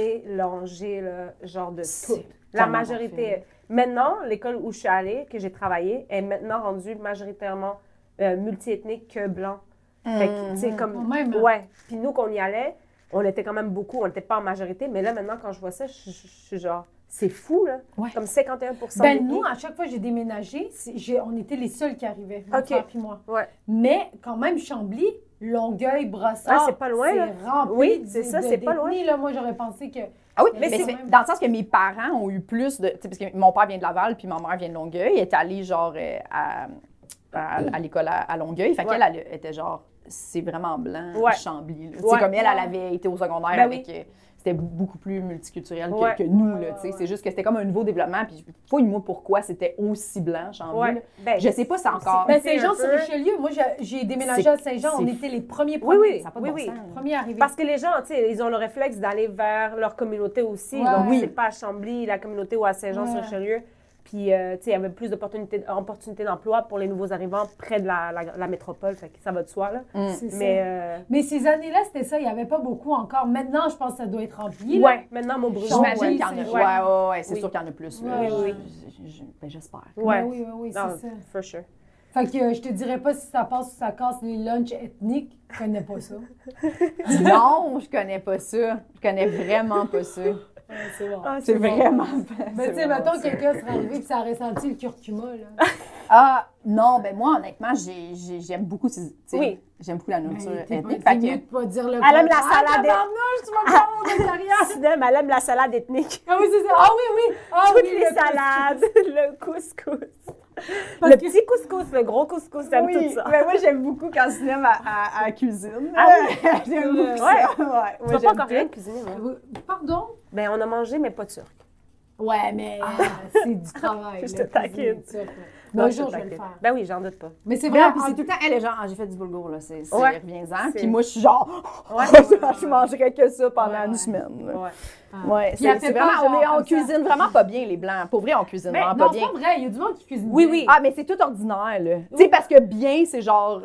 Speaker 3: mélangé, là, genre de tout.
Speaker 2: C'est
Speaker 3: La
Speaker 2: tellement
Speaker 3: majorité. Maintenant, l'école où je suis allée, que j'ai travaillé, est maintenant rendue majoritairement euh, multiethnique que blanc. Fait que, tu
Speaker 2: Mm.
Speaker 3: sais,
Speaker 1: Quand
Speaker 3: comme.
Speaker 1: même. hein.
Speaker 3: Ouais. Puis nous, qu'on y allait, on était quand même beaucoup, on n'était pas en majorité. Mais là, maintenant, quand je vois ça, je, je- je suis genre, c'est fou, là.
Speaker 2: Ouais.
Speaker 3: Comme 51 des
Speaker 1: Ben nous,
Speaker 3: filles.
Speaker 1: à chaque fois que j'ai déménagé, c'est- j'ai- on était les seuls qui arrivaient, mon
Speaker 3: Ok.
Speaker 1: frère puis moi.
Speaker 3: Ouais.
Speaker 1: Mais quand même, Chambly, Longueuil, Brossard,
Speaker 3: Ah, c'est pas loin, là.
Speaker 1: rempli
Speaker 3: Oui,
Speaker 1: de-
Speaker 3: c'est ça,
Speaker 1: de
Speaker 3: c'est pas
Speaker 1: détenus, là. moi, j'aurais pensé que...
Speaker 2: Ah oui,
Speaker 1: Il y
Speaker 2: mais,
Speaker 1: avait
Speaker 2: c'est-
Speaker 1: quand même-
Speaker 2: dans le sens que mes parents ont eu plus de. tu sais, Parce que mon père vient de Laval, puis ma mère vient de Longueuil. Elle est allée, genre, euh, à, à, à l'école à, à Longueuil. Fait
Speaker 3: Ouais.
Speaker 2: qu'elle, elle était genre, c'est vraiment blanc,
Speaker 3: Ouais.
Speaker 2: Chambly. là. Tu sais,
Speaker 3: Ouais.
Speaker 2: comme elle, elle avait été au secondaire
Speaker 3: Ben
Speaker 2: avec. euh, C'était beaucoup plus multiculturel que,
Speaker 3: Ouais.
Speaker 2: que nous, là,
Speaker 1: Ouais,
Speaker 2: tu sais.
Speaker 1: ouais,
Speaker 2: C'est juste que c'était comme un nouveau développement, puis fouille-moi pourquoi c'était aussi blanc, Chambly. là.
Speaker 3: Ouais. Ben,
Speaker 2: Je sais pas si encore.
Speaker 1: Ben,
Speaker 3: c'est un
Speaker 1: Saint-Jean,
Speaker 3: peu-
Speaker 1: sur Richelieu, moi, j'ai- j'ai déménagé
Speaker 2: C'est-
Speaker 1: à Saint-Jean, on
Speaker 2: c'est-
Speaker 1: était les premiers
Speaker 3: Oui,
Speaker 1: premiers,
Speaker 3: oui,
Speaker 2: ça a pas de
Speaker 3: oui,
Speaker 2: bon
Speaker 3: oui.
Speaker 2: sens.
Speaker 1: premiers arrivés.
Speaker 3: Parce que les gens, tu sais, ils ont le réflexe d'aller vers leur communauté aussi.
Speaker 1: Ouais.
Speaker 3: Donc,
Speaker 2: Oui.
Speaker 3: c'est pas à Chambly, la communauté ou à Saint-Jean-sur-Richelieu. Puis, euh, tu sais, il y avait plus d'opportunités opportunités d'emploi pour les nouveaux arrivants près de la, la- la métropole. Fait que ça va de soi, là.
Speaker 2: Mm.
Speaker 1: C'est ça.
Speaker 3: Mais,
Speaker 1: mais,
Speaker 3: euh,
Speaker 1: ces années-là, c'était ça, il n'y avait pas beaucoup encore. Maintenant, je pense que ça doit être rempli. là.
Speaker 3: ouais, maintenant, mon bruit.
Speaker 2: J'imagine
Speaker 1: Ouais,
Speaker 2: qu'il y en a.
Speaker 1: c'est-
Speaker 2: Ouais, ouais, ouais, c'est
Speaker 3: Oui.
Speaker 2: sûr qu'il y en a plus. là.
Speaker 1: Ouais,
Speaker 2: Je-
Speaker 1: ouais.
Speaker 2: je- je- ben, J'espère.
Speaker 3: Ouais.
Speaker 1: Ben oui, oui, oui, c'est
Speaker 3: Non,
Speaker 1: ça.
Speaker 3: for sure.
Speaker 1: Fait que euh, je te dirais pas si ça passe ou ça casse les lunchs ethniques. Je connais pas ça.
Speaker 2: non, je connais pas ça. Je connais vraiment pas ça.
Speaker 1: Ah, c'est
Speaker 3: Ah,
Speaker 1: bon.
Speaker 2: C'est vraiment pas.
Speaker 1: Mais Ben, tu sais, mettons que quelqu'un serait arrivé et ça a ressenti le curcuma, là.
Speaker 2: Ah, non, ben moi, honnêtement, j'ai- j'ai- j'aime beaucoup. ces- tu sais,
Speaker 3: Oui.
Speaker 2: J'aime beaucoup la nourriture
Speaker 1: Ben, t'es pas-
Speaker 2: ethnique.
Speaker 1: t'es
Speaker 2: Fait
Speaker 1: mieux
Speaker 2: que,
Speaker 1: de pas dire le
Speaker 3: Elle aime la
Speaker 1: contraire.
Speaker 3: salade.
Speaker 1: Ah, tabarnouche, tu vas me prendre mon intérieur.
Speaker 3: Sinem, Ah, elle aime la salade ethnique.
Speaker 1: Ah oui, c'est ça. Ah oui, oui. Ah
Speaker 3: Toutes
Speaker 1: oui,
Speaker 3: les
Speaker 1: le couscous.
Speaker 3: salades, le couscous.
Speaker 1: Parce
Speaker 3: le
Speaker 1: que-
Speaker 3: petit couscous, le gros couscous, elle aime
Speaker 2: Oui,
Speaker 3: tout ça.
Speaker 2: mais moi, j'aime beaucoup quand Sinem à, à, à cuisine.
Speaker 3: Ah
Speaker 2: j'aime beaucoup
Speaker 3: Ouais.
Speaker 2: ça. Ouais, moi,
Speaker 3: Tu vas
Speaker 2: j'aime
Speaker 3: pas encore
Speaker 2: tout.
Speaker 3: rien cuisiner, moi.
Speaker 1: Euh, Pardon?
Speaker 3: Ben, on a mangé, mais pas turc.
Speaker 1: Ouais, mais euh, c'est du travail.
Speaker 3: Ah. Je
Speaker 1: là,
Speaker 3: te taquine.
Speaker 1: cuisiner, ça, quoi.
Speaker 3: Non,
Speaker 1: Mais Un
Speaker 3: je
Speaker 1: jour,
Speaker 3: te
Speaker 1: je vais le
Speaker 3: taquine.
Speaker 1: faire.
Speaker 3: Ben oui, j'en doute pas.
Speaker 1: Mais c'est
Speaker 2: Mais
Speaker 1: vrai,
Speaker 2: puis
Speaker 1: en-
Speaker 2: c'est tout le temps, elle est genre, Ah, j'ai fait du boulgour, là, c'est c'est-
Speaker 3: Ouais.
Speaker 2: reviens-en.
Speaker 3: C'est-
Speaker 2: Puis moi, je suis genre,
Speaker 3: Ouais.
Speaker 2: je mangerais que ça pendant
Speaker 1: Ouais,
Speaker 2: une
Speaker 1: ouais.
Speaker 2: semaine. là.
Speaker 3: Ouais.
Speaker 2: Ouais,
Speaker 1: Puis elle
Speaker 2: c'est
Speaker 1: fait
Speaker 2: c'est
Speaker 1: pas
Speaker 2: vraiment,
Speaker 1: genre
Speaker 2: on, est- on
Speaker 1: comme ça.
Speaker 2: cuisine vraiment pas bien, les Blancs. Pour vrai, on cuisine
Speaker 3: Mais
Speaker 2: vraiment
Speaker 1: Non,
Speaker 2: pas
Speaker 1: c'est
Speaker 2: bien.
Speaker 1: pas vrai. Il y a du monde qui cuisine
Speaker 3: Oui,
Speaker 1: bien.
Speaker 3: oui.
Speaker 2: Ah, mais c'est tout ordinaire, là. Tu sais, parce que bien, c'est genre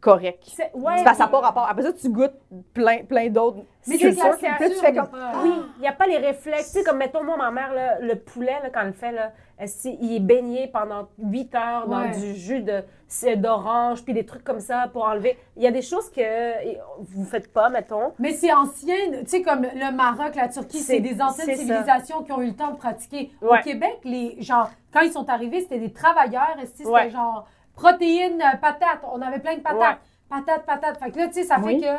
Speaker 2: correct.
Speaker 3: C'est- ouais,
Speaker 2: Parce que ça n'a pas rapport. Après ça, tu goûtes plein, plein d'autres
Speaker 1: Mais
Speaker 2: cultures.
Speaker 1: c'est la
Speaker 2: Puis là, tu fais comme.
Speaker 3: Oui, il n'y a pas les réflexes. Tu sais, comme mettons, moi, ma mère, là, le poulet, là, quand elle le fait, là, elle s'y- il est baigné pendant 8 heures dans
Speaker 1: Ouais.
Speaker 3: du jus de- c'est d'orange, puis des trucs comme ça pour enlever. Il y a des choses que euh, vous faites pas, mettons.
Speaker 1: Mais c'est ancien, tu sais, comme le Maroc, la Turquie, c'est
Speaker 3: C'est-
Speaker 1: des anciennes
Speaker 3: c'est ça.
Speaker 1: civilisations qui ont eu le temps de pratiquer.
Speaker 3: Ouais.
Speaker 1: Au Québec, les gens, quand ils sont arrivés, c'était des travailleurs, est-ce que c'était
Speaker 3: Ouais.
Speaker 1: genre protéines, euh, patates, on avait plein de patates,
Speaker 3: Ouais.
Speaker 1: patates, patates. Fait que là, tu sais, ça
Speaker 2: Oui.
Speaker 1: fait que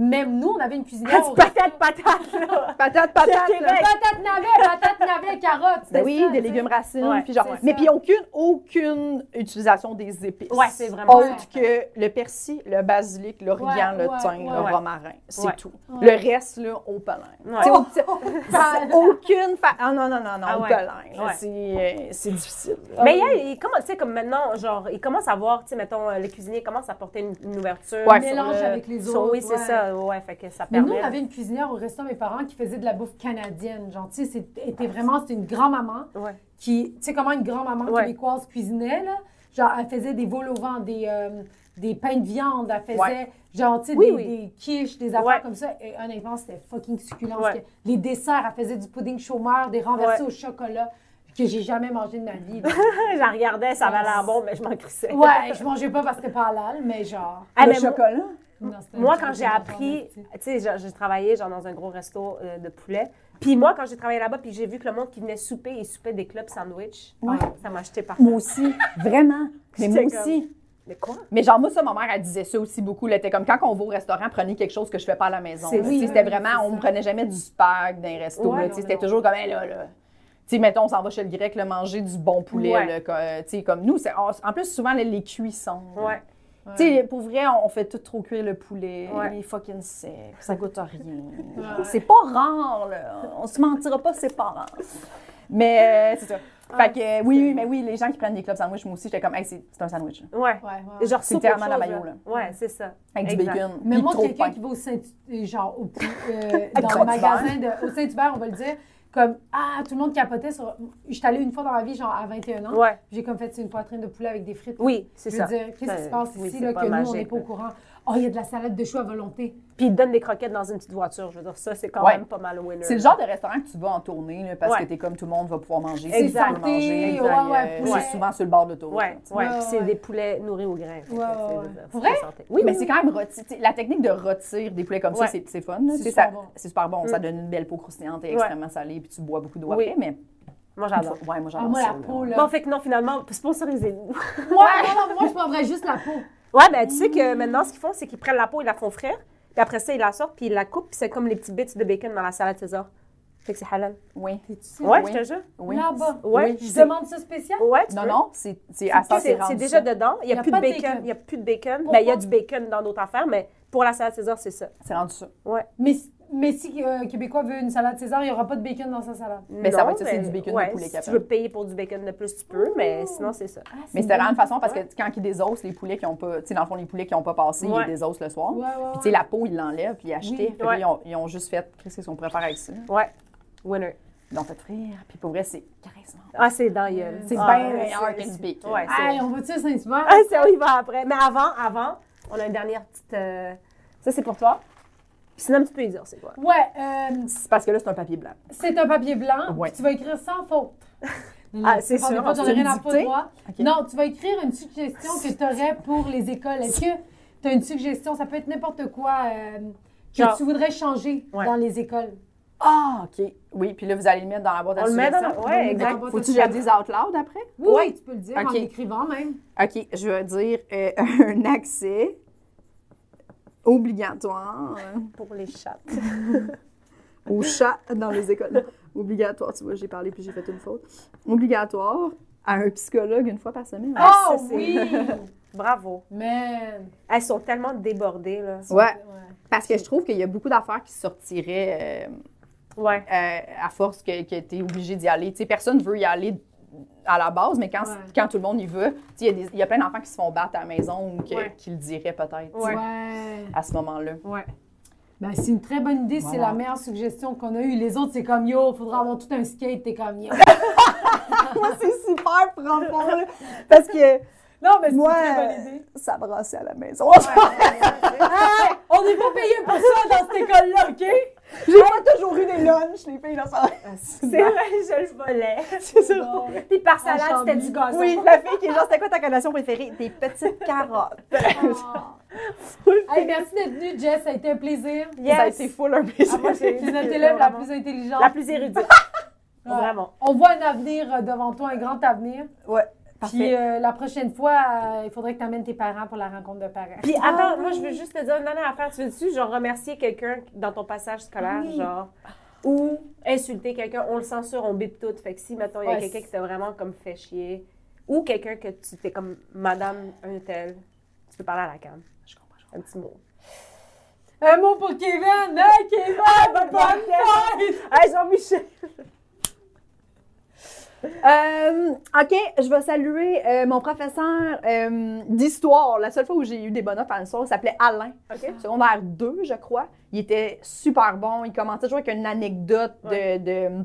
Speaker 1: même nous, on avait une cuisinière. au-
Speaker 3: Petite patate, patate, là.
Speaker 2: Patate, patate.
Speaker 3: Québec.
Speaker 2: là.
Speaker 1: Patate navet, patate navet, carottes.
Speaker 2: Ben
Speaker 1: c'était
Speaker 2: oui,
Speaker 1: ça, tu
Speaker 2: des
Speaker 1: sais.
Speaker 2: légumes racines,
Speaker 3: Ouais,
Speaker 2: puis genre.
Speaker 1: c'est
Speaker 2: Mais
Speaker 1: ça.
Speaker 2: puis ils ont aucune, aucune utilisation des épices.
Speaker 3: Ouais, c'est vraiment-
Speaker 2: Autre que le persil, le basilic, l'origan,
Speaker 1: Ouais,
Speaker 2: le
Speaker 1: ouais,
Speaker 2: thym,
Speaker 1: ouais.
Speaker 2: le
Speaker 3: Ouais.
Speaker 2: romarin, c'est
Speaker 3: Ouais.
Speaker 2: tout.
Speaker 1: Ouais.
Speaker 2: Le reste, là, on polaire.
Speaker 3: Ouais.
Speaker 2: C'est au- c'est- c'est aucune. fa- Ah non, non, non, non,
Speaker 3: Ah
Speaker 2: on
Speaker 3: ouais.
Speaker 2: polaire. là,
Speaker 3: Ouais.
Speaker 2: C'est euh, c'est difficile.
Speaker 3: Mais il, y a, il commence, tu sais, comme maintenant, genre, il commence à voir, tu sais, mettons, euh, le cuisinier commence à porter une, une ouverture.
Speaker 2: Ouais.
Speaker 3: sur
Speaker 1: Mélange
Speaker 3: le-
Speaker 1: avec les
Speaker 3: sur-
Speaker 1: autres,
Speaker 3: Oui, c'est
Speaker 1: ouais.
Speaker 3: ça, ouais, fait que ça
Speaker 1: Mais nous,
Speaker 3: permet.
Speaker 1: on avait une cuisinière au restaurant, mes parents, qui faisait de la bouffe canadienne. Genre, tu sais, c'était était vraiment, c'était une grand-maman
Speaker 3: Ouais.
Speaker 1: qui, tu sais comment une grand-maman
Speaker 3: Ouais.
Speaker 1: québécoise cuisinait, là? Genre, elle faisait des vols au vent, des, euh, des pains de viande, elle faisait,
Speaker 2: Ouais.
Speaker 1: genre, tu sais,
Speaker 3: Oui,
Speaker 1: des,
Speaker 3: oui.
Speaker 1: des quiches, des affaires
Speaker 3: Ouais.
Speaker 1: comme ça. Et honnêtement, c'était fucking succulent.
Speaker 3: Ouais.
Speaker 1: parce que Les desserts, elle faisait du pudding chômeur, des renversés au chocolat, que j'ai jamais mangé de ma vie. là.
Speaker 3: Je la regardais, ça avait l'air bon, mais je m'en crissais.
Speaker 1: ouais, je mangeais pas parce que c'était pas halal, mais genre...
Speaker 3: Ah,
Speaker 2: le
Speaker 3: mais moi-
Speaker 2: chocolat.
Speaker 1: non, c'était
Speaker 3: Moi,
Speaker 1: une
Speaker 3: quand
Speaker 1: chose
Speaker 3: j'ai
Speaker 1: que
Speaker 3: appris,
Speaker 1: j'entendais,
Speaker 3: tu sais, j'ai- j'ai travaillé genre dans un gros resto euh, de poulet. Puis moi, quand j'ai travaillé là-bas, puis j'ai vu que le monde qui venait souper, il soupait des clubs sandwich. Ah,
Speaker 1: Ouais.
Speaker 3: Ça m'a acheté parfait.
Speaker 2: Moi aussi, vraiment. Mais moi
Speaker 3: J'étais comme-
Speaker 2: aussi.
Speaker 3: Mais quoi?
Speaker 2: Mais genre, moi, ça, ma mère, elle disait ça aussi beaucoup. là. Elle était comme quand on va au restaurant, prenez quelque chose que je fais pas à la maison.
Speaker 3: C'est-
Speaker 2: Tu sais,
Speaker 1: oui,
Speaker 2: c'était
Speaker 1: oui,
Speaker 2: vraiment,
Speaker 1: c'est
Speaker 2: on ne
Speaker 1: ça.
Speaker 2: prenait jamais du spag d'un resto. là,
Speaker 3: Ouais,
Speaker 1: non,
Speaker 2: tu sais, c'était
Speaker 1: non.
Speaker 2: toujours comme, hey, là, là. Tu sais, mettons, on s'en va chez le grec, là, manger du bon poulet.
Speaker 3: Ouais.
Speaker 2: là, que- tu sais, comme nous, c'est- on- en plus, souvent, là, les cuissons. là.
Speaker 3: Ouais.
Speaker 1: Ouais.
Speaker 2: Tu sais, pour vrai, on fait tout trop cuire le poulet.
Speaker 3: Ouais.
Speaker 2: Il est fucking sec. Ça goûte à rien.
Speaker 1: Ouais.
Speaker 2: C'est pas rare, là. On se mentira pas, c'est pas rare. Mais euh, c'est ça.
Speaker 1: Ah.
Speaker 2: Fait que, euh, oui, oui, mais oui, les gens qui prennent des clubs sandwich, moi aussi, j'étais comme, hey, c'est c'est un sandwich. là.
Speaker 3: Ouais.
Speaker 1: Ouais, ouais, ouais.
Speaker 3: Genre
Speaker 2: C'est
Speaker 3: soupe
Speaker 2: littéralement
Speaker 3: autre
Speaker 2: la
Speaker 3: chose,
Speaker 2: mayo,
Speaker 3: Ouais, c'est ça.
Speaker 2: Avec
Speaker 3: Exact.
Speaker 2: du bacon.
Speaker 1: Mais
Speaker 2: puis
Speaker 1: moi,
Speaker 2: trop de
Speaker 1: quelqu'un
Speaker 2: pain.
Speaker 1: qui va au Saint, euh, genre au petit- euh, dans
Speaker 2: Gros
Speaker 1: le magasin de, au Saint-Hubert, on va le dire, comme ah, tout le monde capotait sur. Je suis allée une fois dans ma vie, genre à 21 ans.
Speaker 3: Ouais.
Speaker 1: J'ai comme fait c'est une poitrine de poulet avec des frites.
Speaker 3: Oui, c'est
Speaker 1: Ah. Je veux
Speaker 3: ça.
Speaker 1: dire, qu'est-ce qui
Speaker 3: Ça,
Speaker 1: se passe
Speaker 3: oui,
Speaker 1: ici
Speaker 3: c'est
Speaker 1: là,
Speaker 3: pas
Speaker 1: que nous, on
Speaker 3: magique,
Speaker 1: n'est pas au
Speaker 3: là.
Speaker 1: courant? Oh, il y a de la salade de choux à volonté.
Speaker 3: Puis ils donnent des croquettes dans une petite voiture. Je veux dire, ça, c'est quand
Speaker 2: Ouais.
Speaker 3: même pas mal winner.
Speaker 2: C'est le genre de restaurant que tu vas en tournée là, parce
Speaker 3: Ouais.
Speaker 2: que t'es comme tout le monde va pouvoir manger.
Speaker 3: C'est
Speaker 2: si tu veux
Speaker 1: santé, ouais,
Speaker 2: manger, euh,
Speaker 1: ouais,
Speaker 2: C'est
Speaker 1: poulet.
Speaker 2: souvent sur le bord de l'autoroute.
Speaker 3: Ouais,
Speaker 2: là.
Speaker 3: ouais. ouais.
Speaker 1: Ouais,
Speaker 3: Puis c'est
Speaker 1: ouais.
Speaker 3: des poulets nourris au grain. Fait que
Speaker 1: Ouais, ouais,
Speaker 3: c'est-
Speaker 1: ouais.
Speaker 3: c'est
Speaker 1: Vrai?
Speaker 3: très santé. Oui,
Speaker 2: Mais
Speaker 3: mais
Speaker 2: c'est quand même rôti. Tu sais, La technique de rôtir des poulets comme ça,
Speaker 3: Ouais.
Speaker 2: c'est c'est fun. là.
Speaker 1: C'est
Speaker 2: Tu sais,
Speaker 1: super
Speaker 2: ça-
Speaker 1: bon. Mm.
Speaker 2: C'est super bon. Ça donne une belle peau croustillante et
Speaker 3: Ouais.
Speaker 2: extrêmement salée. Puis tu bois beaucoup d'eau
Speaker 3: Oui.
Speaker 2: après. Mais
Speaker 3: moi, j'adore.
Speaker 2: ouais, moi,
Speaker 1: Ah,
Speaker 2: j'adore
Speaker 1: moi,
Speaker 2: ça,
Speaker 1: la
Speaker 2: là.
Speaker 1: peau, là.
Speaker 3: Bon, fait que non, finalement, sponsorisez-nous.
Speaker 1: Moi, non, non, moi, je prendrais juste la peau.
Speaker 3: Ouais, ben tu sais que maintenant, ce qu'ils font, c'est qu'ils prennent la peau, ils la font frire, puis après ça, ils la sortent, puis ils la coupent, puis c'est comme les petits bits de bacon dans la salade César. Fait que c'est halal.
Speaker 2: Oui.
Speaker 1: T'es-tu sûr?
Speaker 3: Ouais,
Speaker 2: Oui.
Speaker 3: je te jure.
Speaker 2: oui.
Speaker 1: Là-bas.
Speaker 3: Ouais,
Speaker 2: Oui.
Speaker 1: Je demande ça spécial.
Speaker 3: Ouais, tu
Speaker 2: Non,
Speaker 3: peux.
Speaker 2: non, c'est c'est- à
Speaker 3: C'est-
Speaker 2: ça,
Speaker 3: C'est
Speaker 2: c'est rendu
Speaker 3: c'est déjà
Speaker 2: ça.
Speaker 3: dedans. Il n'y a, plus de bacon. Il n'y a plus de bacon. Ben, il y a
Speaker 1: Pourquoi?
Speaker 3: du bacon dans d'autres affaires, mais pour la salade César, c'est ça.
Speaker 2: C'est rendu ça.
Speaker 1: Mais, mais si euh, Québécois veut une salade César, il n'y aura pas de bacon dans sa salade.
Speaker 2: Mais ça va être ça, c'est du bacon de
Speaker 3: ouais,
Speaker 2: poulet
Speaker 3: Si tu
Speaker 2: capel.
Speaker 3: veux payer pour du bacon de plus, tu peux, mais sinon, c'est ça.
Speaker 2: Mais c'est vraiment une façon parce que quand ils désossent les poulets qui ont pas, tu sais, dans le fond, les poulets qui n'ont pas passé,
Speaker 3: Ouais.
Speaker 2: ils les désossent le soir.
Speaker 1: Ouais, ouais,
Speaker 2: Puis, tu sais,
Speaker 1: ouais.
Speaker 2: la peau, ils l'enlèvent, puis ils achetaient. Fait
Speaker 3: Oui,
Speaker 2: que là,
Speaker 3: ouais.
Speaker 2: ils, ont, ils ont juste fait, qu'est-ce qu'on pourrait faire avec ça?
Speaker 3: Ouais. Winner.
Speaker 2: Ils l'ont fait frire, puis pour vrai, c'est carrément.
Speaker 3: Ah, c'est dans la gueule.
Speaker 2: C'est
Speaker 3: Ah,
Speaker 2: bien
Speaker 3: ouais,
Speaker 2: meilleur
Speaker 3: c'est-
Speaker 2: que du bacon.
Speaker 3: Ouais, c'est-
Speaker 1: Hey, on va-tu à Saint-Hubert?
Speaker 3: Ah, c'est on y va après. Mais avant, avant, on a une dernière petite. euh, Ça, c'est pour toi. Puis sinon, tu peux lui dire c'est quoi.
Speaker 1: Ouais, euh,
Speaker 2: C'est parce que là, c'est un papier blanc.
Speaker 1: C'est un papier blanc.
Speaker 2: Ouais.
Speaker 1: puis Tu vas écrire sans faute.
Speaker 3: Ah, c'est
Speaker 1: J'en ai
Speaker 3: sûr,
Speaker 1: pas,
Speaker 3: on
Speaker 1: j'en
Speaker 2: se
Speaker 1: ai rien
Speaker 2: le
Speaker 1: à
Speaker 2: dicter?
Speaker 1: foutre, moi.
Speaker 2: Ok.
Speaker 1: Non, tu vas écrire une suggestion que tu aurais pour les écoles. Est-ce que tu as une suggestion? Ça peut être n'importe quoi euh, que
Speaker 3: Genre.
Speaker 1: tu voudrais changer
Speaker 3: Ouais.
Speaker 1: dans les écoles.
Speaker 2: Ah, OK. Oui, puis là, vous allez le mettre dans la boîte à
Speaker 3: On le met dans
Speaker 2: suggestions.
Speaker 3: la- ouais, exact.
Speaker 1: Dans la boîte à
Speaker 2: Faut-tu que je
Speaker 1: suggestions.
Speaker 2: le dise out loud après?
Speaker 1: Oui,
Speaker 2: Ouais.
Speaker 1: oui, tu peux le dire
Speaker 2: Ok.
Speaker 1: en écrivant même.
Speaker 2: OK, je vais dire euh, un accès obligatoire euh,
Speaker 3: Pour les chats.
Speaker 2: aux chats dans les écoles. obligatoire, tu vois, j'ai parlé puis j'ai fait une faute. Obligatoire à un psychologue une fois par semaine.
Speaker 3: Ah,
Speaker 1: oh
Speaker 3: ça, c'est-
Speaker 1: oui!
Speaker 3: Bravo.
Speaker 1: Man!
Speaker 3: Elles sont tellement débordées, là.
Speaker 2: Ouais, parce que je trouve qu'il y a beaucoup d'affaires qui sortiraient... euh,
Speaker 3: Ouais.
Speaker 2: euh, à force que, que tu es obligé d'y aller. Tu sais, personne veut y aller à la base, mais quand,
Speaker 1: Ouais.
Speaker 2: quand tout le monde y veut, tu sais, il y a des- il y, a plein d'enfants qui se font battre à la maison ou que-
Speaker 3: Ouais.
Speaker 2: qui le diraient peut-être
Speaker 1: Ouais.
Speaker 3: Ouais.
Speaker 1: Ouais.
Speaker 2: à ce moment-là.
Speaker 3: Ouais.
Speaker 1: Ben, c'est une très bonne idée. C'est
Speaker 2: Voilà.
Speaker 1: la meilleure suggestion qu'on a eue. Les autres, c'est comme yo, faudra avoir tout un skate. T'es comme yo.
Speaker 2: c'est super profond, parce que
Speaker 1: Non, mais c'est
Speaker 2: Moi,
Speaker 1: une très bonne
Speaker 2: euh,
Speaker 1: idée.
Speaker 2: ça brassait à la maison.
Speaker 1: Hey, on n'est pas payé pour ça dans cette école-là, OK?
Speaker 2: J'ai pas toujours eu des lunchs, les filles, là, ça
Speaker 3: C'est vrai, je le volais. C'est ça. Puis par salade, c'était du gazon.
Speaker 2: Oui, la fille qui est genre, c'était quoi ta collation préférée? Des petites carottes.
Speaker 1: Hey, merci d'être venue, Jess. Ça a été un plaisir.
Speaker 3: Yes.
Speaker 2: Ça a été full un plaisir.
Speaker 3: Ah, moi, j'ai-
Speaker 1: Tu es notre élève la
Speaker 3: vraiment.
Speaker 1: plus intelligente.
Speaker 3: La plus érudite.
Speaker 1: Ouais.
Speaker 3: Vraiment.
Speaker 1: On voit un avenir euh, devant toi, un grand avenir.
Speaker 2: Ouais,
Speaker 1: Puis euh, la prochaine fois, euh, il faudrait que tu amènes tes parents pour la rencontre de parents.
Speaker 3: Puis attends, moi, je veux juste te dire une dernière affaire. Tu veux-tu, genre, remercier quelqu'un dans ton passage scolaire,
Speaker 1: Oui.
Speaker 3: genre, ou insulter quelqu'un? On le censure, on bip tout. Fait que si, mettons, il y a
Speaker 1: Ouais,
Speaker 3: quelqu'un
Speaker 1: c'est-
Speaker 3: qui t'a vraiment comme fait chier, ou quelqu'un que tu t'es comme madame un tel, tu peux parler à la cam. Je comprends. Un petit mot.
Speaker 1: Un mot pour Kevin. Hey, Kevin, Ah, bonne fête!
Speaker 3: Hey, Jean-Michel!
Speaker 2: Euh, OK, je vais saluer euh, mon professeur euh, d'histoire. La seule fois où j'ai eu des bonnes notes en histoire, il s'appelait Alain.
Speaker 3: OK?
Speaker 2: Secondaire 2, je crois. Il était super bon. Il commençait toujours avec une anecdote de- de, de-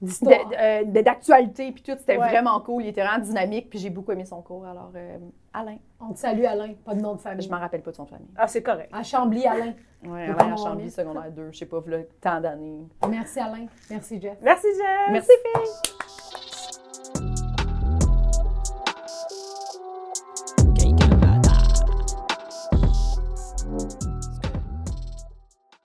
Speaker 1: D'histoire.
Speaker 2: euh, de- d'actualité. Puis tout, c'était
Speaker 1: Ouais.
Speaker 2: vraiment cool. Il était vraiment dynamique. Puis j'ai beaucoup aimé son cours. Alors, euh, Alain.
Speaker 1: On te salue, Alain. Pas de nom de
Speaker 2: Je
Speaker 1: famille.
Speaker 2: m'en rappelle pas de son famille.
Speaker 3: Ah, c'est correct.
Speaker 1: À Chambly, Alain.
Speaker 2: Ouais,
Speaker 1: Et
Speaker 2: Alain à
Speaker 1: ton nom?
Speaker 2: Chambly, secondaire 2. Je sais pas, voilà, tant d'années.
Speaker 1: Merci, Alain. Merci, Jess.
Speaker 3: Merci, Jeff!
Speaker 2: Merci, fille!